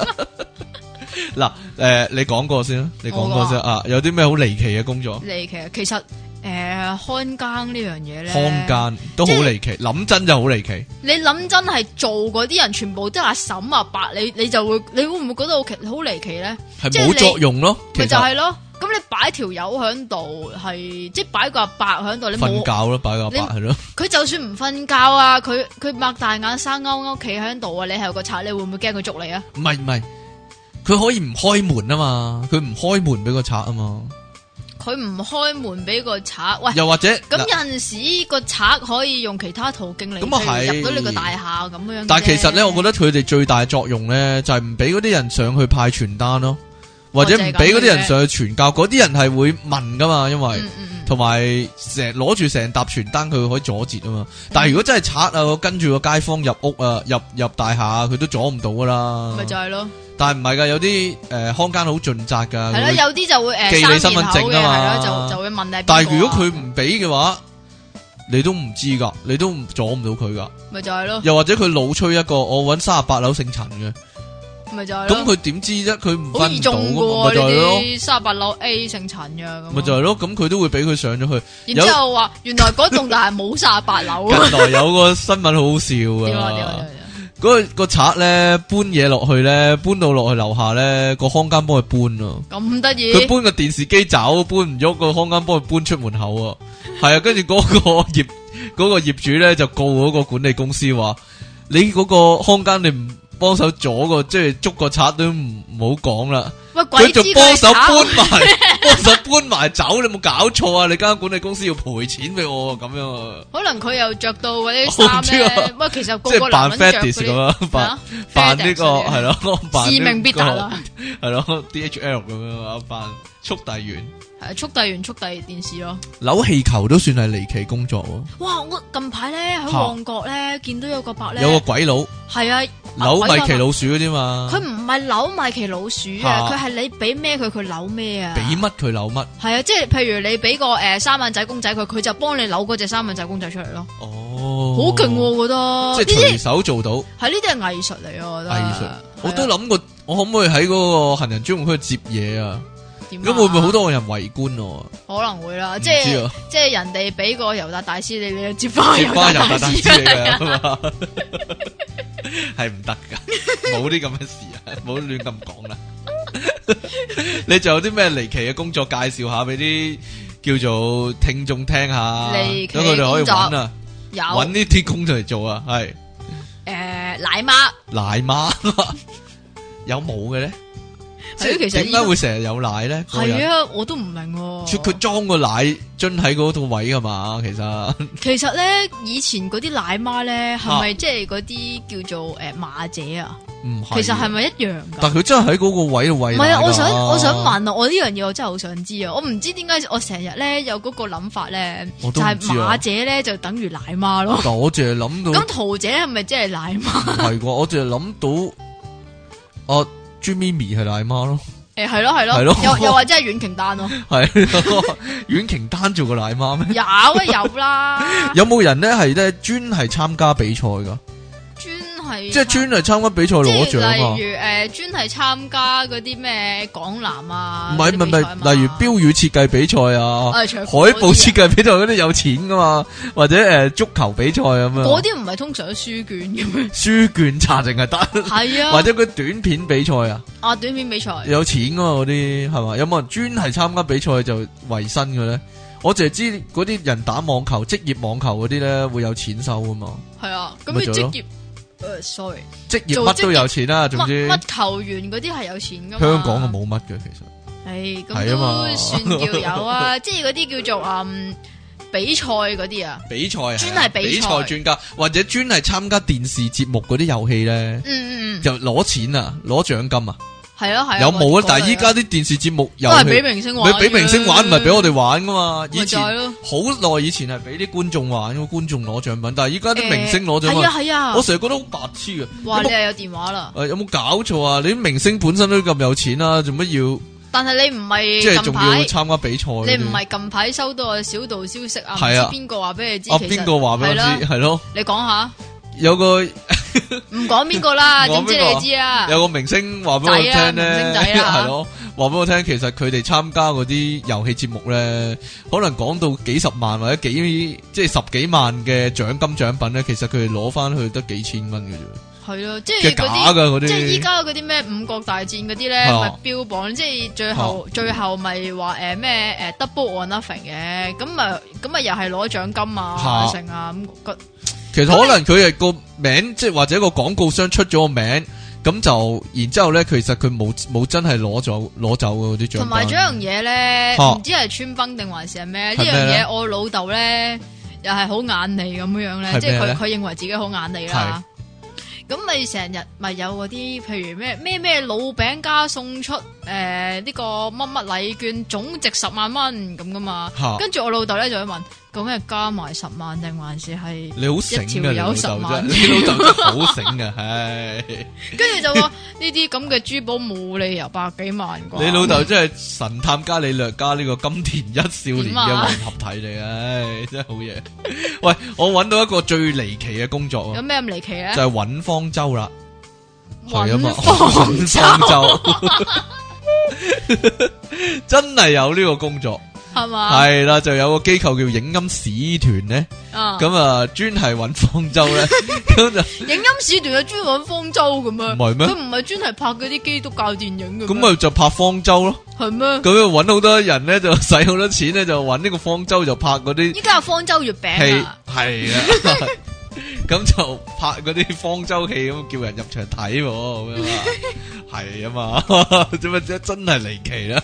Speaker 1: 嗱，诶，你講過先啦，你講過先
Speaker 2: 我
Speaker 1: 啊。有啲咩好離奇嘅工作？
Speaker 2: 你其實其實誒看更呢樣嘢咧，
Speaker 1: 看更都好離奇，諗真就好離奇。
Speaker 2: 你諗真係做嗰啲人全部都係阿嬸阿伯，你你就會你會唔會覺得好奇好離奇咧？
Speaker 1: 係
Speaker 2: 即係你
Speaker 1: 冇作用咯。其
Speaker 2: 咪
Speaker 1: 實
Speaker 2: 就係咯，咁你擺條友喺度係即係擺個阿伯喺度，你
Speaker 1: 瞓
Speaker 2: 冇。
Speaker 1: 覺咯，擺個阿伯
Speaker 2: 你
Speaker 1: 係咯，
Speaker 2: 佢就算唔瞓覺啊，佢佢擘大眼生勾勾企喺度啊，你係有個賊，你會唔會驚佢捉你啊？
Speaker 1: 唔係唔係，佢可以唔開門啊嘛，佢唔開門俾個賊啊嘛，
Speaker 2: 佢唔開門俾個賊，喂，
Speaker 1: 又或者
Speaker 2: 咁
Speaker 1: 嗱
Speaker 2: 有陣時個賊可以用其他途徑嚟，
Speaker 1: 咁啊
Speaker 2: 譬如
Speaker 1: 係
Speaker 2: 入到你個大廈咁樣啫。
Speaker 1: 但係其實咧，我覺得佢哋最大作用咧，就係唔俾嗰啲人上去派傳單咯，或
Speaker 2: 哦
Speaker 1: 者唔俾嗰啲人上去傳教。嗰啲人係會問噶嘛，因為
Speaker 2: 嗯嗯
Speaker 1: 同埋成攞住成沓傳單，佢可以阻截啊嘛。
Speaker 2: 嗯
Speaker 1: 但係如果真係賊啊，我跟住個街坊入屋啊，入入大廈，佢都阻唔到噶
Speaker 2: 嗯，
Speaker 1: 啦
Speaker 2: 咪。就係咯，
Speaker 1: 但係唔係㗎，有啲誒看更好盡責㗎。
Speaker 2: 係
Speaker 1: 佢
Speaker 2: 咯，
Speaker 1: 會
Speaker 2: 有啲就會
Speaker 1: 記你
Speaker 2: 誒
Speaker 1: 身
Speaker 2: 生
Speaker 1: 份
Speaker 2: 面口
Speaker 1: 證
Speaker 2: 嘅，
Speaker 1: 啊嘛
Speaker 2: 係咯，就就會問你係邊個啊。
Speaker 1: 但係如果佢唔俾嘅話，你都唔知㗎，你都唔阻唔到佢㗎。
Speaker 2: 咪就係咯，
Speaker 1: 又或者佢老吹一個，我揾三十八樓姓陳嘅。
Speaker 2: 咪就係
Speaker 1: 咁
Speaker 2: 咯，
Speaker 1: 佢點知啫？佢唔
Speaker 2: 好
Speaker 1: 分
Speaker 2: 易
Speaker 1: 唔到
Speaker 2: 中
Speaker 1: 㗎嘛
Speaker 2: 嘅
Speaker 1: 咪就係
Speaker 2: 喎，
Speaker 1: 咯，
Speaker 2: 呢啲三十八樓 A 姓陳嘅咁。
Speaker 1: 咪就係咯。咁佢都會俾佢上咗去。有
Speaker 2: 然之 後話原來嗰棟大廈冇三十八樓啊。
Speaker 1: 近來有個新聞好好笑
Speaker 2: 點啊點啊點啊
Speaker 1: 啊！
Speaker 2: 點啊
Speaker 1: 嗰個賊咧搬嘢落去咧，搬到落去樓下咧，個看更幫佢搬啊。
Speaker 2: 咁得意，
Speaker 1: 佢搬個電視機走，搬唔喐個看更幫佢搬出門口啊。係啊，跟住嗰個業 嗰、個業主咧就告嗰個管理公司話：你嗰個看更你唔幫手阻個，即係捉個賊都唔唔好講啦。
Speaker 2: 喂鬼
Speaker 1: 佢
Speaker 2: 知
Speaker 1: 仲幫手搬
Speaker 2: 炒啊
Speaker 1: 埋，幫手搬埋走，你冇搞錯啊！你間管理公司要賠錢俾我啊咁樣啊，
Speaker 2: 可能佢又着到
Speaker 1: 我
Speaker 2: 嗰
Speaker 1: 唔
Speaker 2: 啲衫
Speaker 1: 知啊
Speaker 2: 咧，喂，其實
Speaker 1: 即
Speaker 2: 個個
Speaker 1: 係扮
Speaker 2: 男人着
Speaker 1: fetish 咁
Speaker 2: 嗰啲
Speaker 1: 啊，扮
Speaker 2: 啊
Speaker 1: 扮
Speaker 2: FedEx
Speaker 1: 呢個
Speaker 2: 嗰啲
Speaker 1: 係咯，扮呢
Speaker 2: 使命必
Speaker 1: 個
Speaker 2: 達啊啦，
Speaker 1: 係咯 DHL 咁樣啊，扮速遞員
Speaker 2: 係速遞員速遞電視咯。
Speaker 1: 扭氣球都算係離奇工作喎，
Speaker 2: 哇！我近排咧喺
Speaker 1: 嚇
Speaker 2: 旺角咧見到有個伯咧，
Speaker 1: 有個鬼佬
Speaker 2: 係啊，
Speaker 1: 扭米奇
Speaker 2: 老，
Speaker 1: 老鼠嗰啲嘛
Speaker 2: 佢，唔係啊扭米奇老鼠啊，
Speaker 1: 嚇
Speaker 2: 佢係你俾咩佢，佢扭咩啊？
Speaker 1: 俾乜佢扭乜
Speaker 2: 係啊，即係譬如你俾個誒三眼仔公仔佢，佢就幫你扭嗰只三眼仔公仔出嚟咯，
Speaker 1: 哦，
Speaker 2: 好勁喎！我覺得
Speaker 1: 即係隨
Speaker 2: 呢啲
Speaker 1: 手做到。
Speaker 2: 係呢啲係藝術嚟啊！我覺得
Speaker 1: 藝術
Speaker 2: 係啊
Speaker 1: 我都諗過，我可唔可以喺嗰個行人專用區接嘢啊？
Speaker 2: 點啊
Speaker 1: 咁會唔會好多人圍觀我啊？
Speaker 2: 可能會啦，
Speaker 1: 唔
Speaker 2: 即
Speaker 1: 知
Speaker 2: 係
Speaker 1: 啊，
Speaker 2: 即係人哋俾個尤達大師你，你就接翻
Speaker 1: 接花又
Speaker 2: 達
Speaker 1: 得大
Speaker 2: 師
Speaker 1: 師
Speaker 2: 出嚟
Speaker 1: 嚟
Speaker 2: 啊！
Speaker 1: 噶嘛， 係唔得噶，冇啲咁嘅事啊，冇亂咁講 啦。你仲有啲咩離奇嘅工作介紹下俾啲叫做聽眾聽下，
Speaker 2: 離奇
Speaker 1: 等佢哋可以
Speaker 2: 工作
Speaker 1: 揾啊，
Speaker 2: 有
Speaker 1: 揾呢啲工作嚟做啊，係
Speaker 2: 誒奶媽，
Speaker 1: 奶 媽有冇嘅咧？即
Speaker 2: 係啊
Speaker 1: 係
Speaker 2: 其實
Speaker 1: 點解會成日有奶咧？個人
Speaker 2: 係啊，我都唔明喎。
Speaker 1: 佢佢裝個奶樽喺嗰度位噶嘛，其 實
Speaker 2: 其實咧，以前嗰啲奶媽咧，係
Speaker 1: 啊
Speaker 2: 咪即係嗰啲叫做誒馬姐啊？
Speaker 1: 唔係。
Speaker 2: 其實係咪一樣
Speaker 1: 但
Speaker 2: 㗎？
Speaker 1: 佢真係喺嗰個位度喂
Speaker 2: 唔
Speaker 1: 奶
Speaker 2: 係啊！
Speaker 1: 㗎
Speaker 2: 我想我想，問啊，我呢樣嘢我真係好想知啊！我唔知點解我成日咧有嗰個諗法咧，
Speaker 1: 我都
Speaker 2: 就
Speaker 1: 唔
Speaker 2: 係
Speaker 1: 知啊
Speaker 2: 馬姐咧就等於奶媽 咯。
Speaker 1: 但我淨係諗到
Speaker 2: 咁桃姐係咪即係奶媽？
Speaker 1: 唔係啩，我淨係諗到啊朱咪咪係奶媽咯，
Speaker 2: 誒係咯
Speaker 1: 係
Speaker 2: 係
Speaker 1: 咯
Speaker 2: 咯，又又或者係阮瓊丹咯。
Speaker 1: 係 阮瓊丹做個奶媽咩？
Speaker 2: 有啊有啦，
Speaker 1: 有冇人咧係咧專係參加比賽噶？
Speaker 2: 專係
Speaker 1: 即係專係參加比賽攞
Speaker 2: 即
Speaker 1: 獎
Speaker 2: 係
Speaker 1: 啊
Speaker 2: 例！如誒專係參加嗰啲咩港男啊，
Speaker 1: 唔係唔係唔係，例如標語設計比賽啊、
Speaker 2: 海
Speaker 1: 海報設計比賽嗰啲有錢噶嘛，或者誒足球比賽咁樣。
Speaker 2: 嗰啲唔係通常都書卷 嘅咩？
Speaker 1: 書卷查淨係得，
Speaker 2: 係啊，
Speaker 1: 或者佢短片比賽啊，
Speaker 2: 啊短片比賽
Speaker 1: 有錢噶嘛嗰啲係嘛？有冇人專係參加比賽就維生嘅咧？我淨係知嗰啲人打網球、職業網球嗰啲咧會有錢收噶嘛，
Speaker 2: 係啊，咁
Speaker 1: 咪
Speaker 2: 佢
Speaker 1: 做咯
Speaker 2: 職業誒 sorry，
Speaker 1: 職業
Speaker 2: 做
Speaker 1: 乜都有錢啦、總
Speaker 2: 乜啊
Speaker 1: 之
Speaker 2: 乜球員嗰啲係有錢噶嘛？
Speaker 1: 香港就，冇乜嘅其實。
Speaker 2: 誒咁
Speaker 1: 係啊嘛
Speaker 2: 都算叫 有啊，即係嗰啲叫做嗯比賽嗰啲啊，
Speaker 1: 比賽啊，
Speaker 2: 專係比賽
Speaker 1: 賽專家，或者專係參加電視節目嗰啲遊戲咧，
Speaker 2: 嗯嗯嗯，
Speaker 1: 就攞錢啊，攞獎金啊，
Speaker 2: 係啊係啊，
Speaker 1: 有冇啊
Speaker 2: 嗰？類
Speaker 1: 但係依家啲電視節目
Speaker 2: 都
Speaker 1: 遊
Speaker 2: 係俾
Speaker 1: 戲，
Speaker 2: 明星玩
Speaker 1: 你
Speaker 2: 嘅，
Speaker 1: 俾明星玩唔係俾我哋玩噶嘛？以
Speaker 2: 咪就
Speaker 1: 前
Speaker 2: 係。咯。
Speaker 1: 好耐以前係俾啲觀眾玩，咁觀眾攞獎品，但係依家啲明星攞獎
Speaker 2: 係
Speaker 1: 品，
Speaker 2: 啊係啊，
Speaker 1: 我成日覺得好白痴嘅。
Speaker 2: 哇！
Speaker 1: 有
Speaker 2: 你
Speaker 1: 冇
Speaker 2: 又有電話啦，
Speaker 1: 誒有冇搞錯啊？你啲明星本身都咁有錢啦、做乜要
Speaker 2: 但係你唔
Speaker 1: 即
Speaker 2: 係
Speaker 1: 係
Speaker 2: 近
Speaker 1: 仲要
Speaker 2: 排，
Speaker 1: 參加比賽嗰啲？
Speaker 2: 你唔係近排收到個小道消息啊？唔知
Speaker 1: 係啊
Speaker 2: 邊個話俾你知？
Speaker 1: 啊
Speaker 2: 其實
Speaker 1: 邊個話俾我知？
Speaker 2: 係啦
Speaker 1: 係咯，
Speaker 2: 你講下，
Speaker 1: 有個有
Speaker 2: 唔講邊個 啦，
Speaker 1: 唔講邊
Speaker 2: 點
Speaker 1: 個
Speaker 2: 知你知啊？
Speaker 1: 個明星話俾我
Speaker 2: 仔啊
Speaker 1: 聽
Speaker 2: 明星
Speaker 1: 咧，
Speaker 2: 仔啊
Speaker 1: 係咯，話俾我聽，其實佢哋參加嗰啲遊戲節目咧，可能講到幾十萬或者幾即係十幾萬嘅獎金獎品咧，其實佢哋攞翻去得幾千蚊嘅啫，
Speaker 2: 係咯，即
Speaker 1: 嘅
Speaker 2: 係
Speaker 1: 假
Speaker 2: 嗰啲。
Speaker 1: 㗎嗰啲。
Speaker 2: 即係依家嗰啲咩五國大戰嗰啲咧，
Speaker 1: 啊哦
Speaker 2: 咪標榜即係最後最後咪話誒咩誒 double or nothing 嘅，咁咪咁咪又係攞獎金啊
Speaker 1: 嚇
Speaker 2: 成啊咁個
Speaker 1: 其實可能佢係個名，即係或者個廣告商出咗個名，咁就然之後咧，其實佢冇冇真係攞咗攞走嗰啲獎
Speaker 2: 同埋仲有一樣
Speaker 1: 品。
Speaker 2: 嘢咧，
Speaker 1: 嚇
Speaker 2: 唔知係穿崩定還是係咩？
Speaker 1: 哦係
Speaker 2: 呢
Speaker 1: 咩
Speaker 2: 樣
Speaker 1: 咧
Speaker 2: 嘢我老豆咧又係好眼利咁樣樣
Speaker 1: 係咩咧
Speaker 2: 咧，即係佢佢認為自己好眼利啦。咁咪成日咪有嗰啲，譬如咩咩咩老餅家送出誒呢個乜乜禮券，總值十萬蚊咁噶嘛。
Speaker 1: 嚇
Speaker 2: 跟住我老豆咧就會問，究竟係加埋十萬定還是係？
Speaker 1: 你好醒
Speaker 2: 一
Speaker 1: 嘅，
Speaker 2: 條
Speaker 1: 你老
Speaker 2: 友
Speaker 1: 豆
Speaker 2: 十
Speaker 1: 真係，
Speaker 2: 萬
Speaker 1: 你老豆真係好醒嘅， 唉！
Speaker 2: 跟住就話呢啲咁嘅珠寶冇理由百幾萬啩。
Speaker 1: 你老豆真係神探加李略加呢個金田一少年
Speaker 2: 點
Speaker 1: 嘅
Speaker 2: 啊
Speaker 1: 混合體嚟，唉， 真係好嘢！喂，我揾到一個最離奇嘅工作
Speaker 2: 有
Speaker 1: 啊，
Speaker 2: 咩咁離奇咧？
Speaker 1: 就係揾方舟啦。係啊嘛，
Speaker 2: 揾方
Speaker 1: 方舟真係有呢個工作，
Speaker 2: 系嘛？
Speaker 1: 系啦，就有個機構叫影音使團咧，
Speaker 2: 啊，
Speaker 1: 咁啊專係揾方舟 咧，咁就
Speaker 2: 影音使團嘅專揾方舟咁樣，
Speaker 1: 唔係咩
Speaker 2: 佢唔係專係拍嗰啲基督教電影嘅咩，
Speaker 1: 咁咪就拍方舟咯，
Speaker 2: 係咩？
Speaker 1: 咁樣揾好多人咧就使好多錢咧就揾呢個方舟就拍嗰啲
Speaker 2: 依家有方舟月
Speaker 1: 戲
Speaker 2: 餅啊，
Speaker 1: 係啦， 咁就拍嗰啲方舟戲咁叫人入場睇喎，咁樣啊，係啊嘛， 咁啊真真係離奇啦，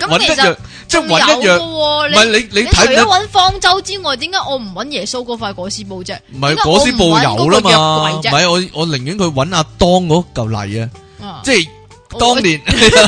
Speaker 2: 咁
Speaker 1: 揾
Speaker 2: 其
Speaker 1: 一樣
Speaker 2: 實
Speaker 1: 即係
Speaker 2: 仲有
Speaker 1: 揾一
Speaker 2: 嘅
Speaker 1: 樣，
Speaker 2: 喎，
Speaker 1: 唔
Speaker 2: 你
Speaker 1: 係你你
Speaker 2: 除
Speaker 1: 睇
Speaker 2: 咗
Speaker 1: 唔
Speaker 2: 揾方舟之外，點解我唔揾耶穌嗰塊裹屍布啫？
Speaker 1: 唔係嗰啲布有啦嘛，唔係我我寧願佢揾阿當嗰嚿泥啊。
Speaker 2: 嘛
Speaker 1: 即系当年，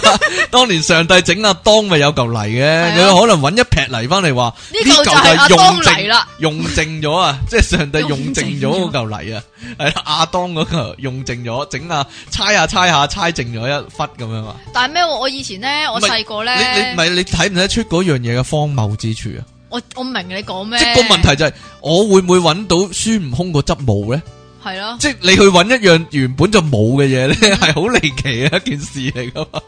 Speaker 1: 当年上帝整阿當咪有嚿泥
Speaker 2: 係
Speaker 1: 嘅，
Speaker 2: 啊
Speaker 1: 你可能揾一劈泥翻嚟話
Speaker 2: 呢嚿就係
Speaker 1: 嚿
Speaker 2: 阿
Speaker 1: 就
Speaker 2: 當
Speaker 1: 用
Speaker 2: 嚟
Speaker 1: 淨
Speaker 2: 啦，
Speaker 1: 用淨咗 啊！即係上帝
Speaker 2: 用
Speaker 1: 用淨咗嗰嚿泥啊，係啦，阿當嗰嚿用淨咗，整下猜下猜下猜淨咗一忽咁樣啊！
Speaker 2: 但係咩喎？我以前咧，我
Speaker 1: 唔係
Speaker 2: 細個
Speaker 1: 你你唔
Speaker 2: 咧，
Speaker 1: 係你睇唔睇得出嗰樣嘢嘅荒謬之處啊？
Speaker 2: 我我明你講咩？
Speaker 1: 即係個問題就係我會唔會揾到孫悟空個執毛咧？
Speaker 2: 係咯，
Speaker 1: 即係你去揾一樣原本就冇嘅嘢 咧，係好離奇啊嘅一件事嚟噶嘛？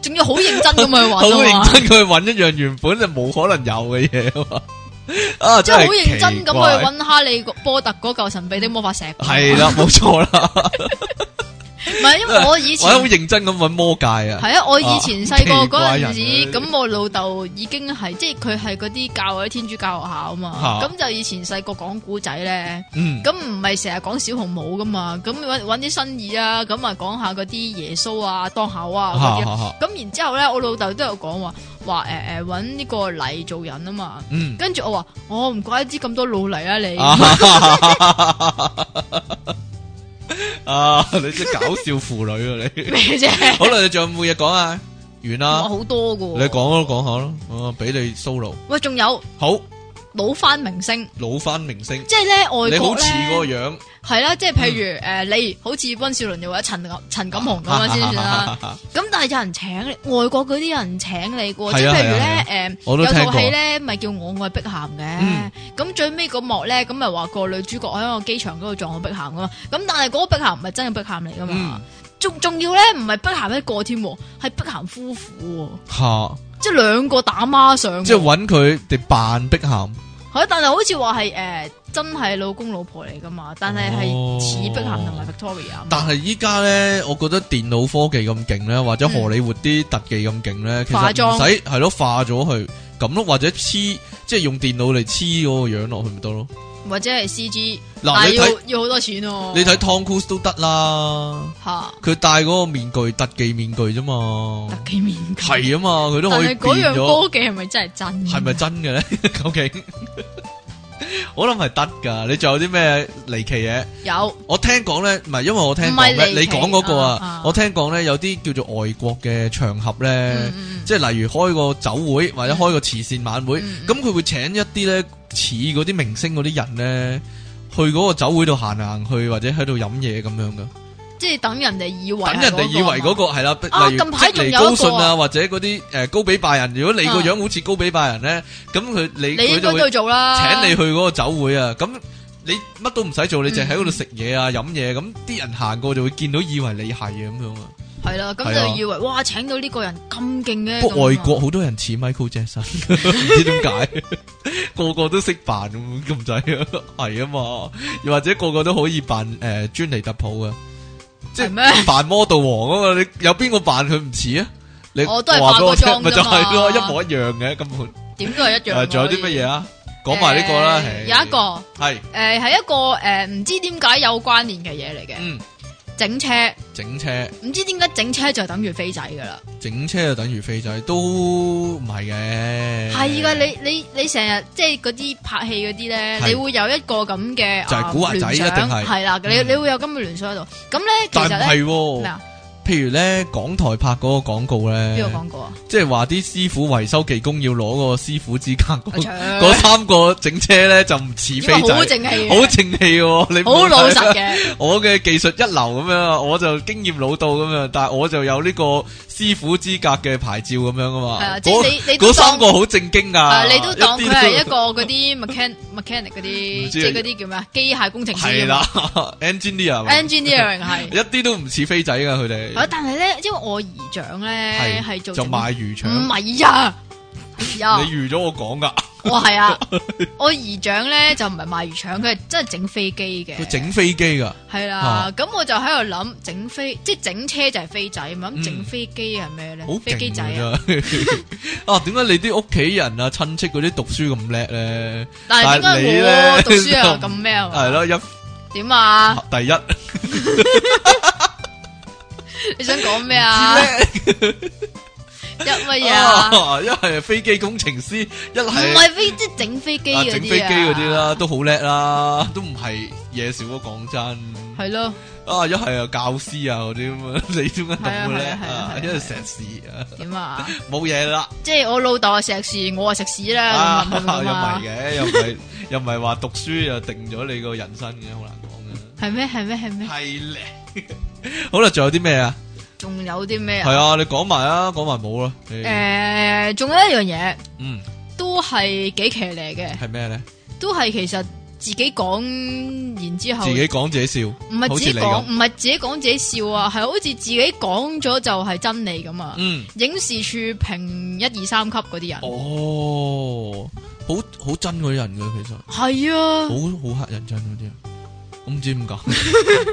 Speaker 2: 仲要好認真咁 去
Speaker 1: 好
Speaker 2: 揾啊
Speaker 1: 認
Speaker 2: 嘛，
Speaker 1: 真佢揾一樣原本就冇可能有嘅嘢啊嘛，啊
Speaker 2: 即
Speaker 1: 真
Speaker 2: 係
Speaker 1: 係
Speaker 2: 好認真咁去
Speaker 1: 奇
Speaker 2: 揾哈利波特嗰嚿神秘的魔法石。
Speaker 1: 怪， 係啦，冇錯啦，
Speaker 2: 唔係因為我以
Speaker 1: 我
Speaker 2: 前
Speaker 1: 好認真咁揾魔界啊，
Speaker 2: 係啊，我以前細個
Speaker 1: 啊
Speaker 2: 嗰
Speaker 1: 奇怪
Speaker 2: 陣
Speaker 1: 人
Speaker 2: 時，
Speaker 1: 啊
Speaker 2: 咁我老豆已經係即係佢係嗰啲教嗰啲天主教學校啊嘛，
Speaker 1: 嚇
Speaker 2: 咁就以前細個講古仔咧，
Speaker 1: 嗯，
Speaker 2: 咁唔係成日講小紅帽噶嘛，咁揾揾啲新意啊，咁啊講下嗰啲耶穌啊、當口啊嗰
Speaker 1: 嚇
Speaker 2: 啲
Speaker 1: 嚇
Speaker 2: 啊，
Speaker 1: 嚇
Speaker 2: 咁然之後咧，我老豆都有講話話誒誒揾呢個泥做人啊嘛，
Speaker 1: 嗯，
Speaker 2: 跟住我話我唔怪得知咁多老泥啊你，
Speaker 1: 啊哈哈哈哈啊，你真係搞笑婦 女啊你，
Speaker 2: 咩啫？
Speaker 1: 好啦，你仲有冇嘢講啊？完
Speaker 2: 我
Speaker 1: 啦，
Speaker 2: 好多噶，
Speaker 1: 你講咯，講下咯，我俾你 solo，
Speaker 2: 喂，仲有
Speaker 1: 好
Speaker 2: 老翻明星，
Speaker 1: 老翻明星，
Speaker 2: 即係咧外國
Speaker 1: 你好似
Speaker 2: 咧
Speaker 1: 嗰個樣，
Speaker 2: 系啦，即係
Speaker 1: 嗯
Speaker 2: 譬如诶、呃你好似温兆倫又或者陳錦陳錦鴻咁
Speaker 1: 啊
Speaker 2: 樣先算啦。咁但係有人請你，外國嗰啲人請你嘅
Speaker 1: 係啊
Speaker 2: 喎，即係譬如
Speaker 1: 係
Speaker 2: 咧
Speaker 1: 啊
Speaker 2: 诶，呃
Speaker 1: 我都
Speaker 2: 有
Speaker 1: 聽
Speaker 2: 套戲
Speaker 1: 過。
Speaker 2: 咧咪叫我愛碧咸嘅
Speaker 1: 嗯。
Speaker 2: 咁最尾嗰幕咧，咁咪話個女主角喺個機場嗰度撞到碧咸噶嘛。咁但係嗰個碧咸唔係真嘅碧咸嚟噶
Speaker 1: 嗯。
Speaker 2: 嘛仲仲要咧，唔係碧咸一個添喎，係碧咸夫婦喎，
Speaker 1: 吓，
Speaker 2: 即係兩個打孖上喎。
Speaker 1: 即係揾佢哋扮碧咸。
Speaker 2: 係但係好似話係诶真係老公老婆嚟噶嘛，但係
Speaker 1: 哦
Speaker 2: 係似碧咸同埋 Victoria 啊嘛。
Speaker 1: 但系依家咧，我覺得電腦科技咁勁咧，或者
Speaker 2: 嗯
Speaker 1: 荷里活啲特技咁勁咧，其實
Speaker 2: 化
Speaker 1: 唔
Speaker 2: 妝
Speaker 1: 使係咯化咗佢咁咯，或者黐即係用電腦嚟黐嗰個樣落去咪得咯。
Speaker 2: 或者係 C G，
Speaker 1: 嗱，
Speaker 2: 但係
Speaker 1: 你
Speaker 2: 要
Speaker 1: 睇
Speaker 2: 要好多錢喎。
Speaker 1: 你睇 Tom Cruise 都得啦，
Speaker 2: 吓
Speaker 1: 佢戴嗰個面具特技面具啫嘛，
Speaker 2: 特技面具，
Speaker 1: 係啊嘛，佢都
Speaker 2: 但
Speaker 1: 可以
Speaker 2: 係嗰
Speaker 1: 變
Speaker 2: 樣
Speaker 1: 咗，
Speaker 2: 科技係咪真係真？
Speaker 1: 係咪真嘅咧？ 究竟我諗係得噶。你仲有啲咩離奇嘢？
Speaker 2: 有？
Speaker 1: 我聽講咧，唔係因為我聽
Speaker 2: 唔係
Speaker 1: 講咧，
Speaker 2: 離奇
Speaker 1: 你講嗰個
Speaker 2: 啊啊
Speaker 1: 啊，我聽講咧有啲叫做外國嘅場合咧
Speaker 2: 嗯，嗯
Speaker 1: 即係例如開個酒會或者開個慈善晚會，
Speaker 2: 嗯嗯
Speaker 1: 咁佢會請一啲咧似嗰啲明星嗰啲人咧，去嗰個酒會度行嚟行去或者喺度飲嘢咁樣噶，
Speaker 2: 即係等人哋以為係
Speaker 1: 等人哋以為嗰個係啦，
Speaker 2: 啊
Speaker 1: 例如
Speaker 2: 近排
Speaker 1: 即尼
Speaker 2: 仲有一個啊
Speaker 1: 高信啊或者嗰啲誒高比拜人，如果你個樣好似高比拜人咧，咁佢你
Speaker 2: 個嘛你
Speaker 1: 佢
Speaker 2: 應
Speaker 1: 就
Speaker 2: 該都
Speaker 1: 會
Speaker 2: 要做啦。
Speaker 1: 請你去嗰個酒會啊，咁你乜都唔使做，你淨係喺嗰度食嘢啊、飲嘢，咁啲人行過就會見到，以為你係啊咁樣啊。
Speaker 2: 係啦，咁
Speaker 1: 係啊
Speaker 2: 就以為哇請到呢個人咁勁嘅。
Speaker 1: 不過外
Speaker 2: 國
Speaker 1: 國好多人似 Michael Jackson，唔 知點解 個個都識扮咁咁滯啊，係啊嘛，又或者個個都可以扮誒專尼特普啊，即
Speaker 2: 係咩
Speaker 1: 係扮 model 王啊嘛，你有邊個扮佢唔似啊？你
Speaker 2: 我都係
Speaker 1: 話俾我聽
Speaker 2: 化個妝
Speaker 1: 咪
Speaker 2: 啫
Speaker 1: 就
Speaker 2: 嘛
Speaker 1: 係咯，一模一樣嘅根本。
Speaker 2: 點都係一樣
Speaker 1: 誒，
Speaker 2: 嘅。
Speaker 1: 仲有啲乜嘢啊？講埋呢個啦，
Speaker 2: 誒
Speaker 1: 係
Speaker 2: 有一個
Speaker 1: 係
Speaker 2: 誒係一個誒唔知點解有關聯嘅嘢嚟嘅，
Speaker 1: 嗯
Speaker 2: 整車
Speaker 1: 整車。
Speaker 2: 唔知點解整車就等於飛仔㗎啦。
Speaker 1: 整車就等於飛仔，都唔係啊嘅。
Speaker 2: 係噶，你你你成日即係嗰啲拍戲嗰啲咧，
Speaker 1: 係
Speaker 2: 你會有一個咁嘅
Speaker 1: 就係
Speaker 2: 啊
Speaker 1: 古惑仔
Speaker 2: 聯想
Speaker 1: 一定係
Speaker 2: 係啦，你
Speaker 1: 嗯
Speaker 2: 你會有咁嘅聯想喺度。咁咧其
Speaker 1: 但
Speaker 2: 實咧
Speaker 1: 係喎
Speaker 2: 咩啊？
Speaker 1: 譬如咧，港台拍嗰個廣告
Speaker 2: 邊
Speaker 1: 咧
Speaker 2: 個，講過啊？
Speaker 1: 即係話啲師傅維修技工要攞個師傅資格
Speaker 2: 阿
Speaker 1: 嗰，
Speaker 2: 長
Speaker 1: 嗰三個整車咧就唔似
Speaker 2: 因
Speaker 1: 飛
Speaker 2: 為啊好
Speaker 1: 仔，
Speaker 2: 正氣嘅，
Speaker 1: 好正氣喎！你唔
Speaker 2: 好
Speaker 1: 好睇啊
Speaker 2: 老實嘅，
Speaker 1: 我嘅技術一流咁樣，我就經驗老道咁樣，但係我就有呢個師傅資格嘅牌照咁樣啊
Speaker 2: 係
Speaker 1: 嘛。
Speaker 2: 啊，即係你你
Speaker 1: 嗰
Speaker 2: 都
Speaker 1: 嗰三
Speaker 2: 當
Speaker 1: 個好正經啊！
Speaker 2: 誒你都當佢係一
Speaker 1: 個
Speaker 2: 個嗰啲 mechan mechanic 嗰啲，
Speaker 1: 唔知啊
Speaker 2: 即係嗰啲叫咩啊？機械工程師
Speaker 1: 係
Speaker 2: 啊
Speaker 1: 啦
Speaker 2: 嘛
Speaker 1: ，engineer 嘛
Speaker 2: ，engineering 係。
Speaker 1: 一啲都唔似飛仔噶佢哋
Speaker 2: 係。啊但係咧，因為我姨丈咧係做
Speaker 1: 就
Speaker 2: 整
Speaker 1: 賣魚
Speaker 2: 唔
Speaker 1: 腸，
Speaker 2: 係啊，
Speaker 1: 你
Speaker 2: 呀，
Speaker 1: 預咗我講噶，
Speaker 2: 我係啊，我姨丈咧就唔係賣魚腸，佢係真係整飛機嘅。
Speaker 1: 佢整飛機噶，
Speaker 2: 系啦
Speaker 1: 啊，
Speaker 2: 咁我就喺度諗整飛，即系整車就係飛仔嘛，
Speaker 1: 嗯
Speaker 2: 咁整飛機係咩咧
Speaker 1: 好？
Speaker 2: 飛機
Speaker 1: 勁
Speaker 2: 仔
Speaker 1: 啊
Speaker 2: 啊！
Speaker 1: 真係 啊！點解你啲屋企人啊、親戚嗰啲讀書咁叻咧？
Speaker 2: 但係
Speaker 1: 但係你
Speaker 2: 點
Speaker 1: 呢
Speaker 2: 解我讀 書又
Speaker 1: 就
Speaker 2: 咁咩啊？
Speaker 1: 係咯，一
Speaker 2: 點啊？
Speaker 1: 第一
Speaker 2: 你想講咩啊？一乜嘢啊？
Speaker 1: 啊，一係飛機工程師，一
Speaker 2: 唔
Speaker 1: 係
Speaker 2: 係飛，即係整飛機
Speaker 1: 啊
Speaker 2: 嗰
Speaker 1: 整飛
Speaker 2: 啲
Speaker 1: 機
Speaker 2: 啊！
Speaker 1: 嗰啲，啦，都好叻啦，都唔係嘢少啊！講真。
Speaker 2: 係咯，
Speaker 1: 啊，一係啊教師啊嗰啲咁啊， 你點解讀嘅咧？
Speaker 2: 係啊係啊係啊
Speaker 1: 啊
Speaker 2: 係啊
Speaker 1: 因為碩士啊，
Speaker 2: 點啊？
Speaker 1: 冇嘢啦。
Speaker 2: 即係我老豆係食屎，我係食屎 啦，
Speaker 1: 啊，又
Speaker 2: 咁係
Speaker 1: 唔
Speaker 2: 咪咁啊
Speaker 1: 係？嘅，又唔 係又唔係話讀書又定咗你個人生嘅，好難 講
Speaker 2: 係咩？係咩？係咩
Speaker 1: 嘅。？係咧。 好啦，仲有啲咩啊？
Speaker 2: 仲有啲咩
Speaker 1: 係
Speaker 2: 啊？
Speaker 1: 啊，你講埋啊，講埋冇啦。誒，
Speaker 2: 誒，仲有一樣嘢
Speaker 1: 嗯，
Speaker 2: 都係幾騎呢嘅。
Speaker 1: 係咩咧？
Speaker 2: 都係其實自己講，然之後
Speaker 1: 自己講自己笑，
Speaker 2: 唔係
Speaker 1: 好
Speaker 2: 自
Speaker 1: 似
Speaker 2: 己
Speaker 1: 你
Speaker 2: 講，
Speaker 1: 咁
Speaker 2: 唔係自己講自己笑啊，係好似自己講咗就係真理咁啊！
Speaker 1: 嗯，
Speaker 2: 影視處評一二三級嗰啲人，
Speaker 1: 哦，好好憎嗰啲人嘅，其實
Speaker 2: 係啊，
Speaker 1: 好好乞人憎嗰啲人，我唔知點解。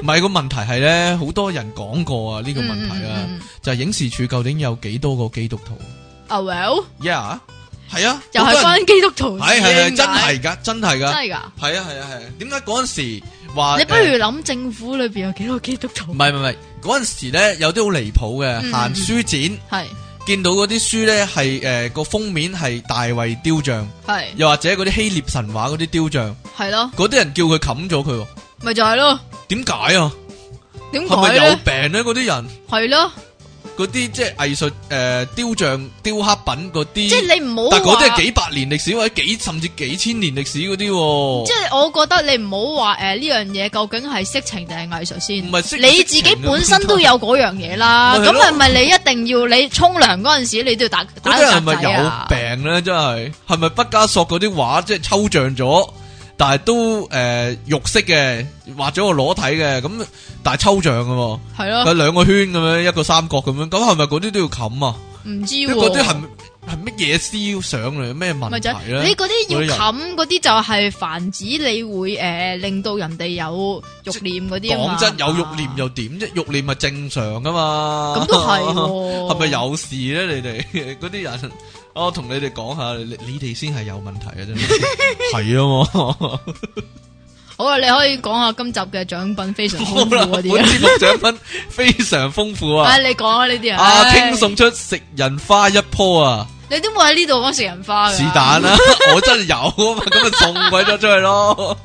Speaker 1: 唔係個問題係咧，好多人講過啊，呢個問題啊。
Speaker 2: 嗯嗯嗯嗯
Speaker 1: 就係影視處究竟有幾多個基督徒
Speaker 2: 啊 well，
Speaker 1: ？Yeah，係啊，
Speaker 2: 又係
Speaker 1: 關，
Speaker 2: 關基督徒事
Speaker 1: 係係係
Speaker 2: 點解
Speaker 1: 真係噶，真係
Speaker 2: 真
Speaker 1: 噶，
Speaker 2: 係噶，
Speaker 1: 係啊係啊係啊。點解嗰陣時話
Speaker 2: 你不如諗政府裏邊有幾多基督
Speaker 1: 誒唔
Speaker 2: 徒？
Speaker 1: 係唔係嗰陣時咧有啲好離譜嘅
Speaker 2: 嗯
Speaker 1: 行書展，
Speaker 2: 係
Speaker 1: 見到嗰啲書咧係誒個封面係大衛雕像，
Speaker 2: 係
Speaker 1: 又或者嗰啲希臘神話嗰啲雕像，
Speaker 2: 係咯，
Speaker 1: 嗰啲人叫佢冚咗佢喎，
Speaker 2: 咪就係咯，
Speaker 1: 點解啊？
Speaker 2: 點
Speaker 1: 係
Speaker 2: 解
Speaker 1: 咪有
Speaker 2: 咧？
Speaker 1: 病咧？嗰啲人
Speaker 2: 係咯，
Speaker 1: 嗰啲即係藝術誒雕像雕刻品嗰啲
Speaker 2: 即。係你唔好
Speaker 1: 但嗰啲係
Speaker 2: 話
Speaker 1: 幾百年歷史或者幾甚至幾千年歷史嗰啲喎，
Speaker 2: 即係我覺得你唔好話誒呢樣嘢究竟係色情定係藝術先
Speaker 1: 唔。係識
Speaker 2: 你自己本身都有嗰樣嘢啦，
Speaker 1: 咪係
Speaker 2: 咁
Speaker 1: 咯
Speaker 2: 係咪你一定要你沖涼嗰陣時你都要打
Speaker 1: 嗰
Speaker 2: 打
Speaker 1: 啲人係
Speaker 2: 個
Speaker 1: 咪
Speaker 2: 格仔啊？
Speaker 1: 有病咧？真係係咪畢加索嗰啲畫即係抽象咗，但係都誒肉色嘅，畫咗個裸體嘅，咁但係抽象嘅喎，
Speaker 2: 係
Speaker 1: 佢
Speaker 2: 咯，
Speaker 1: 兩個圈咁樣一個三角咁樣，咁係咪嗰啲都要冚啊？
Speaker 2: 唔知
Speaker 1: 即係嗰啲係
Speaker 2: 喎。
Speaker 1: 咪係乜嘢思想嚟？咩問
Speaker 2: 咪
Speaker 1: 題
Speaker 2: 就係
Speaker 1: 咧
Speaker 2: 你？嗰
Speaker 1: 嗰啲
Speaker 2: 啲
Speaker 1: 人
Speaker 2: 要冚嗰啲就係繁殖，你會誒令到人哋有欲念嗰啲啊嘛
Speaker 1: 講真，有欲念又點啫？欲念係正常噶嘛？
Speaker 2: 咁都 係喎，
Speaker 1: 系咪？有事咧？你哋 嗰啲人，我同你哋講下，你你哋先係有問題啊！ 真係係啊嘛，
Speaker 2: 好啊，你可以講下今集嘅獎品非常
Speaker 1: 好
Speaker 2: 豐
Speaker 1: 啦，
Speaker 2: 富
Speaker 1: 本
Speaker 2: 嗰啲啊，
Speaker 1: 節目獎品非常豐富啊
Speaker 2: 唉，！你講啊呢啲啊，
Speaker 1: 阿
Speaker 2: 唉
Speaker 1: 傾送出食人花一棵啊，
Speaker 2: 你都冇喺呢度講食人花㗎，
Speaker 1: 是但 啦，我真係有啊嘛，咁咪送鬼咗出去咯。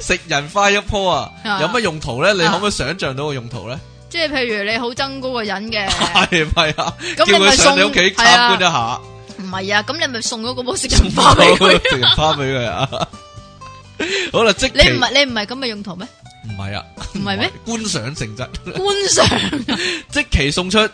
Speaker 1: 食人花一棵啊，
Speaker 2: 啊
Speaker 1: 有乜用途咧？你
Speaker 2: 啊
Speaker 1: 可唔可以想象到個用途咧？
Speaker 2: 即係譬如你好憎嗰個人嘅，
Speaker 1: 係咪啊？ 叫
Speaker 2: 咁你咪
Speaker 1: 佢上你
Speaker 2: 送
Speaker 1: 屋企參
Speaker 2: 係啊
Speaker 1: 觀一下。
Speaker 2: 唔係啊，咁你咪送咗嗰棵食人 花俾佢。
Speaker 1: 食人花俾佢啊！好啦，即
Speaker 2: 你
Speaker 1: 期
Speaker 2: 唔係你唔係咁嘅用途咩？
Speaker 1: 唔係啊，
Speaker 2: 唔 係咩？
Speaker 1: 觀賞性質，
Speaker 2: 觀賞，
Speaker 1: 即期送出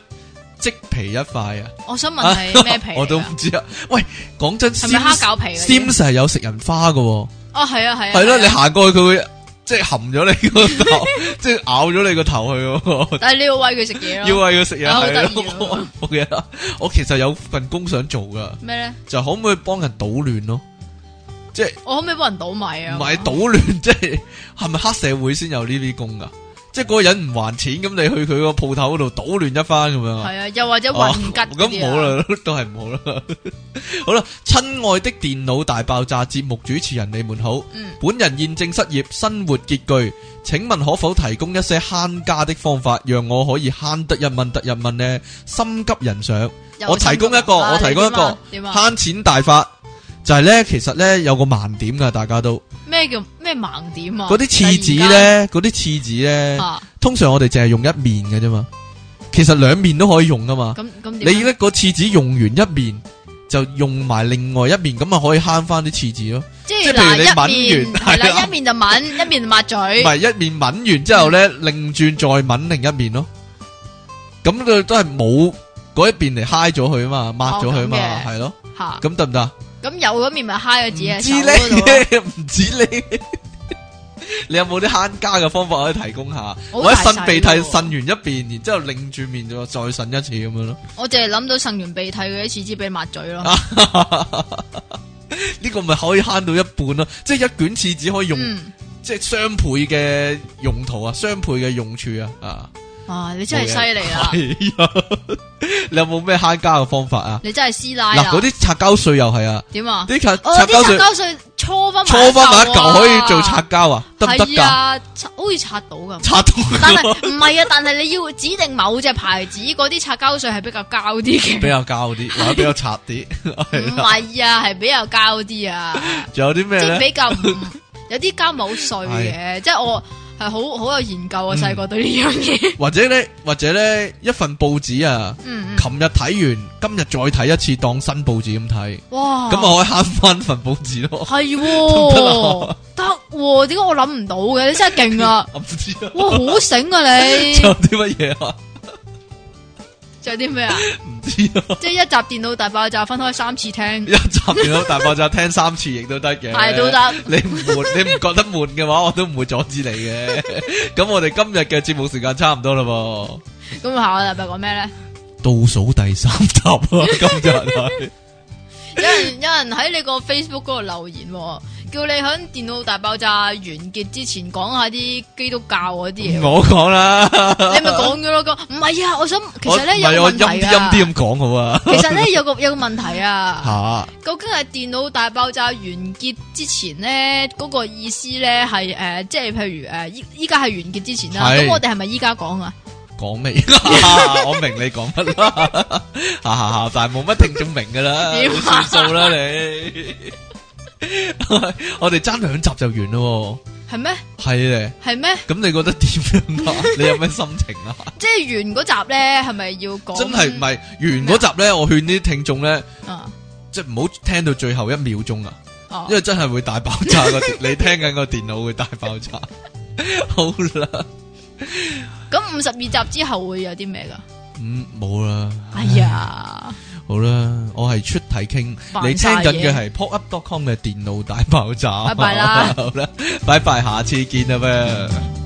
Speaker 1: 即皮一塊啊！
Speaker 2: 我想問係咩皮嚟 㗎
Speaker 1: 我都唔知啊！喂，講真，
Speaker 2: 係咪
Speaker 1: Sims-
Speaker 2: 蝦餃皮嗰啲
Speaker 1: Sims 係有食人花噶，
Speaker 2: 哦，係啊，係啊，
Speaker 1: 係咯，
Speaker 2: 係啊
Speaker 1: 你行過去佢會即係含咗你個 頭，即係咬咗你個頭去喎。
Speaker 2: 但係你要餵佢食嘢
Speaker 1: 要
Speaker 2: 咯。
Speaker 1: 為佢食嘢
Speaker 2: 啊好
Speaker 1: 係
Speaker 2: 得意
Speaker 1: 咯，
Speaker 2: 喎
Speaker 1: 我我記得，我其實有份工想做噶，
Speaker 2: 咩咧？
Speaker 1: 就可唔可以幫人搗亂咯？即係。
Speaker 2: 我可唔可以幫人倒米啊？
Speaker 1: 唔係搗亂，即係係咪黑社會先有呢啲工噶？即係嗰個人唔還錢，咁你去佢個鋪頭嗰度搗亂一番咁樣啊？
Speaker 2: 係啊，又或者
Speaker 1: 哦
Speaker 2: 混吉嗰啲啊
Speaker 1: 咁唔好，啦，都係唔好啦。好啦，親愛的電腦大爆炸節目主持人，你們好。
Speaker 2: 嗯，
Speaker 1: 本人現正失業，生活拮據，請問可否提供一些慳家的方法，讓我可以慳得一蚊得一蚊呢？心急人上，
Speaker 2: 又
Speaker 1: 我提供一個
Speaker 2: 啊
Speaker 1: 我提供一個
Speaker 2: 你點啊點啊？
Speaker 1: 慳錢大法就係呢，其實呢，有個盲點噶，大家都
Speaker 2: 咩叫咩盲點啊？
Speaker 1: 嗰啲廁紙
Speaker 2: 突然
Speaker 1: 呢，嗰啲廁紙呢
Speaker 2: 間。。啊，
Speaker 1: 通常我哋淨係用一面嘅啫嘛，其實兩面都可以用噶嘛。
Speaker 2: 咁咁
Speaker 1: 你
Speaker 2: 點啊？
Speaker 1: 咧個廁紙用完一面，就用埋另外一面，咁咪可以慳翻啲廁紙咯。
Speaker 2: 即
Speaker 1: 即
Speaker 2: 係
Speaker 1: 係譬如你
Speaker 2: 嗱，一
Speaker 1: 抿
Speaker 2: 面
Speaker 1: 完
Speaker 2: 係
Speaker 1: 係啊
Speaker 2: 啦，一面就抿，一面就抹
Speaker 1: 唔
Speaker 2: 嘴。
Speaker 1: 係一面抿完之後咧，擰轉再抿另一面咯。咁佢都係冇嗰一邊嚟嗨咗佢啊嘛，抹咗佢啊嘛
Speaker 2: 哦咁，嘅
Speaker 1: 係咯。
Speaker 2: 嚇，
Speaker 1: 咁得唔得啊？
Speaker 2: 咁有嗰面咪揩咗自己
Speaker 1: 唔知
Speaker 2: 嘅手嗰度啊。
Speaker 1: 咧，唔知咧。你有冇啲慳家嘅方法可以提供下？
Speaker 2: 好
Speaker 1: 或者
Speaker 2: 大
Speaker 1: 擤鼻涕
Speaker 2: 細喎
Speaker 1: 擤完一邊，然之後擰住面就再擤一次咁樣咯。
Speaker 2: 我淨係諗到擤完鼻涕嗰啲廁紙俾抹嘴咯，
Speaker 1: 啊呢個咪可以慳到一半咯，即係一卷廁紙可以用，
Speaker 2: 嗯，
Speaker 1: 即係雙倍嘅用途啊，雙倍嘅用處啊，啊，
Speaker 2: 啊，你真係犀利啦，
Speaker 1: 係啊！ 你有冇咩慳家嘅方法啊？
Speaker 2: 你真係師奶
Speaker 1: 嗱，
Speaker 2: 啦
Speaker 1: 嗰，啲擦膠碎又係啊，
Speaker 2: 點啊？
Speaker 1: 啲擦
Speaker 2: 我
Speaker 1: 擦膠
Speaker 2: 啲擦
Speaker 1: 碎
Speaker 2: 膠水搓翻
Speaker 1: 搓翻埋一嚿可以做擦
Speaker 2: 擦，
Speaker 1: 膠啊，得唔得
Speaker 2: 啊係
Speaker 1: 㗎？
Speaker 2: 啊，擦好似擦到噶。
Speaker 1: 擦
Speaker 2: 但
Speaker 1: 到
Speaker 2: 係唔係啊？但係你要指定某隻牌子嗰啲擦膠水係比較膠啲嘅，
Speaker 1: 比較膠 啲，或者比較擦啲，
Speaker 2: 唔
Speaker 1: 係啦。
Speaker 2: 係啊，係比較膠啲啊，
Speaker 1: 仲有啲
Speaker 2: 即
Speaker 1: 咩
Speaker 2: 係
Speaker 1: 咧？
Speaker 2: 比較唔 有啲膠咪好碎嘅，即係我係好好有研究啊，
Speaker 1: 嗯
Speaker 2: 細個對呢樣嘢，
Speaker 1: 或者咧，或者咧，一份報紙啊，
Speaker 2: 嗯，嗯
Speaker 1: 琴日睇完，今日再睇一次，當新報紙咁睇，
Speaker 2: 哇，
Speaker 1: 咁啊可以慳翻份報紙咯。
Speaker 2: 係
Speaker 1: 得唔得
Speaker 2: 喎，得喎，點解我諗唔到嘅？你真係勁啊！
Speaker 1: 我唔知啊，
Speaker 2: 哇，好醒啊你！
Speaker 1: 仲有啲乜嘢啊？
Speaker 2: 仲有啲咩啊？
Speaker 1: 唔知啊，
Speaker 2: 即係一集電腦大爆炸分開三次 聽
Speaker 1: 一，集電腦大爆炸聽三次亦都得嘅，
Speaker 2: 係都得。
Speaker 1: 你唔 悶，你唔覺得悶嘅話，我都唔會阻止你嘅。 咁我哋今日嘅節目時間差唔多啦噃，
Speaker 2: 咁下個禮拜講咩咧？
Speaker 1: 倒數第三集啊， 今日 係
Speaker 2: 有人有人喺你個 Facebook 嗰度留言喎，叫你喺電腦大爆炸完結之前講下啲基督教嗰啲嘢
Speaker 1: 唔
Speaker 2: 喎。
Speaker 1: 好講啦。
Speaker 2: 你咪講咗咯，講唔係啊！我想其實咧
Speaker 1: 我唔係
Speaker 2: 有
Speaker 1: 我
Speaker 2: 個
Speaker 1: 陰
Speaker 2: 問題
Speaker 1: 啲陰
Speaker 2: 啊，
Speaker 1: 啲咁講好啊。
Speaker 2: 其實咧有個有個問題啊，
Speaker 1: 吓，
Speaker 2: 究竟係電腦大爆炸完結之前咧嗰、個意思咧係誒，即係譬如呃誒依依家係完結之前啦，
Speaker 1: 係
Speaker 2: 咁我哋係咪依家講啊？
Speaker 1: 講咩？ 我明你講乜啦， 哈哈哈！但係冇乜聽眾明噶啦，
Speaker 2: 點啊
Speaker 1: 算數啦你。 我哋爭兩集就完咯
Speaker 2: 係咩？
Speaker 1: 喎，係咧。
Speaker 2: 係咩？
Speaker 1: 咁你覺得點 樣啊？你有咩心情啊？
Speaker 2: 即係完嗰集咧，係咪要講？
Speaker 1: 真係唔係完嗰集咧，我勸啲聽眾咧，
Speaker 2: 啊
Speaker 1: 即係唔好聽到最後一秒鐘啊，
Speaker 2: 哦
Speaker 1: 因為真係會大爆炸個 電你聽緊個電腦會大爆炸。好啦，
Speaker 2: 咁五十二集之後會有啲咩噶？
Speaker 1: 嗯，冇啦，
Speaker 2: 哎呀，
Speaker 1: 好啦，我係出體傾，
Speaker 2: 扮
Speaker 1: 你聽
Speaker 2: 晒
Speaker 1: 緊嘅
Speaker 2: 嘢
Speaker 1: 係 popup.com 嘅電腦大爆炸。
Speaker 2: 拜拜啦
Speaker 1: 好啦，拜拜，下次見啦噃。